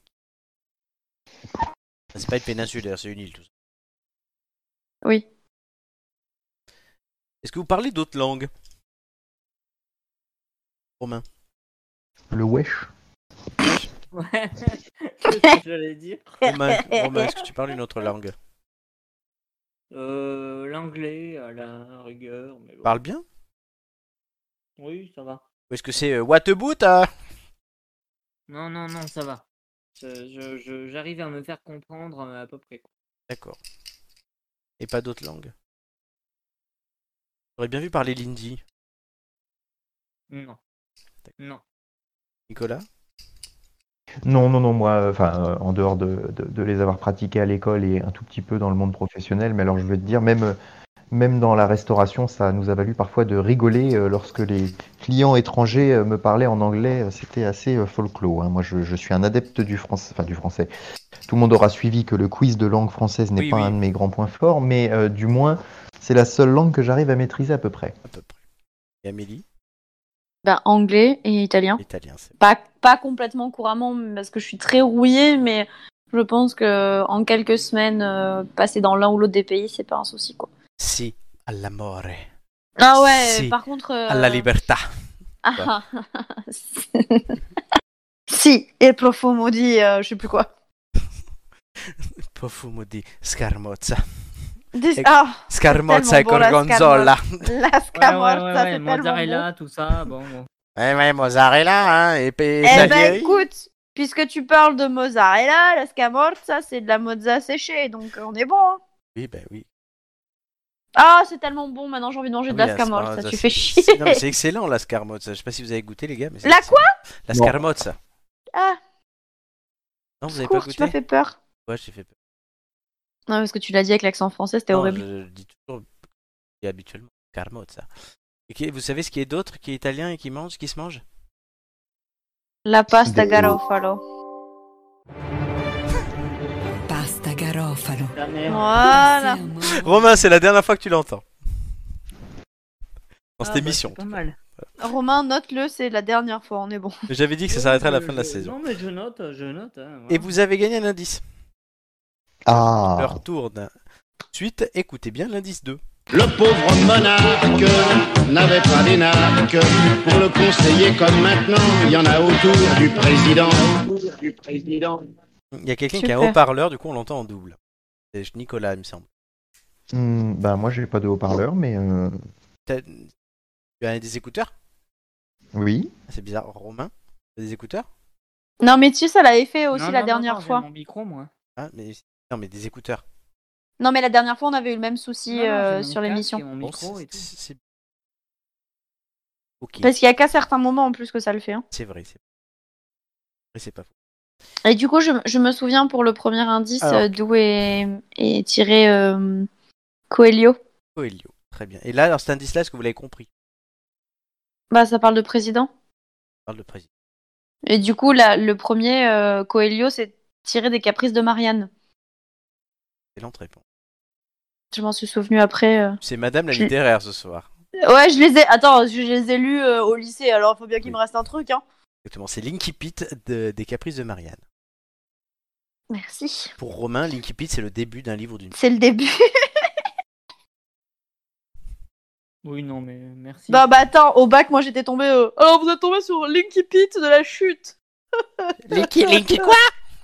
Enfin, c'est pas une péninsule d'ailleurs, c'est une île. Tout ça.
Oui.
Est-ce que vous parlez d'autres langues Romain
Le wesh.
(laughs)
(laughs)
Ouais. C'est ce que j'allais dire.
Romain, Romain, est-ce que tu parles une autre langue
Euh, L'anglais, à la rigueur. Mais bon.
Parle bien
Oui, ça va.
Ou est-ce que c'est euh, what about hein
Non, non, non, ça va. Je- je- je- J'arrive à me faire comprendre euh, à peu près. quoi.
D'accord. Et pas d'autres langues J'aurais bien vu parler l'hindi.
Non. Non.
Nicolas
Non, non, non, moi, euh, enfin, euh, en dehors de, de- de les avoir pratiqués à l'école et un tout petit peu dans le monde professionnel, mais alors je veux te dire, même, euh, même dans la restauration, ça nous a valu parfois de rigoler euh, lorsque les clients étrangers euh, me parlaient en anglais, euh, c'était assez euh, folklore. hein. Moi, je, je suis un adepte du français, enfin du français. Tout le monde aura suivi que le quiz de langue française n'est
Oui,
pas
oui.
un de mes grands points forts, mais euh, du moins, c'est la seule langue que j'arrive à maîtriser à peu près.
À peu près. Et Amélie
Bah, anglais et italien.
Italien, c'est
Pas, pas complètement couramment parce que je suis très rouillée, mais je pense que en quelques semaines, euh, passer dans l'un ou l'autre des pays, c'est pas un souci quoi.
Si, all'amore,
Ah ouais,
Si.
par contre. euh,
alla libertà. (laughs)
Ah, (laughs) si, et le profond maudit, euh, je sais plus quoi.
Profumo di scarmozza.
Des-
Et-
Ah,
Scarmozza e
tellement bon, la
gorgonzola.
la
Ouais, ouais,
scamorza,
ouais,
c'est
ouais,
tellement
mozzarella, tout ça. Bon, bon.
Eh ouais, mozzarella, hein, et puis
bon. Eh ben écoute, puisque tu parles de mozzarella, la scamorza, c'est de la mozza séchée, donc euh, on est bon. hein.
Oui, ben oui.
Ah, c'est tellement bon, maintenant j'ai envie de manger de
Ah
la
oui,
scamorza,
c'est-
tu fais chier.
c'est- non, mais c'est excellent la scarmozza. Je sais pas si vous avez goûté, les gars. Mais c'est
La
excellent. La
Non.
scarmozza.
Ah.
Non, vous avez
Cours,
pas
tu m'as
goûté
fait peur.
Ouais, j'ai fait peur.
Non, parce que tu l'as dit avec l'accent français, c'était
Non,
horrible.
Je, je dis toujours et habituellement scarmozza. Et qui- vous savez ce qui est d'autre, qui est italien et qui mange, qui se mange
La pasta
Des-
garofalo.
Pasta Garofalo.
Ta mère.
Voilà.
Passer un moment
(laughs) Romain, c'est la dernière fois que tu l'entends. dans cette
Ah, bah,
émission.
c'est pas mal.
Romain, note-le, c'est la dernière fois, on est bon.
Mais J'avais dit que ça s'arrêterait à la
Je-
fin de la
Euh, je-
saison.
Non, mais je note, je note. hein, voilà.
Et vous avez gagné un indice.
Ah.
Leur tourne. Suite, écoutez bien l'indice 2.
Le pauvre monarque n'avait pas d'énarque. Pour le conseiller comme maintenant, il y en a autour du président. Du président.
Il y a quelqu'un qui a un
Super.
haut-parleur, du coup on l'entend en double. C'est Nicolas, il me semble.
Hmm, bah moi j'ai pas de haut-parleur, mais euh,
T'as- Tu as des écouteurs Ah,
oui.
C'est bizarre. Romain T'as des écouteurs
Non, mais tu sais, ça l'avait fait
Non,
aussi
non,
la
non,
dernière
non, j'ai
fois.
Mon micro, moi.
Ah, mais... Non, mais des écouteurs.
Non, mais la dernière fois, on avait eu le même souci
Non, non,
euh,
j'ai mon
sur
casque
l'émission.
et mon
Bon,
micro
c'est-
et tout.
c'est- c'est- Ok,
Parce qu'il y a qu'à certains moments en plus que ça le fait. hein.
c'est vrai. C'est vrai, c'est pas faux.
Et du coup, je, je me souviens pour le premier indice
Alors.
euh, d'où est, est tiré euh, Coelho.
Coelho, très bien. Et là, alors, cet indice-là, est-ce que vous l'avez compris
Bah, ça parle de président.
On parle de président.
Et du coup, là, le premier euh, Coelho, c'est tiré des caprices de Marianne.
C'est l'entrée. bon.
Je m'en suis souvenu après. euh.
C'est Madame la
Je-
littéraire ce soir.
Ouais, je les ai. Attends, je, je les ai lus euh, au lycée, alors il faut bien qu'il me reste un truc. Hein.
Exactement, c'est Linky Pit des Caprices de Marianne.
Merci.
Pour Romain, Linky Pit, c'est le début d'un livre ou d'une.
C'est le (laughs) début.
Oui, non, mais merci.
bah, bah, attends, au bac, moi j'étais tombée. euh, Alors, vous êtes tombé sur Linky Pit de la chute.
Linky, Linky quoi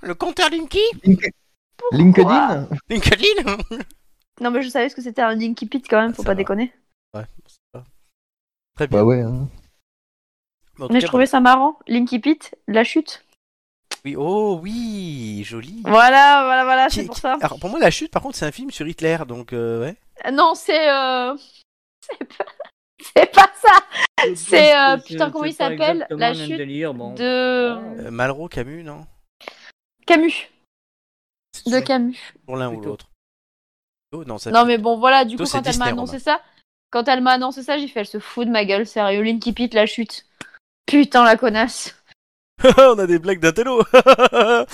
Le compteur Linky
LinkedIn
LinkedIn
Non, mais je savais ce que c'était un Linky Pit quand même, faut
Ça
pas
va.
déconner.
Ouais, c'est ça. (laughs) Très bien.
Bah ouais. hein.
En tout
Mais
cas,
je trouvais ça marrant. Linky Pit, de la chute.
Oui, oh oui, joli.
Voilà, voilà, voilà,
Qui-
c'est pour ça.
Alors pour moi, La Chute, par contre, c'est un film sur Hitler, donc euh, ouais.
Euh, Non, c'est. euh, (laughs) C'est pas... c'est pas ça c'est, euh, putain, comment il s'appelle, la chute
de.
De
Euh, Malraux, Camus, non
Camus.
C'est
De
toujours-
Camus.
Pour l'un ou
plutôt.
l'autre. Oh, non, ça
Non,
(laughs)
mais bon, voilà, du
Plutôt,
coup,
c'est
quand elle
Disney,
m'a annoncé ça, quand elle m'a annoncé ça, j'ai fait, elle se fout de ma gueule, sérieux. Linky Pit, la chute. Putain, la connasse.
On a des blagues d'intello (laughs) Ah,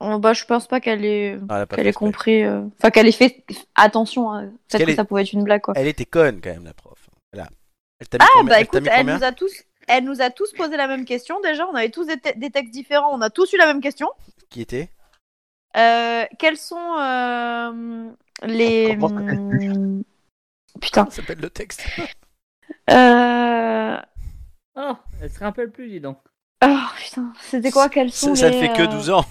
Oh, bah, je pense pas qu'elle ait,
elle a pas
qu'elle
fait
ait
exprès.
compris. euh, Enfin, qu'elle ait fait attention. hein.
qu'elle
Peut-être que
est-
ça pouvait être une blague, quoi.
Elle était conne, quand même, la prof. Voilà. Elle t'a mis
Ah,
combien
bah,
elle t'a
écoute,
mis
elle
combien
nous a tous. Elle nous a tous posé la même question déjà, on avait tous des, te- des textes différents, on a tous eu la même question.
Qui était
Euh, quels sont euh, les...
Comment s'appelle-t-il
hum, Putain.
Ça s'appelle le (laughs) texte.
Euh...
Oh, elle se rappelle plus, dis donc.
Oh putain, c'était quoi Quels
Ça,
sont
ça ne
les...
fait que
euh,
12 ans.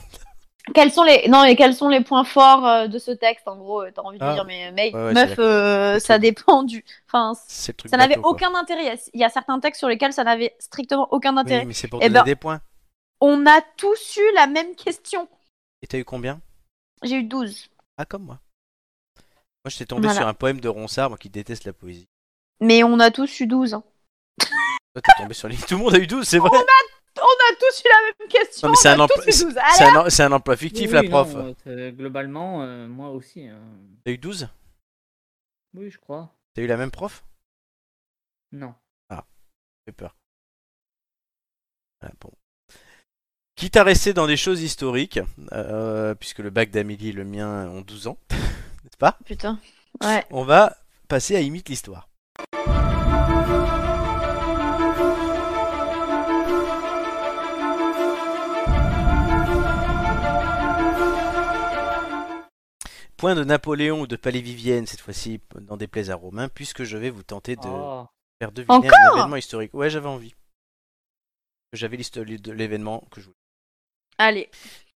Quels sont les non mais quels sont les points forts euh, de ce texte en gros euh, T'as envie de
Ah.
dire mais mec,
Ouais, ouais, c'est
meuf, euh, ça dépend du. Enfin, c-
C'est le truc
ça n'avait
bateau, quoi.
aucun intérêt. Il y a- Il y a certains textes sur lesquels ça n'avait strictement aucun intérêt.
Oui, mais c'est pour
Eh
donner
ben-
des points.
On a tous eu la même question.
Et t'as eu combien
J'ai eu 12.
Ah, comme moi. Moi, j'étais tombé
Voilà.
sur un poème de Ronsard, moi qui déteste la poésie.
Mais on a tous eu 12. hein.
Toi, t'es tombé sur les... Tout le monde a eu 12, c'est
Oh,
vrai
On a tous eu la même question.
Non, mais c'est
on a
un emploi-
tous eu 12.
C'est un, c'est un emploi fictif,
Oui,
la
oui,
prof.
non, euh, globalement, euh, moi aussi. euh,
T'as eu 12
Oui, je crois.
T'as eu la même prof
Non.
J'ai peur. Voilà, bon. Quitte à rester dans des choses historiques, euh, puisque le bac d'Amélie et le mien ont 12 ans, (laughs) n'est-ce pas
Putain. Ouais.
On va passer à Imite l'histoire. Point de Napoléon ou de Palais Vivienne, cette fois-ci, n'en déplaise à Romain, puisque je vais vous tenter de
Oh.
faire deviner un
Encore
événement historique. Ouais, j'avais envie. J'avais liste de l'événement que je voulais.
Allez.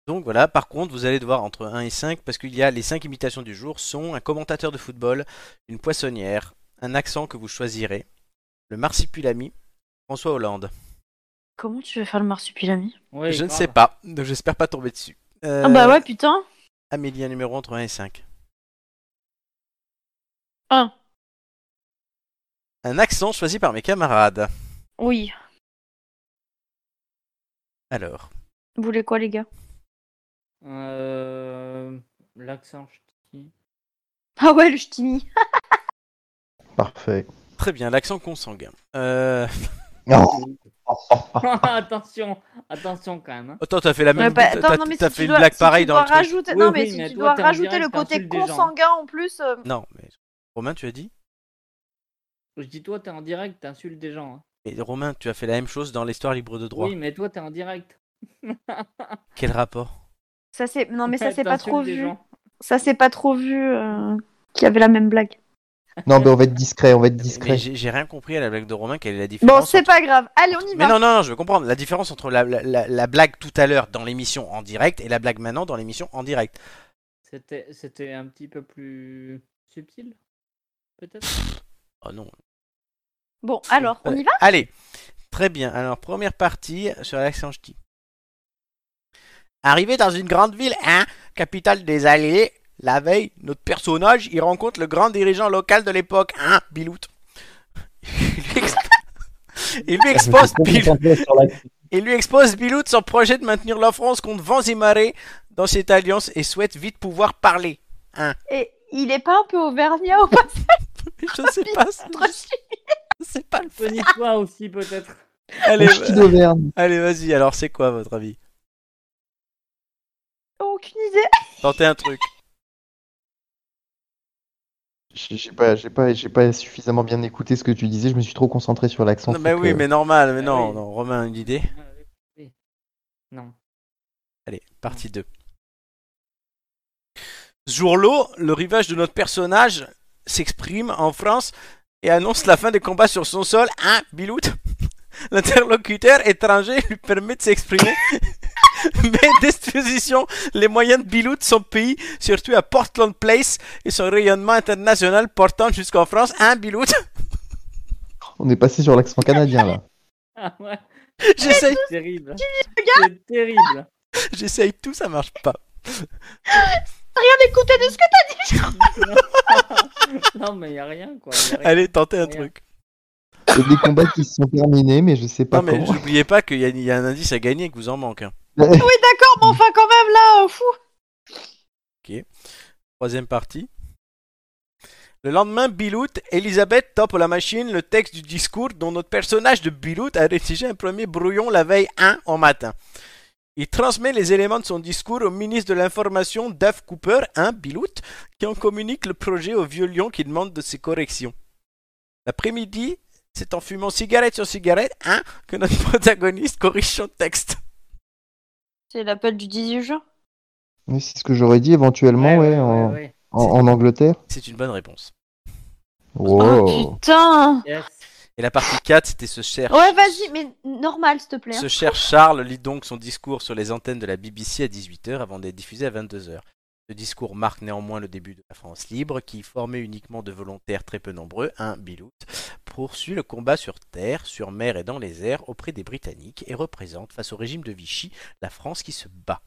Donc voilà, par contre, vous allez devoir entre 1 et 5 parce qu'il y a les 5 imitations du jour sont un commentateur de football, une poissonnière, un accent que vous choisirez, le marsipulami, François Hollande.
Comment tu veux faire le marsupilami
Ouais,
je ne
grave.
sais pas, donc j'espère pas tomber dessus. Euh,
Ah bah ouais putain.
Amélie, un numéro entre 1 et 5.
Un.
Un accent choisi par mes camarades.
Oui.
Alors,
Vous voulez quoi
(laughs)
les gars
Euh, L'accent
(laughs)
ch'ti.
Ah ouais le ch'timi.
Parfait.
très bien, l'accent consanguin. Euh...
(laughs) attention, attention quand même. hein.
Attends, t'as fait la même.
Ouais, bah,
t'as-
attends, non, mais
t'as
si
fait
tu
une
dois-
blague
si
pareille
tu
dans
dois
le truc.
rajouter- Non,
Oui,
mais
oui,
si
mais
tu
toi,
dois
t'es en
rajouter
direct,
le côté
t'insultes des gens.
consanguin en plus. euh,
Non, mais Romain, tu as dit
Je dis toi, t'es en direct, t'insultes des gens. hein.
Mais Romain, tu as fait la même chose dans l'histoire libre de droit.
Oui, mais toi, t'es en direct.
Quel rapport
Ça c'est non mais ça
Ouais,
s'est pas
t'insultes
trop
des
vu.
gens.
Ça s'est pas trop vu euh, qu'il y avait la même blague.
Non, mais on va être discret, on va être
Mais
discret.
j'ai j'ai rien compris à la blague de Romain, quelle est la différence
Bon, c'est hein.
entre-
pas grave. Allez, on y
Mais
va.
non, non, non, je veux comprendre la différence entre la, la- la- la blague tout à l'heure dans l'émission en direct et la blague maintenant dans l'émission en direct.
C'était, c'était un petit peu plus subtil, peut-être. (laughs)
Oh non.
Bon, alors, on y va
Allez, très bien. Alors, première partie sur l'accent ch'ti. Arrivé dans une grande ville, hein, capitale des Alliés, la veille, notre personnage y rencontre le grand dirigeant local de l'époque, hein, Bilout. (laughs) Il lui, exp- Il lui expose Bilout. Il lui expose Bilout son projet de maintenir la France contre vents et marées dans cette alliance et souhaite vite pouvoir parler.
Et il est pas un peu auvergnat ou pas
(laughs)
(laughs)
Je sais pas, je sais pas le
Connais-toi aussi, peut-être. (laughs)
Allez,
Mon ch'ti d'Auvergne.
allez vas-y, alors c'est quoi votre avis
Aucune idée. Ah,
Tentez un truc.
J'ai j'ai pas, j'ai pas, j'ai pas suffisamment bien écouté ce que tu disais. Je me suis trop concentré sur l'accent.
Non, mais
faut
oui,
que-
mais normal, mais
Ah
non,
oui.
non, Romain, une idée
Non.
Allez, partie 2. Jourlo, le rivage de notre personnage, s'exprime en France et annonce la fin des combats sur son sol. Hein, Bilout (laughs) L'interlocuteur étranger lui permet de s'exprimer, (laughs) met à disposition les moyens de Bilout de son pays, surtout à Portland Place et son rayonnement international portant jusqu'en France. Hein, Bilout
On est passé sur l'accent canadien là.
Ah ouais,
(laughs) J'essaye,
c'est terrible. C'est terrible. (laughs)
j'essaye tout, ça marche pas.
Rien d'écouter de ce que
Non, mais y a rien, quoi. y a rien.
Allez, tentez un
Rien.
truc.
Il y a des combats qui se sont terminés, mais je sais pas
Non, mais
comment.
n'oubliez pas qu'il y, a- il y a un indice à gagner et que vous en manque. hein.
(laughs)
Oui, d'accord, mais enfin quand même là, euh, fou.
Troisième partie. Le lendemain, Bilout, Elisabeth tape à la machine le texte du discours dont notre personnage de Bilout a rédigé un premier brouillon la veille 1 en matin. Il transmet les éléments de son discours au ministre de l'Information, Dave Cooper, 1 Bilout, qui en communique le projet au vieux lion qui demande de ses corrections. L'après-midi, c'est en fumant cigarette sur cigarette, 1 que notre (laughs) protagoniste corrige son texte.
C'est l'appel du 18 juin.
Mais c'est ce que j'aurais dit éventuellement, ouais, en,
ouais.
en- en Angleterre.
C'est une bonne réponse. Oh,
Wow.
Oh, Putain.
Yes.
Et la partie 4, c'était ce cher,
Ouais, vas-y, mais normal, s'il te plaît. hein.
ce cher Charles lit donc son discours sur les antennes de la BBC à 18h avant d'être diffusé à 22h. Ce discours marque néanmoins le début de la France libre, qui, formée uniquement de volontaires très peu nombreux, un Bilout, poursuit le combat sur terre, sur mer et dans les airs auprès des Britanniques et représente, face au régime de Vichy, la France qui se bat.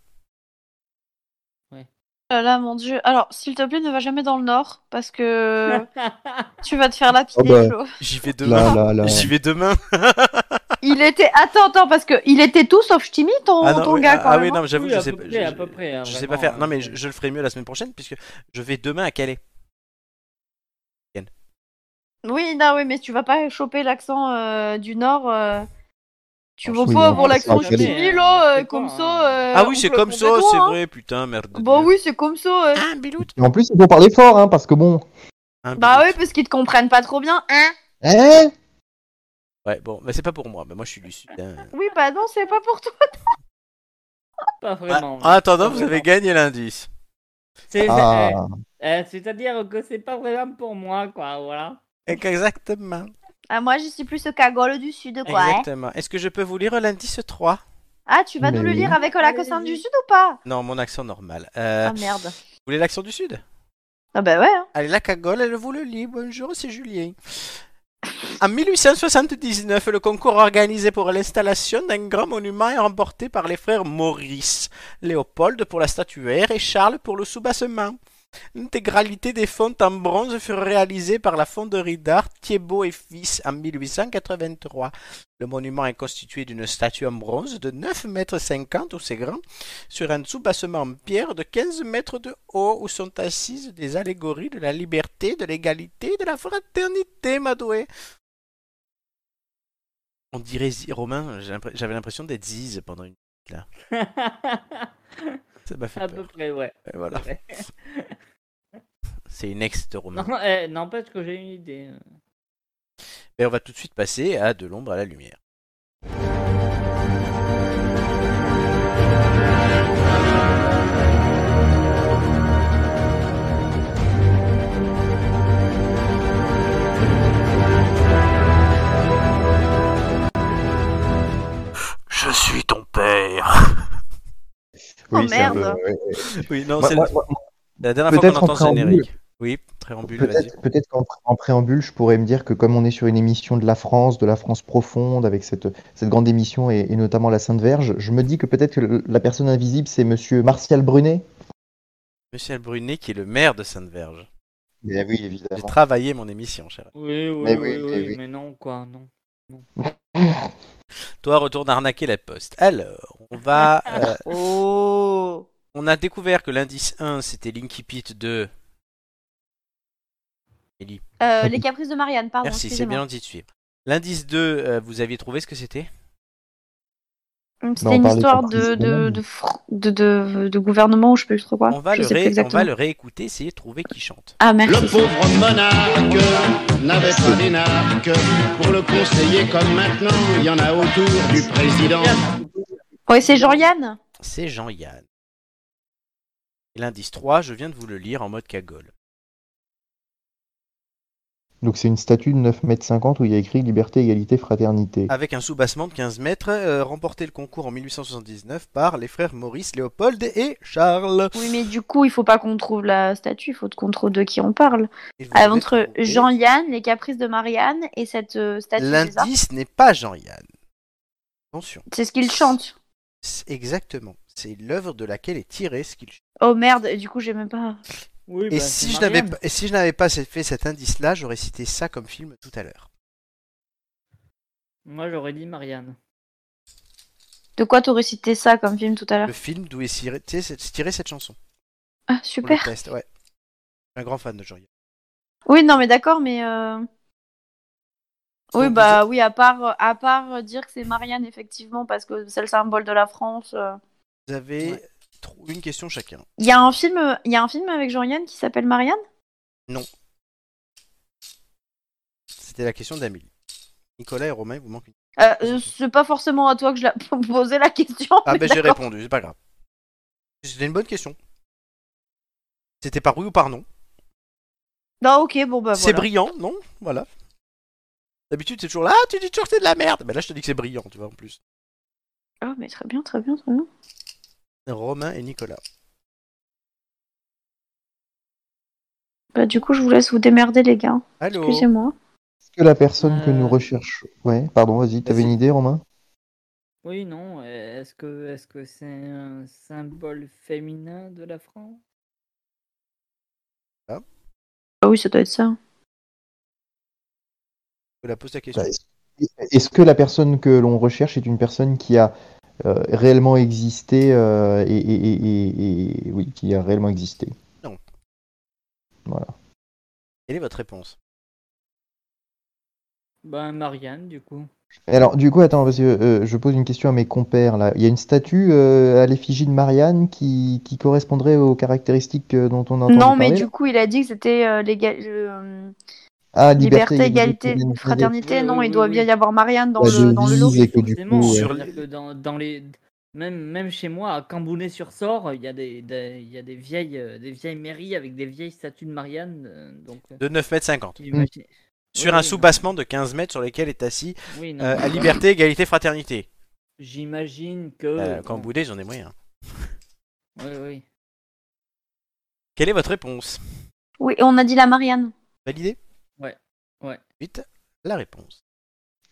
Ah là, mon dieu. Alors, s'il te plaît, ne va jamais dans le nord parce
(laughs)
(laughs)
que tu vas te faire lapider,
Oh bah.
Flo.
J'y vais demain.
Là, là, là.
J'y vais demain.
Il était. Attends, attends, parce que il était tout sauf Ch'timi, ton,
ah non,
ton
oui,
gars
ah-
quand
ah
même.
oui,
hein.
non, mais j'avoue,
Oui,
je
à
sais
peu
pas.
près, à
je-
peu près, hein,
je sais
vraiment,
pas faire. Non,
hein,
mais
c'est-
je, je le ferai mieux la semaine prochaine puisque je vais demain à Calais.
Oui, non, oui, mais tu vas pas choper l'accent euh, du nord. euh, Tu
Ah,
vas
oui,
pas
non,
avoir l'accent
c'est pas
Ch'timi,
vrai.
là, euh,
C'est
comme
pas,
ça.
hein.
euh,
ah oui,
on
c'est
peut
comme
le
ça,
complètement,
c'est
hein.
vrai, putain, merde. de
Bah
Dieu.
oui, c'est comme ça. euh.
Un Bilout.
Et en plus, il faut parler fort, hein, parce que bon.
Un
Bah
Bilout.
oui, parce qu'ils te comprennent pas trop bien, hein.
Hein
Ouais, bon, mais c'est pas pour moi, mais moi je suis du sud. hein.
Oui, bah non, c'est pas pour toi.
Pas vraiment.
Ah, en attendant,
Pas
vous
vraiment.
avez gagné l'indice. eh,
C'est,
Ah.
eh, eh, c'est-à-dire que c'est pas vraiment pour moi, quoi, voilà. (laughs)
Exactement.
Ah, moi, je suis plus ce cagole du sud, quoi. hein.
Exactement. Est-ce que je peux vous lire l'indice 3
Ah, tu vas nous le
Mais-
lire avec l'accent du
Allez-y.
sud ou pas
Non, mon accent normal. Euh,
Ah merde.
Vous voulez l'accent du sud
Ah bah ouais. hein.
Allez, la cagole, elle vous le lit. Bonjour, c'est Julien. En 1879, le concours organisé pour l'installation d'un grand monument est remporté par les frères Maurice, Léopold pour la statuaire et Charles pour le soubassement. L'intégralité des fontes en bronze fut réalisée par la fonderie d'art Thiebaud et Fils en 1883. Le monument est constitué d'une statue en bronze de 9,50 mètres ou c'est grand, sur un soubassement en pierre de 15 mètres de haut où sont assises des allégories de la liberté, de l'égalité et de la fraternité, Madoué. On dirait Zi- Romain, j'ai l'impr- j'avais l'impression d'être Ziz pendant une.
à
Ça m'a fait
peu
peur.
près, ouais.
Et voilà. C'est une ex de Romain.
(laughs) Non, eh, n'empêche que j'ai une idée.
Mais on va tout de suite passer à De l'ombre à la lumière.
Je suis ton père.
Oh,
c'est un
merde.
peu- ouais, ouais.
Oui, non,
Moi-
c'est
moi-
la-
moi-
la dernière fois
peut-être
qu'on
en
entend ce
préambule.
générique. Oui, préambule, vas-y.
Peut-être peut-être qu'en pré- en préambule, je pourrais me dire que comme on est sur une émission de la France, de la France profonde, avec cette, cette grande émission et, et notamment la Sainte Verge, je me dis que peut-être que le- la personne invisible, c'est Monsieur Martial Brunet.
Michel Brunet, qui est le maire de Sainte-Verge.
Mais Eh oui,
J'ai
évidemment.
travaillé mon émission, cher. ami.
Oui, oui,
Mais oui,
oui, oui,
mais oui.
mais non, quoi, non.
Toi, retourne arnaquer la poste. Alors, on va. euh,
Oh
on a découvert que l'indice 1, c'était l'Inkipit de.
Euh, Les caprices de Marianne, pardon.
Merci, c'est
excusez-moi.
bien gentil de suivre. L'indice 2, euh, vous aviez trouvé ce que c'était
Non,
C'était
Bah, on
une
parlait
histoire
de
de,
caprices de
de,
Marianne.
de, fr- de, de- de gouvernement ou je sais plus trop quoi.
on va,
je
le
sais plus
ré- on
exactement.
va le réécouter, essayer de trouver qui chante.
Ah,
Le
merci.
pauvre monarque n'avait pas d'énarque pour le conseiller comme maintenant, il y en a autour du président.
Ouais, c'est Jean-Yann
C'est Jean-Yann. Et L'indice 3, je viens de vous le lire en mode cagole.
Donc c'est une statue de 9 mètres 50 où il y a écrit Liberté, Égalité, Fraternité.
Avec un soubassement de 15 mètres, euh, remporté le concours en 1879 par les frères Maurice, Léopold et Charles.
Oui, mais du coup, il faut pas qu'on trouve la statue, il faut qu'on trouve de qui on parle.
Et vous
Ah,
devez
Entre
trouver-
Jean-Yann, les caprices de Marianne et cette euh, statue bizarre.
L'indice n'est pas Jean-Yann. Attention,
C'est ce qu'il chante.
C'est- exactement. C'est l'œuvre de laquelle est tiré ce qu'il chante.
Oh merde, et du coup, j'ai même pas.
Oui,
bah,
Et, si je n'avais pas- et si je n'avais pas fait cet indice-là, j'aurais cité ça comme film tout à l'heure.
Moi, j'aurais dit Marianne.
De quoi t'aurais cité ça comme film tout à l'heure
Le film d'où est tiré, tu sais, c'est- tiré cette chanson.
Ah,
Pour le
super.
test, ouais. Je suis un grand fan de Jean-Yann.
Oui, non, mais d'accord, mais. euh, Oui,
Donc,
bah oui, à part, à part dire que c'est Marianne, effectivement, parce que c'est le symbole de la France. euh.
Vous avez tro- une question chacun.
Il y a un film, il y a un film avec Jean-Yann qui s'appelle Marianne
C'était la question d'Amélie. Nicolas et Romain, il vous manque une.
Euh, euh, C'est pas forcément à toi que je la (laughs) posais la question.
Ah,
mais
ben j'ai
d'accord.
répondu, c'est pas grave. C'était une bonne question. C'était par oui ou par non
Non, ok, bon bah
C'est
voilà.
brillant, non Voilà. D'habitude, c'est toujours là, ah, tu dis toujours que c'est de la merde. Mais là, je te dis que c'est brillant, tu vois, en plus.
Ah, mais très bien, très bien, très bien.
Romain et Nicolas.
Bah du coup, je vous laisse vous démerder les gars. hein.
Allô
Excusez-moi.
Est-ce que la personne que
Euh.
nous recherchons... Ouais, pardon, vas-y, t'avais
Vas-y.
une idée, Romain
Oui, non. euh, Est-ce que est-ce que c'est un symbole féminin de la France
Ah oui, ça doit être ça.
Nicolas pose la question.
Bah, est-ce- Est-ce que la personne que l'on recherche est une personne qui a euh, réellement existé euh, et, et- et- et- et- oui, qui a réellement existé
Non.
Voilà.
Quelle est votre réponse
Ben Marianne, du coup.
Et alors, du coup, attends, parce que euh, je pose une question à mes compères là. Il y a une statue euh, à l'effigie de Marianne qui, qui correspondrait aux caractéristiques euh, dont on a entendu
non, mais
parler,
du
là
coup, il a dit que c'était euh, l'éga- euh,
Ah, liberté,
liberté, égalité,
égalité,
fraternité.
Oui,
non,
oui,
il doit
oui,
bien
oui.
y avoir Marianne dans
Bah, je
le dans le lot.
disais que du
Forcément,
coup,
je
Sur
veux dire
les-
que dans, dans les même même chez moi à Cambounet-sur-Sorgue, il y a des, des- il y a des vieilles euh, des vieilles mairies avec des vieilles statues de Marianne euh, donc euh,
De 9 mètres 50.
j'imagine-
Sur
Oui,
un
oui,
soubassement de 15 mètres sur lequel est assis
non, oui, non,
euh, à liberté, égalité, fraternité.
J'imagine que
Euh, quand boudez, j'en ai moyen.
Oui, oui.
Quelle est votre réponse
Oui, on a dit la Marianne.
Validée
Ouais, ouais.
Vite, la réponse.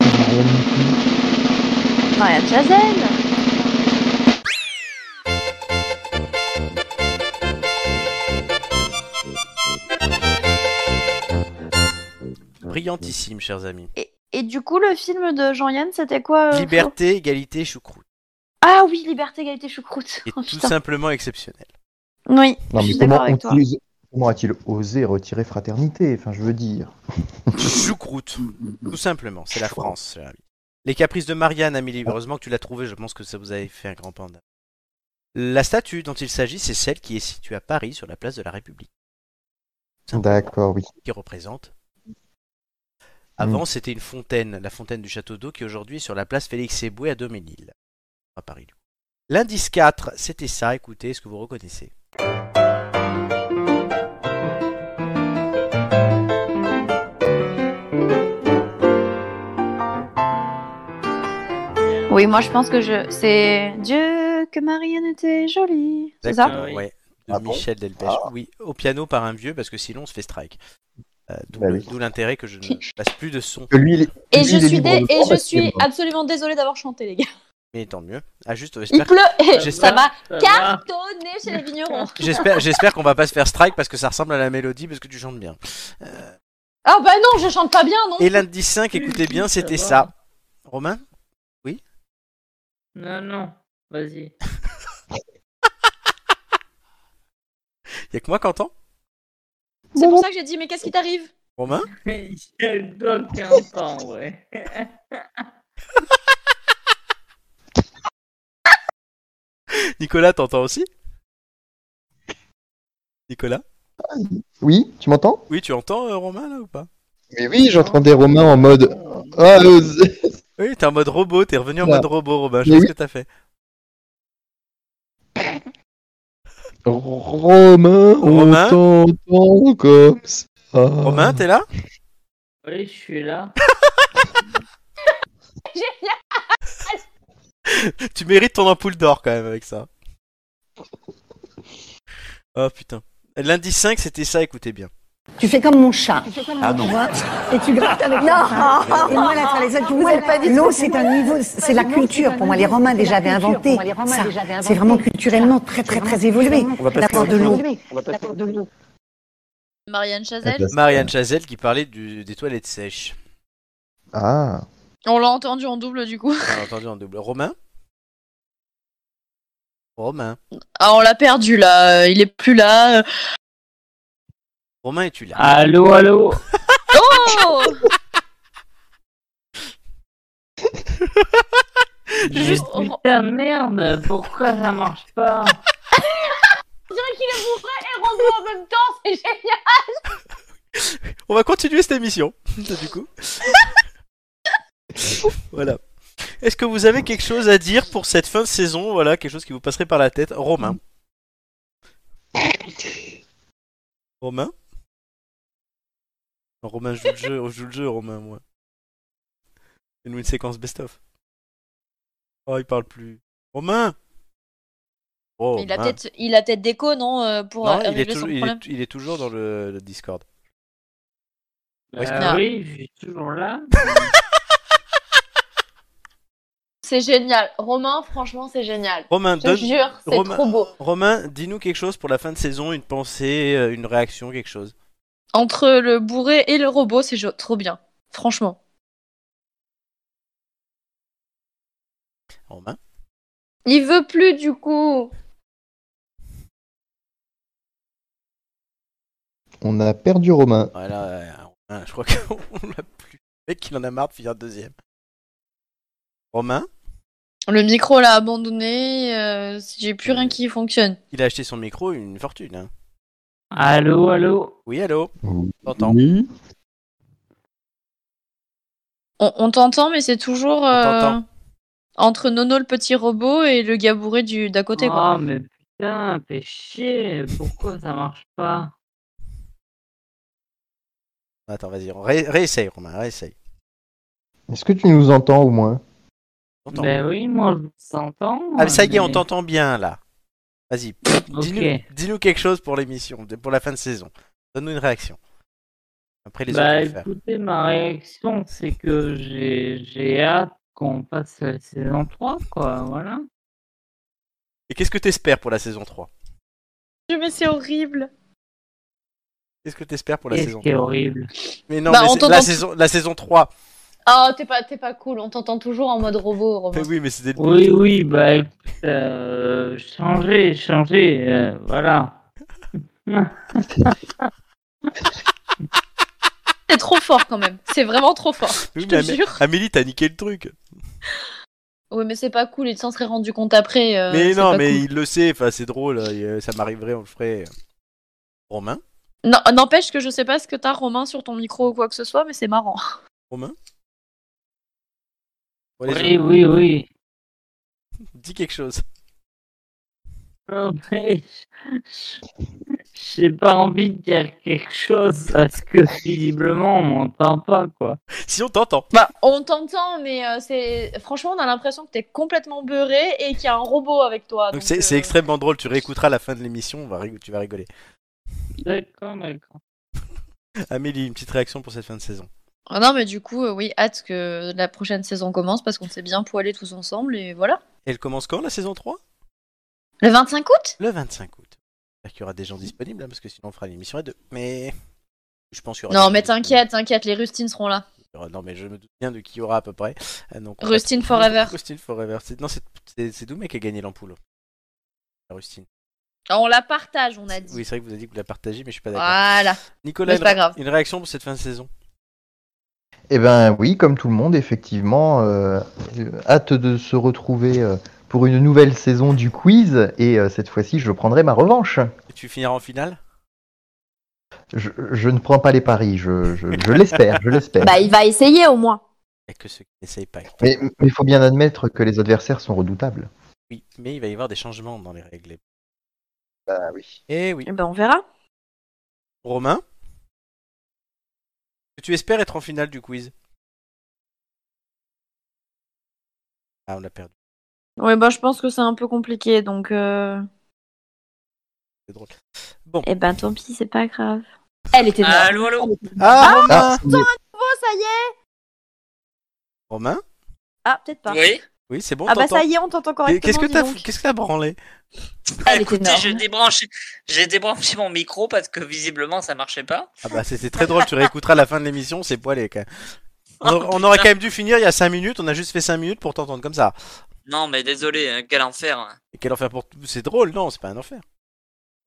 Ah,
Marianne Chazelle.
Brillantissime, chers amis.
Et, et du coup, le film de Jean-Yann, c'était quoi euh, Flo
Liberté, égalité, choucroute.
Ah oui, liberté, égalité, choucroute.
Qui est
Oh,
tout
putain.
simplement exceptionnel.
Oui,
Non,
je
mais
suis d'accord
comment
avec toi.
ont-ils- comment a-t-il osé retirer fraternité Enfin, je veux dire.
Choucroute. Tout simplement, c'est la
Choucroute.
France, cher ami. Les caprices de Marianne, Amélie, heureusement que tu l'as trouvé, je pense que ça vous avait fait un grand panda. La statue dont il s'agit, c'est celle qui est située à Paris, sur la place de la République,
D'accord, oui.
qui représente Avant, c'était une fontaine, la fontaine du château d'eau qui aujourd'hui est sur la place Félix Éboué à Doménil, à Paris. du coup. L'indice 4, c'était ça, écoutez, est-ce que vous reconnaissez
Oui, moi je pense que je. C'est Dieu que Marianne était jolie. C'est ça
Exactement, ouais.
Ah
De Michel Delpech. Oui, au piano par un vieux, parce que sinon on se fait strike. Euh, D'où
Bah oui.
d'où l'intérêt que je ne passe plus de son.
Que lui, il est-
Euh,
Et
lui,
je
il est
suis
libre
dé-
de
et
droit
je
parce qu'il est
suis
mort.
absolument désolée d'avoir chanté, les gars.
Mais tant mieux. Ah, juste,
Il
j'espère
pleut et
j'espère-
ça m'a
Ça va.
cartonné chez les vignerons.
J'espère, j'espère qu'on va pas se faire strike parce que ça ressemble à la mélodie parce que tu chantes bien.
Ah bah non, je chante pas bien, non
Et l'indice 5, écoutez bien, c'était ça. Romain
Non, non, vas-y. (laughs)
Y a que moi qui entends
C'est pour ça que j'ai dit, mais qu'est-ce qui t'arrive
Romain
Il doit qu'entendre, ouais.
Nicolas, t'entends aussi Nicolas
Oui, tu m'entends
Oui, tu entends euh, Romain là ou pas
Mais oui, j'entendais Romain en mode. Ah, euh,
Oui, t'es en mode robot, t'es revenu en
Là.
mode robot, Romain. Je
Bah. Mais
sais ce que
oui.
t'as fait.
Romain,
Romain
on t'entend comme ça.
Romain, t'es là
Oui, je suis là.
Tu mérites ton ampoule d'or quand même avec ça. Oh putain. L'indice 5, c'était ça, écoutez bien.
Tu fais comme mon (laughs) chat.
Ah non.
Et tu grattes avec Non Et moi, la traversette, vous êtes pas L'eau, c'est un niveau, c'est la culture. Pour moi, les Romains déjà avaient inventé ça. C'est vraiment culturellement très, très, très évolué.
On va pas
L'apport de
faire-
l'eau.
Marianne Chazelle
Marianne Chazelle qui parlait du- des toilettes sèches.
Ah.
On l'a entendu en double du coup.
On l'a entendu en double. Romain Romain.
Ah, on l'a perdu là, il est plus là.
Romain, es-tu
Ah,
là
Allô, allô.
Oh
Juste-
Putain, merde, pourquoi ça marche pas
Je dirais qu'il est bourré et robot en même temps, c'est génial
On va continuer cette émission, (laughs) du coup. voilà. Est-ce que vous avez quelque chose à dire pour cette fin de saison Voilà, quelque chose qui vous passerait par la tête. Romain. Romain Non, Romain joue le jeu, on joue le jeu, Romain, moi. Fais-nous une séquence best-of. Oh, il parle plus. Romain Oh,
Il a
mince.
peut-être il a peut-être d'écho, non euh, Pour
Non,
euh,
il est,
régler son
toujours, il,
problème.
est, il est toujours dans le, le Discord.
Euh,
Excuse-moi.
Oui, je suis toujours là.
C'est génial. Romain, franchement, c'est génial.
Romain,
Je te
donne...
jure, c'est
Romain-
trop beau.
Romain, dis-nous quelque chose pour la fin de saison, une pensée, euh, une réaction, quelque chose.
Entre le bourré et le robot, c'est jo- trop bien. Franchement.
Romain
Il veut plus du coup.
On a perdu Romain.
Voilà, euh, Romain, je crois (laughs) qu'on l'a plus. Le mec, il en a marre de finir deuxième. Romain,
Le micro l'a abandonné, euh, j'ai plus rien qui fonctionne.
il a acheté son micro, une fortune. hein.
Allô, allô.
Oui, allô T'entends
Oui.
On, on t'entend, mais c'est toujours euh,
t'entend.
entre Nono le petit robot et le gars bourré du d'à côté.
Oh,
Ah.
Quoi.
mais putain, fais chier. Pourquoi ça marche pas
Attends, vas-y, on ré- réessaye, Romain, réessaye.
Est-ce que tu nous entends au moins
T'entends.
Ben oui, moi je vous entends.
Ah, ça y est, on
mais-
t'entend bien, là. Vas-y,
Ok.
dis-nous dis-nous quelque chose pour l'émission, de- pour la fin de saison. Donne-nous une réaction. Après les
Bah
autres, on va faire.
écoutez, ma réaction, c'est que j'ai j'ai hâte qu'on passe la saison 3, quoi, voilà.
Et qu'est-ce que t'espères pour la saison 3
Mais c'est horrible.
Qu'est-ce que t'espères pour la
Qu'est-ce
saison
qui est
3
horrible.
Mais non,
Bah,
mais
on
c'est-
t'entend
la,
tout-
saison, la saison 3.
Oh,
Ah,
t'es pas, t'es pas cool, on t'entend toujours en mode robot, Romain.
Mais oui, mais c'était le
Oui, oui, bah écoute, euh, changez, changez, euh, voilà.
C'est trop fort quand même, c'est vraiment trop fort,
Oui,
je
mais
te
Amé-
jure.
Amélie, t'as niqué le truc.
Oui, mais c'est pas cool, il s'en serait rendu compte après. euh,
mais
c'est
non,
pas
mais
cool.
il le sait, enfin, c'est drôle, euh, ça m'arriverait, on le ferait. euh, Romain
Non, N'empêche que je sais pas ce que t'as, Romain, sur ton micro ou quoi que ce soit, mais c'est marrant.
Romain Pour
Oui,
les autres.
oui, oui.
Dis quelque chose. (laughs)
Non, Oh, mais je- J'ai pas envie de dire quelque chose parce que visiblement on m'entend pas quoi.
Si on t'entend.
Bah, on t'entend, mais euh, c'est franchement, on a l'impression que t'es complètement beurré et qu'il y a un robot avec toi.
Donc
Donc, euh,
c'est
euh,
c'est extrêmement drôle, tu réécouteras la fin de l'émission, on va rig- tu vas rigoler.
D'accord, d'accord.
Amélie, une petite réaction pour cette fin de saison.
Ah non, mais du coup, euh, oui, hâte que la prochaine saison commence parce qu'on s'est bien poilés tous ensemble et voilà.
Elle commence quand la saison 3
Le 25 août
Le 25 août. J'espère qu'il y aura des gens disponibles, hein, parce que sinon on fera l'émission à deux. Mais je pense qu'il y aura
Non,
des
mais
gens
t'inquiète, t'inquiète, les rustines seront là.
disponibles. Euh, Non, mais je me doute bien de qui il y aura à peu près. Euh, donc, on va-
Rustin Forever.
Rustin Forever. C'est- Non, c'est- c'est c'est Doumé qui a gagné l'ampoule. La Rustin.
Ah, On la partage, on a dit.
Oui, c'est vrai que vous avez dit que vous la partagez, mais je suis pas d'accord.
Voilà.
Nicolas,
Mais
une,
c'est pas
ré-
grave.
une réaction pour cette fin de saison
Eh ben oui, comme tout le monde, effectivement, euh, euh, hâte de se retrouver euh, pour une nouvelle saison du quiz et euh, cette fois-ci, je prendrai ma revanche.
Et Tu finiras en finale
Je, je ne prends pas les paris, je, je- je l'espère, je l'espère.
(laughs) Bah, il va essayer au moins.
Et que ceux qui n'essayent pas.
Mais il faut bien admettre que les adversaires sont redoutables.
Oui, mais il va y avoir des changements dans les règles.
Bah oui.
Eh oui.
Eh ben, on verra.
Romain Tu espères être en finale du quiz Ah, on a perdu.
Ouais, bah, je pense que c'est un peu compliqué, donc. Euh...
C'est drôle. Bon.
Eh ben, tant pis, c'est pas grave. Elle était là.
Allô, allô
Ah,
Ah,
Romain
Bon, Oh, ça y est
Romain
Ah, peut-être pas.
Oui
Oui, c'est bon,
ah, bah,
t'entends.
ça y est, on t'entend correctement.
Qu'est-ce que
dis
t'as
donc.
qu'est-ce que t'as branlé
Bah,
Elle était
écoutez,
énorme.
j'ai débranché, j'ai débranché mon micro parce que visiblement ça marchait pas.
Ah bah c'était très drôle, tu réécouteras la fin de l'émission, c'est poilé quand même.
Oh,
On, aur- on aurait quand même dû finir il y a 5 minutes, on a juste fait 5 minutes pour t'entendre comme ça.
Non, mais désolé, hein, quel enfer.
Et quel enfer pour tout C'est drôle, non, c'est pas un enfer.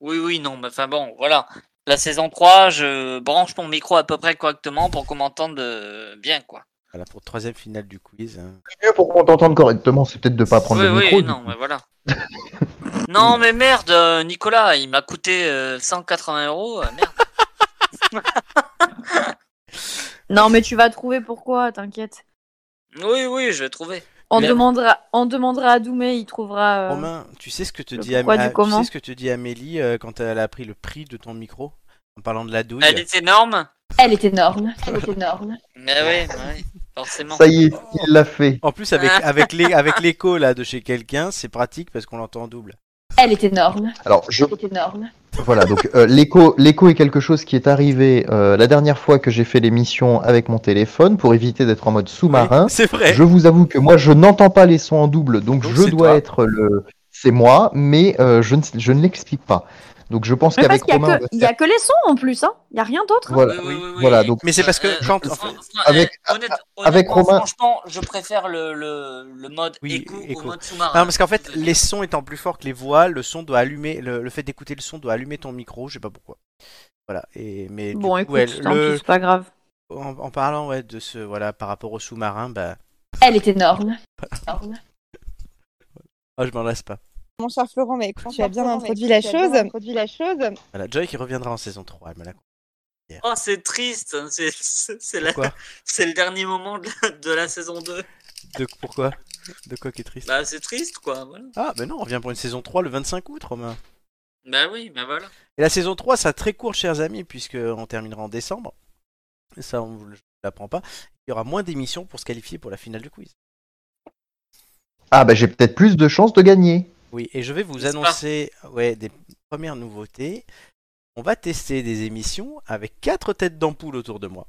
Oui, oui, non, mais enfin bon, voilà. La saison 3, je branche mon micro à peu près correctement pour qu'on m'entende euh, bien, quoi.
Voilà pour troisième finale du quiz. hein.
mieux pour qu'on t'entende correctement, c'est peut-être de pas prendre
oui,
le
oui,
micro. du
non,
coup.
mais
(laughs)
voilà. non, mais merde, euh, Nicolas, il m'a coûté euh, 180 euros, euh,
(laughs)
merde.
Non, mais tu vas trouver pourquoi, t'inquiète.
Oui, oui, je vais trouver.
On
Mais-
demandera, on demandera à Doumé, il trouvera. euh,
Romain, tu sais ce que te
le
dit Am-
pourquoi du
ah, tu
comment
sais ce que te dit Amélie euh, quand elle a pris le prix de ton micro en parlant de la douille.
Elle est énorme.
Elle est énorme. Elle est énorme.
Mais oui, oui, forcément.
Ça y est, il l'a fait.
En plus avec
Ah.
avec les avec l'écho là de chez quelqu'un, c'est pratique parce qu'on l'entend en double.
Elle est énorme.
Alors, je,
est énorme.
Voilà, donc euh, l'écho, l'écho est quelque chose qui est arrivé euh, la dernière fois que j'ai fait l'émission avec mon téléphone pour éviter d'être en mode sous-marin.
Oui, c'est vrai.
Je vous avoue que moi, je n'entends pas les sons en double, donc,
Donc,
je
c'est
dois
toi.
être le. C'est moi, mais euh, je, ne, je ne l'explique pas. Donc je pense
Mais
qu'avec
parce qu'il y a,
Romain, on
que,
va
il y
faire-
a que les sons en plus, hein. Il y a rien d'autre. hein.
voilà,
Oui, oui, oui, oui.
voilà, donc
Mais c'est parce que
Euh,
quand-
fran- fran-
Avec-
euh, honnête-
avec
honnêtement,
Romain-
Franchement, je préfère le, le, le mode
Oui,
écho,
écho.
au mode sous-marin. Euh,
Non, parce qu'en fait, les sons étant plus forts que les voix, le son doit allumer, le, le fait d'écouter le son doit allumer ton micro, je sais pas pourquoi. Voilà. Et mais du
Bon,
coup,
écoute,
elle-
tant
le-
pis, c'est pas grave.
en, en parlant ouais, de ce voilà par rapport au sous-marin, bah
Elle
(laughs)
est énorme.
oh, je m'en lasse pas.
Mon cher Florent, mais écoute, tu as bien introduit la chose. la chose.
Voilà, Joy qui reviendra en saison 3, elle me l'a compris.
Oh, c'est triste. hein, c'est- C'est c'est la-
Pourquoi
(laughs) c'est le dernier moment de la, de la saison 2.
De pourquoi De quoi qui est triste
Bah, c'est triste, quoi. Voilà.
Ah, mais non, on revient pour une saison 3 le 25 août, Romain.
Bah oui, bah voilà.
Et la saison 3 sera très courte, chers amis, puisque on terminera en décembre. Et ça, on ne l'apprend pas. Il y aura moins d'émissions pour se qualifier pour la finale du quiz.
ah bah j'ai peut-être plus de chances de gagner.
Oui, et je vais vous
N'est-ce pas
annoncer ouais, des premières nouveautés. On va tester des émissions avec quatre têtes d'ampoule autour de moi.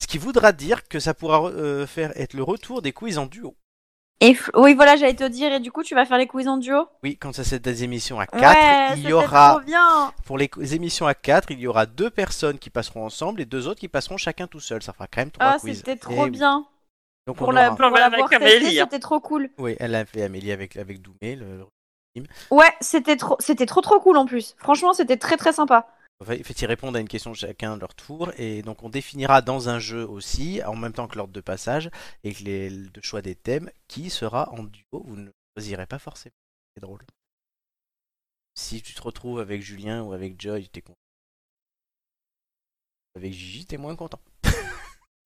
Ce qui voudra dire que ça pourra euh, faire être le retour des quiz en duo.
Et f- oui, voilà, j'allais te dire. Et du coup, tu vas faire les quiz en duo
Oui, quand ça c'est des émissions à
Ouais,
4, il
c'était
y aura
trop bien.
pour les co- émissions à 4, il y aura deux personnes qui passeront ensemble et deux autres qui passeront chacun tout seul. Ça fera quand même trois
Ah,
quiz.
c'était
Eh
trop
oui.
bien.
Donc on
Pour la
aura-
pour
Voilà,
l'avoir
avec
testé,
Amélie, hein.
c'était trop cool.
Oui, elle l'a fait Amélie avec avec Doumé. le- le-
Ouais, c'était trop, c'était trop trop cool en plus. Franchement, c'était très très sympa.
Enfin, il fait y répondre à une question chacun de leur tour, et donc on définira dans un jeu aussi, en même temps que l'ordre de passage et que les, le choix des thèmes, qui sera en duo. Vous ne le choisirez pas forcément. C'est drôle. Si tu te retrouves avec Julien ou avec Joy, t'es content. Avec Gigi, t'es moins content.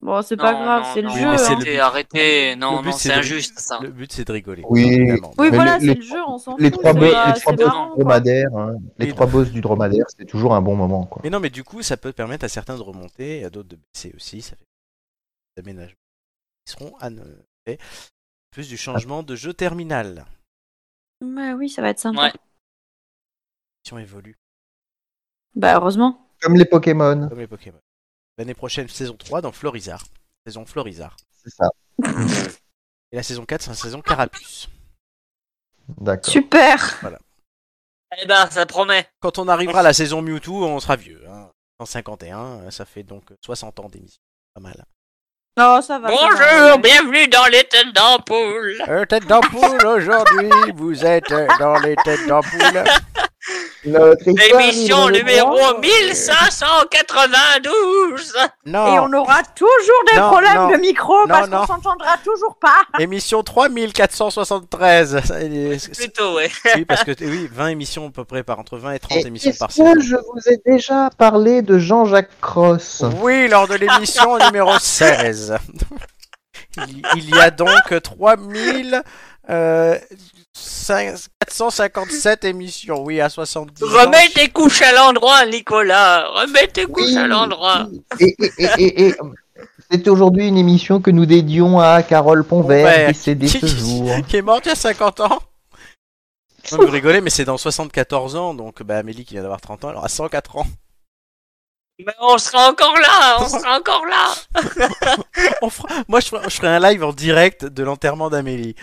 Bon, c'est pas
Non,
grave,
non,
c'est le
non,
jeu.
non,
hein.
Arrêtez, arrêtez. Non,
Le but,
non, c'est
de-
injuste ça.
Le but c'est de rigoler.
Oui,
Oui,
mais
voilà,
les-
c'est
les-
le jeu, on s'en
Les
fout,
trois,
c'est
boss-
pas-
les trois
c'est
boss
marrant,
du
quoi.
dromadaire, hein. les trois boss du dromadaire, c'est toujours un bon moment. Quoi.
Mais non, mais du coup, ça peut permettre à certains de remonter et à d'autres de baisser aussi. Ça fait des aménagements qui seront à ne- faits. Plus du changement de jeu terminal.
Bah oui, ça va être sympa.
L'émission évolue
Bah heureusement.
Comme les Pokémon,
comme les Pokémon. L'année prochaine, saison 3 dans Florizard. Saison Florizard.
c'est ça.
Et la saison 4, c'est la saison Carapuce.
D'accord.
Super
Voilà.
Eh ben, ça promet.
Quand on arrivera à la saison Mewtwo, on sera vieux. Hein. 151, hein, ça fait donc 60 ans d'émission. Pas mal.
Non, Oh, ça va. ça va.
Bonjour, bienvenue dans les têtes d'ampoule.
Euh, tête d'ampoule, aujourd'hui, vous êtes dans les têtes d'ampoule.
Notre histoire,
Émission
il est
numéro
euh,
grand.
1592.
Non.
Et on aura toujours des
Oh. Non,
problèmes
non.
de micro
Non,
parce
non.
qu'on s'entendra toujours pas.
Émission 3473. Ça, il est-
Plutôt, ouais.
Oui, parce que oui, 20 émissions à peu près par entre 20 et 30
Et
émissions
Est-ce
par saison.
que je vous ai déjà parlé de Jean-Jacques
Hein.
Cross
Oui, lors de
(laughs)
l'émission numéro 16. Il, il y a donc 3000 euh, cinq- 457 émissions, oui, à 70. ans.
Remets tes couches à l'endroit, Nicolas. Remets tes couches
Oui.
à l'endroit.
Et, et- et- et- et, euh, c'est aujourd'hui une émission que nous dédions à Carole
Ponvert.
Ponvert, décédée
Qui-
ce jour.
Qui est morte il y a 50 ans Non, mais vous rigolez, mais c'est dans 74 ans, donc bah, Amélie qui vient d'avoir 30 ans, alors à 104 ans. (laughs)
Mais on sera encore là, (laughs) on sera encore là.
On fera- Moi, je, ferai- je ferai un live en direct de l'enterrement d'Amélie.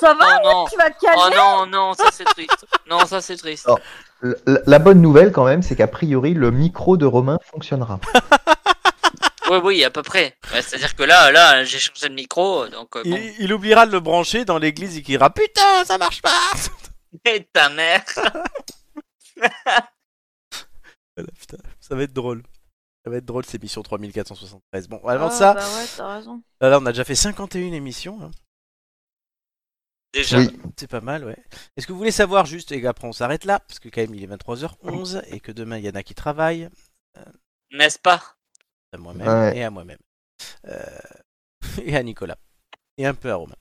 Ça va
Oh non,
Tu vas te calmer
oh non, non, ça c'est triste.
Ah,
Non, ça c'est triste.
Oh. L- La, bonne nouvelle quand même, c'est qu'a priori le micro de Romain fonctionnera.
Oui, oui, à peu près. Ouais, C'est-à-dire que là, là, j'ai changé de micro, donc euh, bon.
Il, il oubliera de le brancher dans l'église, il criera Putain, ça marche pas
(laughs)
(laughs)
Et ta mère.
Voilà, putain, ça va être drôle. Ça va être drôle, cette émission 3473. Bon,
Ah,
avant ça,
Bah ouais, t'as raison.
là, là, on a déjà fait 51 émissions. hein.
Déjà.
Oui,
C'est pas mal, ouais. Est-ce que vous voulez savoir juste, et après on s'arrête là, parce que quand même il est 23h11 et que demain il y en a qui travaillent,
N'est-ce pas
à moi-même
Ouais.
et à moi-même. Euh, (laughs) et à Nicolas. Et un peu à Romain.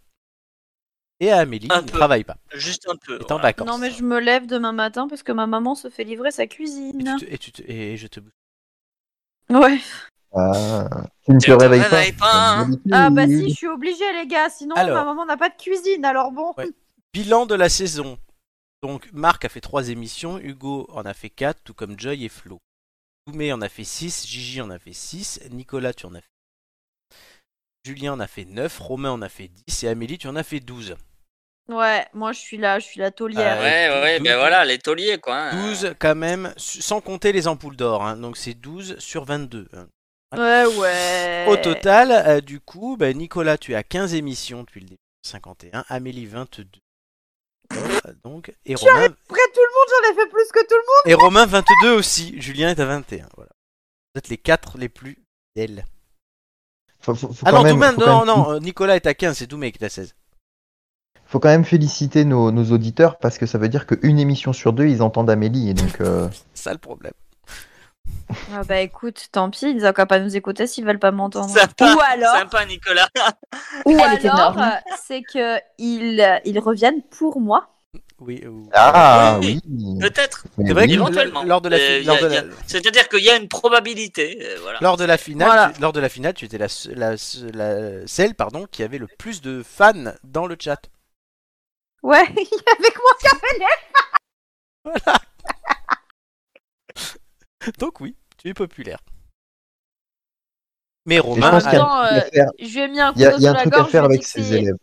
Et à Amélie,
Un
qui ne
peu.
travaille pas.
Juste un peu.
Elle est en
voilà.
vacances.
Non, mais je me lève demain matin parce que ma maman se fait livrer sa
Et,
cuisine.
tu te- et, tu te- et je te bouge.
Ouais.
Ah, tu ne
Tu
te
te
réveilles
réveilles pas,
pas.
hein.
Ah bah si, je suis obligée les gars, sinon
Mmh. Alors.
ma maman n'a pas de cuisine, alors bon.
Ouais. Bilan de la saison. Donc Marc a fait 3 émissions, Hugo en a fait 4, tout comme Joy et Flo. Doumé en a fait 6, Gigi en a fait 6, Nicolas tu en as fait 10, Julien en a fait 9, Romain en a fait 10 et Amélie tu en as fait 12.
Ouais, moi je suis là, je suis la taulière.
Ah
Ouais,
douze,
ouais, ben
douze.
voilà, les tauliers, quoi.
Ah.
hein.
12 quand même, su- sans compter les ampoules d'or, hein. donc c'est 12 sur 22. hein.
Ouais, ouais.
Au total, euh, du coup, bah, Nicolas tu as 15 émissions depuis le début, 51, Amélie 22. Euh, Donc, et Romain,
Après tout le monde, j'en ai fait plus que tout le
Et Romain 22 aussi. Julien est à 21. Voilà. Vous êtes les 4 les plus fidèles.
Faut, faut- faut
Ah
quand
non,
même-
Doumé,
faut quand
non,
même-
non, euh, Nicolas est à 15, c'est Doumé qui est à 16.
faut quand même féliciter nos, nos auditeurs parce que ça veut dire qu'une émission sur deux, ils entendent Amélie. Et donc, euh,
C'est ça le problème.
Ah bah écoute, tant pis, ils n'ont qu'à pas nous écouter s'ils veulent pas m'entendre.
Sympa,
Ou alors,
sympa, Nicolas.
ou
Elle est
alors,
énorme.
euh, c'est que ils, ils reviennent pour moi.
Oui. ou-
Ah
Oui,
oui.
Peut-être,
Mais
C'est vrai
oui.
que-
éventuellement.
lors de la-
Euh,
lors
y a-
de la-
y a- C'est-à-dire qu'il y a une probabilité. euh, voilà.
Lors de la finale,
Voilà.
tu- lors de la finale, tu étais la, se- la se- la- celle pardon qui avait le plus de fans dans le chat. (laughs)
(laughs)
Ouais,
avec moi
Donc oui, tu es populaire. Mais
Et je
Romain,
pense
a-
qu'il y a
attends,
un truc à
euh,
faire-
je lui ai mis un
il y a-
couteau
il y a
sur
un
la
truc à
gorge. Je
faire
lui ai
avec
dit que
ses
si-
élèves.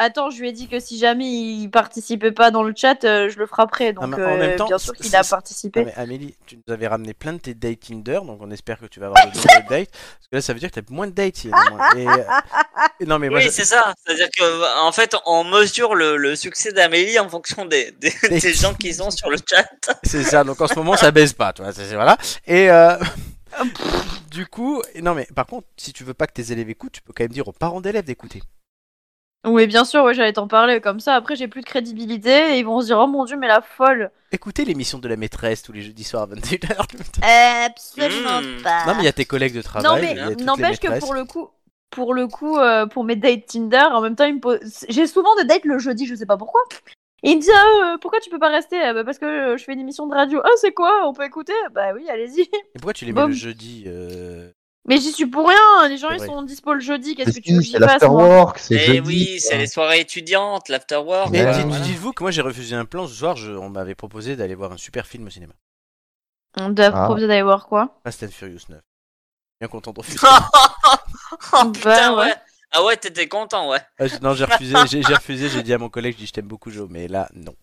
Attends, je lui ai dit que si jamais il participait pas dans le chat, euh, je le frapperais. Donc
Ah, mais en
euh,
même temps,
bien sûr
c'est-
qu'il a
c'est-
participé.
Non, Ah, mais Amélie, tu nous avais ramené plein de tes dates Tinder, donc on espère que tu vas
(laughs)
avoir de nouvelles dates. Parce que là, ça veut dire que t'as moins de dates. il y en a moins. Et, euh, et non, mais moi,
oui,
je-
c'est ça. C'est-à-dire que en fait, on mesure le, le succès d'Amélie en fonction des, (laughs) des,
Des-
des gens qui sont sur le chat.
(laughs) c'est ça. Donc en ce moment, ça baisse pas, tu vois. c'est- c'est- Voilà. Et euh, (laughs) du coup, non, mais par contre, si tu veux pas que tes élèves écoutent, tu peux quand même dire aux parents d'élèves d'écouter.
Oui, bien sûr, ouais, j'allais t'en parler comme ça. Après, j'ai plus de crédibilité et ils vont se dire Oh mon dieu, mais la folle
Écoutez l'émission de la maîtresse tous les jeudis soirs à (laughs) 21h.
Absolument pas
Non, mais il y a tes collègues de
Hmm. Ah. Non,
travail. il y a
mais
toutes les
n'empêche que
maîtresses.
pour le coup, pour le coup, euh, pour mes dates Tinder, en même temps, ils me posent- j'ai souvent des dates le jeudi, je sais pas pourquoi. Et ils me disent Ah, euh, pourquoi tu peux pas rester Ah, bah, Parce que euh, je fais une émission de radio. Ah, c'est quoi On peut écouter Bah oui, allez-y.
Et pourquoi tu les
Bon.
mets le jeudi euh,
Mais j'y suis pour rien. Les gens
C'est
ils
vrai.
sont dispo le jeudi.
Mais
Qu'est-ce que tu
si,
veux que
c'est
j'y fasse moi
l'afterwork, c'est
Eh
jeudi.
oui, c'est les soirées étudiantes, l'afterwork.
Mais
voilà,
dites-
voilà.
dites-vous que moi j'ai refusé un plan ce soir, je- on m'avait proposé d'aller voir un super film au cinéma.
On doit
Ah.
proposer d'aller voir quoi
Fast and Furious 9. Bien content de (laughs) refuser.
oh putain,
Bah, ouais.
ouais. Ah ouais, t'étais content, ouais.
Ah, je- non, j'ai refusé, j'ai j'ai refusé, j'ai dit à mon collègue, je dis je t'aime beaucoup Joe, mais là non.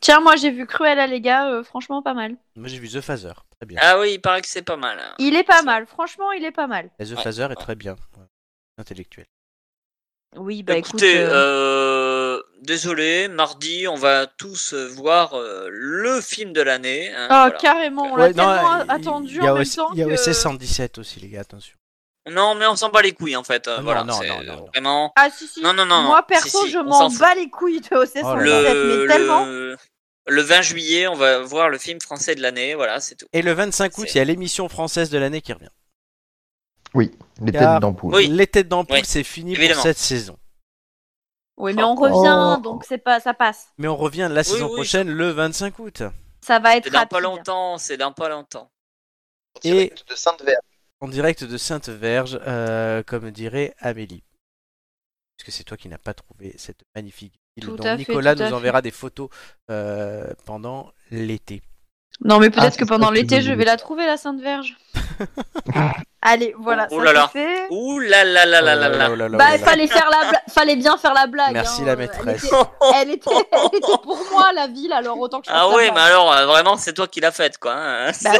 Tiens, moi j'ai vu Cruella, les gars. euh, franchement, pas mal.
Moi j'ai vu The Phaser, très bien.
Ah oui, il paraît que c'est pas mal. hein.
Il est pas mal. Franchement, il est pas mal.
Et The Phaser est très bien. ouais. Intellectuel.
Oui, bah écoute.
Écoutez,
euh,
euh, désolé, mardi, on va tous euh, voir euh, le film de l'année. hein,
Ah,
voilà.
carrément, on
Ouais,
l'a
non,
tellement
il-
attendu
Il y
en
a
même
aussi-
temps
il y a
que...
aussi 117 aussi, les gars, attention.
Non, mais on s'en bat les couilles en fait. euh,
Ah non,
voilà,
non,
c'est
non, non, non.
vraiment.
Ah si si,
Non, non, non,
moi
non, si,
perso
si,
je
on
m'en
s'en fout.
bats les couilles de OC
Oh
117,
là là.
mais tellement...
euh, le... le 20 juillet, on va voir le film français de l'année. Voilà, c'est tout.
Et le 25 août,
C'est-
il y a l'émission française de l'année qui revient.
Oui, les
Car-
têtes d'ampoule.
Oui.
Les têtes d'ampoule,
Oui,
c'est fini
évidemment.
pour cette saison.
Oui mais on revient,
Oh.
donc c'est pas, ça passe.
Mais on revient la saison
oui.
prochaine le 25 août.
Ça va être
C'est dans
rapide.
pas longtemps, c'est dans pas longtemps.
Et
de Sainte-Verte.
en direct de Sainte-Verge, euh, comme dirait Amélie. Parce que c'est toi qui n'as pas trouvé cette magnifique île
Tout
dont
à fait,
Nicolas
tout à
nous
fait.
enverra des photos euh, pendant l'été.
Non mais peut-être
Ah,
que
c'est
pendant
ça que tu
l'été
veux
je
dire.
vais la trouver la Sainte Verge. Allez, voilà,
Oh
ça
là
c'est
là.
fait.
Ouh là là là là là là.
Bah
Oh là là.
fallait faire la bla- fallait bien faire la blague.
Merci
hein,
la
euh,
maîtresse.
Elle était, elle était, elle
(laughs)
était pour moi la ville alors autant que je
Ah
fasse la
ouais,
blague.
mais alors euh, vraiment, c'est toi qui l'as faite quoi. hein.
Bah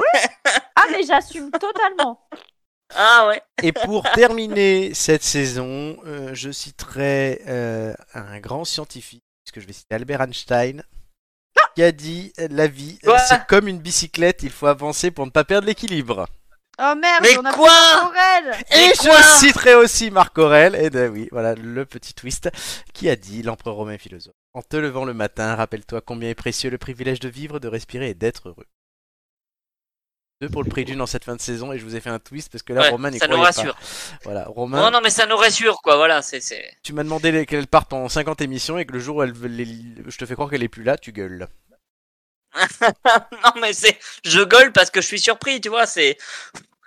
Ah mais j'assume totalement.
Ah ouais.
Et
(laughs)
pour terminer cette saison, euh, je citerai euh, un grand scientifique, puisque je vais citer Albert Einstein,
Ah
qui a dit La vie, euh,
Quoi
c'est comme une bicyclette, il faut avancer pour ne pas perdre l'équilibre.
Oh merde,
Mais
on a
quoi
pris Aurel.
Et
Mais quoi
je citerai aussi Marc Aurel, et ben oui, voilà le petit twist, qui a dit L'empereur romain philosophe. En te levant le matin, rappelle-toi combien est précieux le privilège de vivre, de respirer et d'être heureux. Deux pour le prix d'une en cette fin de saison, et je vous ai fait un twist parce que là,
Ouais,
Romain n'y
ça nous
croyait pas.
rassure.
Voilà, Romain.
Non, non, mais ça nous rassure quoi. Voilà, c'est c'est.
Tu m'as demandé les- qu'elle parte en 50 émissions et que le jour où elle, veut les- je te fais croire qu'elle est plus là, tu gueules.
(laughs) non mais c'est je gueule parce que je suis surpris, tu vois, c'est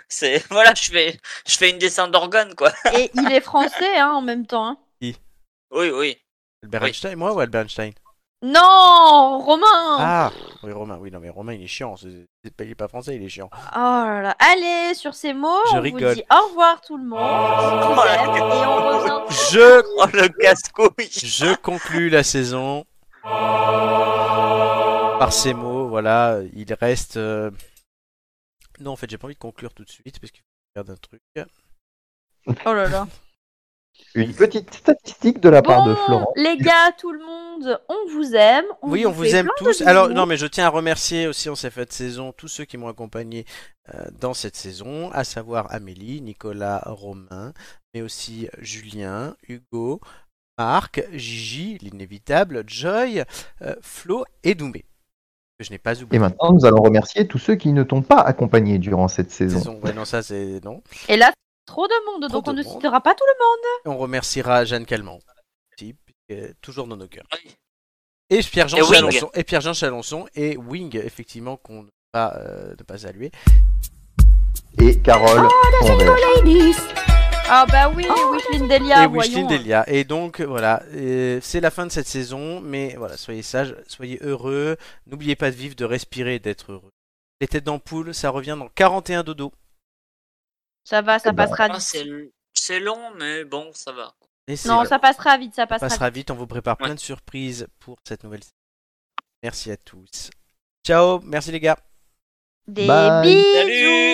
c'est (laughs) voilà, je fais je fais une descente d'organe quoi.
Et il est français hein, en même temps. hein.
Oui, oui.
Albert
Oui.
Einstein, moi ou Albert Einstein
Non, Romain.
Ah Oui, Romain, oui, non mais Romain il est chiant, c'est- c'est pas- il est pas français, il est chiant.
Oh là là. Allez, sur ces mots,
Je
on vous
rigole.
dit au revoir tout le monde.
Oh, la gueule.
Et on revient
Je,
Oh le casse-couille.
je conclus la saison par ces mots, voilà, il reste... euh, Non, en fait, j'ai pas envie de conclure tout de suite parce qu'il faut faire un truc.
Oh là là.
Une petite statistique de la part
Bon,
de Florent.
les gars, tout le monde, on vous aime.
oui, on vous
fait
aime
plein de
tous. Alors,
bisous.
non, mais je tiens à remercier aussi en cette fin de saison tous ceux qui m'ont accompagné euh, dans cette saison, à savoir Amélie, Nicolas, Romain, mais aussi euh, Julien, Hugo, Marc, Gigi, l'inévitable, Joy, euh, Flo et Doumé. Que je n'ai pas
Et
oublié.
maintenant, nous allons remercier tous ceux qui ne t'ont pas accompagné durant cette
cette
saison.
saison. Ouais, non, ça c'est non.
Et là, trop de monde,
Trop
donc on
de
ne
monde.
citera pas tout le monde.
Et on remerciera Jeanne Calment, aussi, puisque- toujours dans nos cœurs.
Oui.
Et Pierre-Jean
Et Wing.
Chalençon, et Pierre-Jean Chalençon et Wing, effectivement, qu'on ne peut pas, euh, ne pas saluer.
Et
Oh,
Carole, Convert.
Ah bah oui, Wishlin Delia,
et
voyons.
Wishlin Delia. Et donc voilà, euh, c'est la fin de cette saison, mais voilà, soyez sages, soyez heureux, n'oubliez pas de vivre, de respirer, et d'être heureux. Les têtes d'ampoule, ça revient dans 41 dodo.
Ça va, ça
Eh ben,
passera
Ah,
vite.
c'est l- c'est long mais bon, ça va.
Et c'est-
Non, ça passera vite, ça
ça
passera
passera vite, on vous prépare plein de surprises pour cette nouvelle saison. Merci à tous. Ciao, merci les gars.
vite. Des
Bye.
bisous.
Salut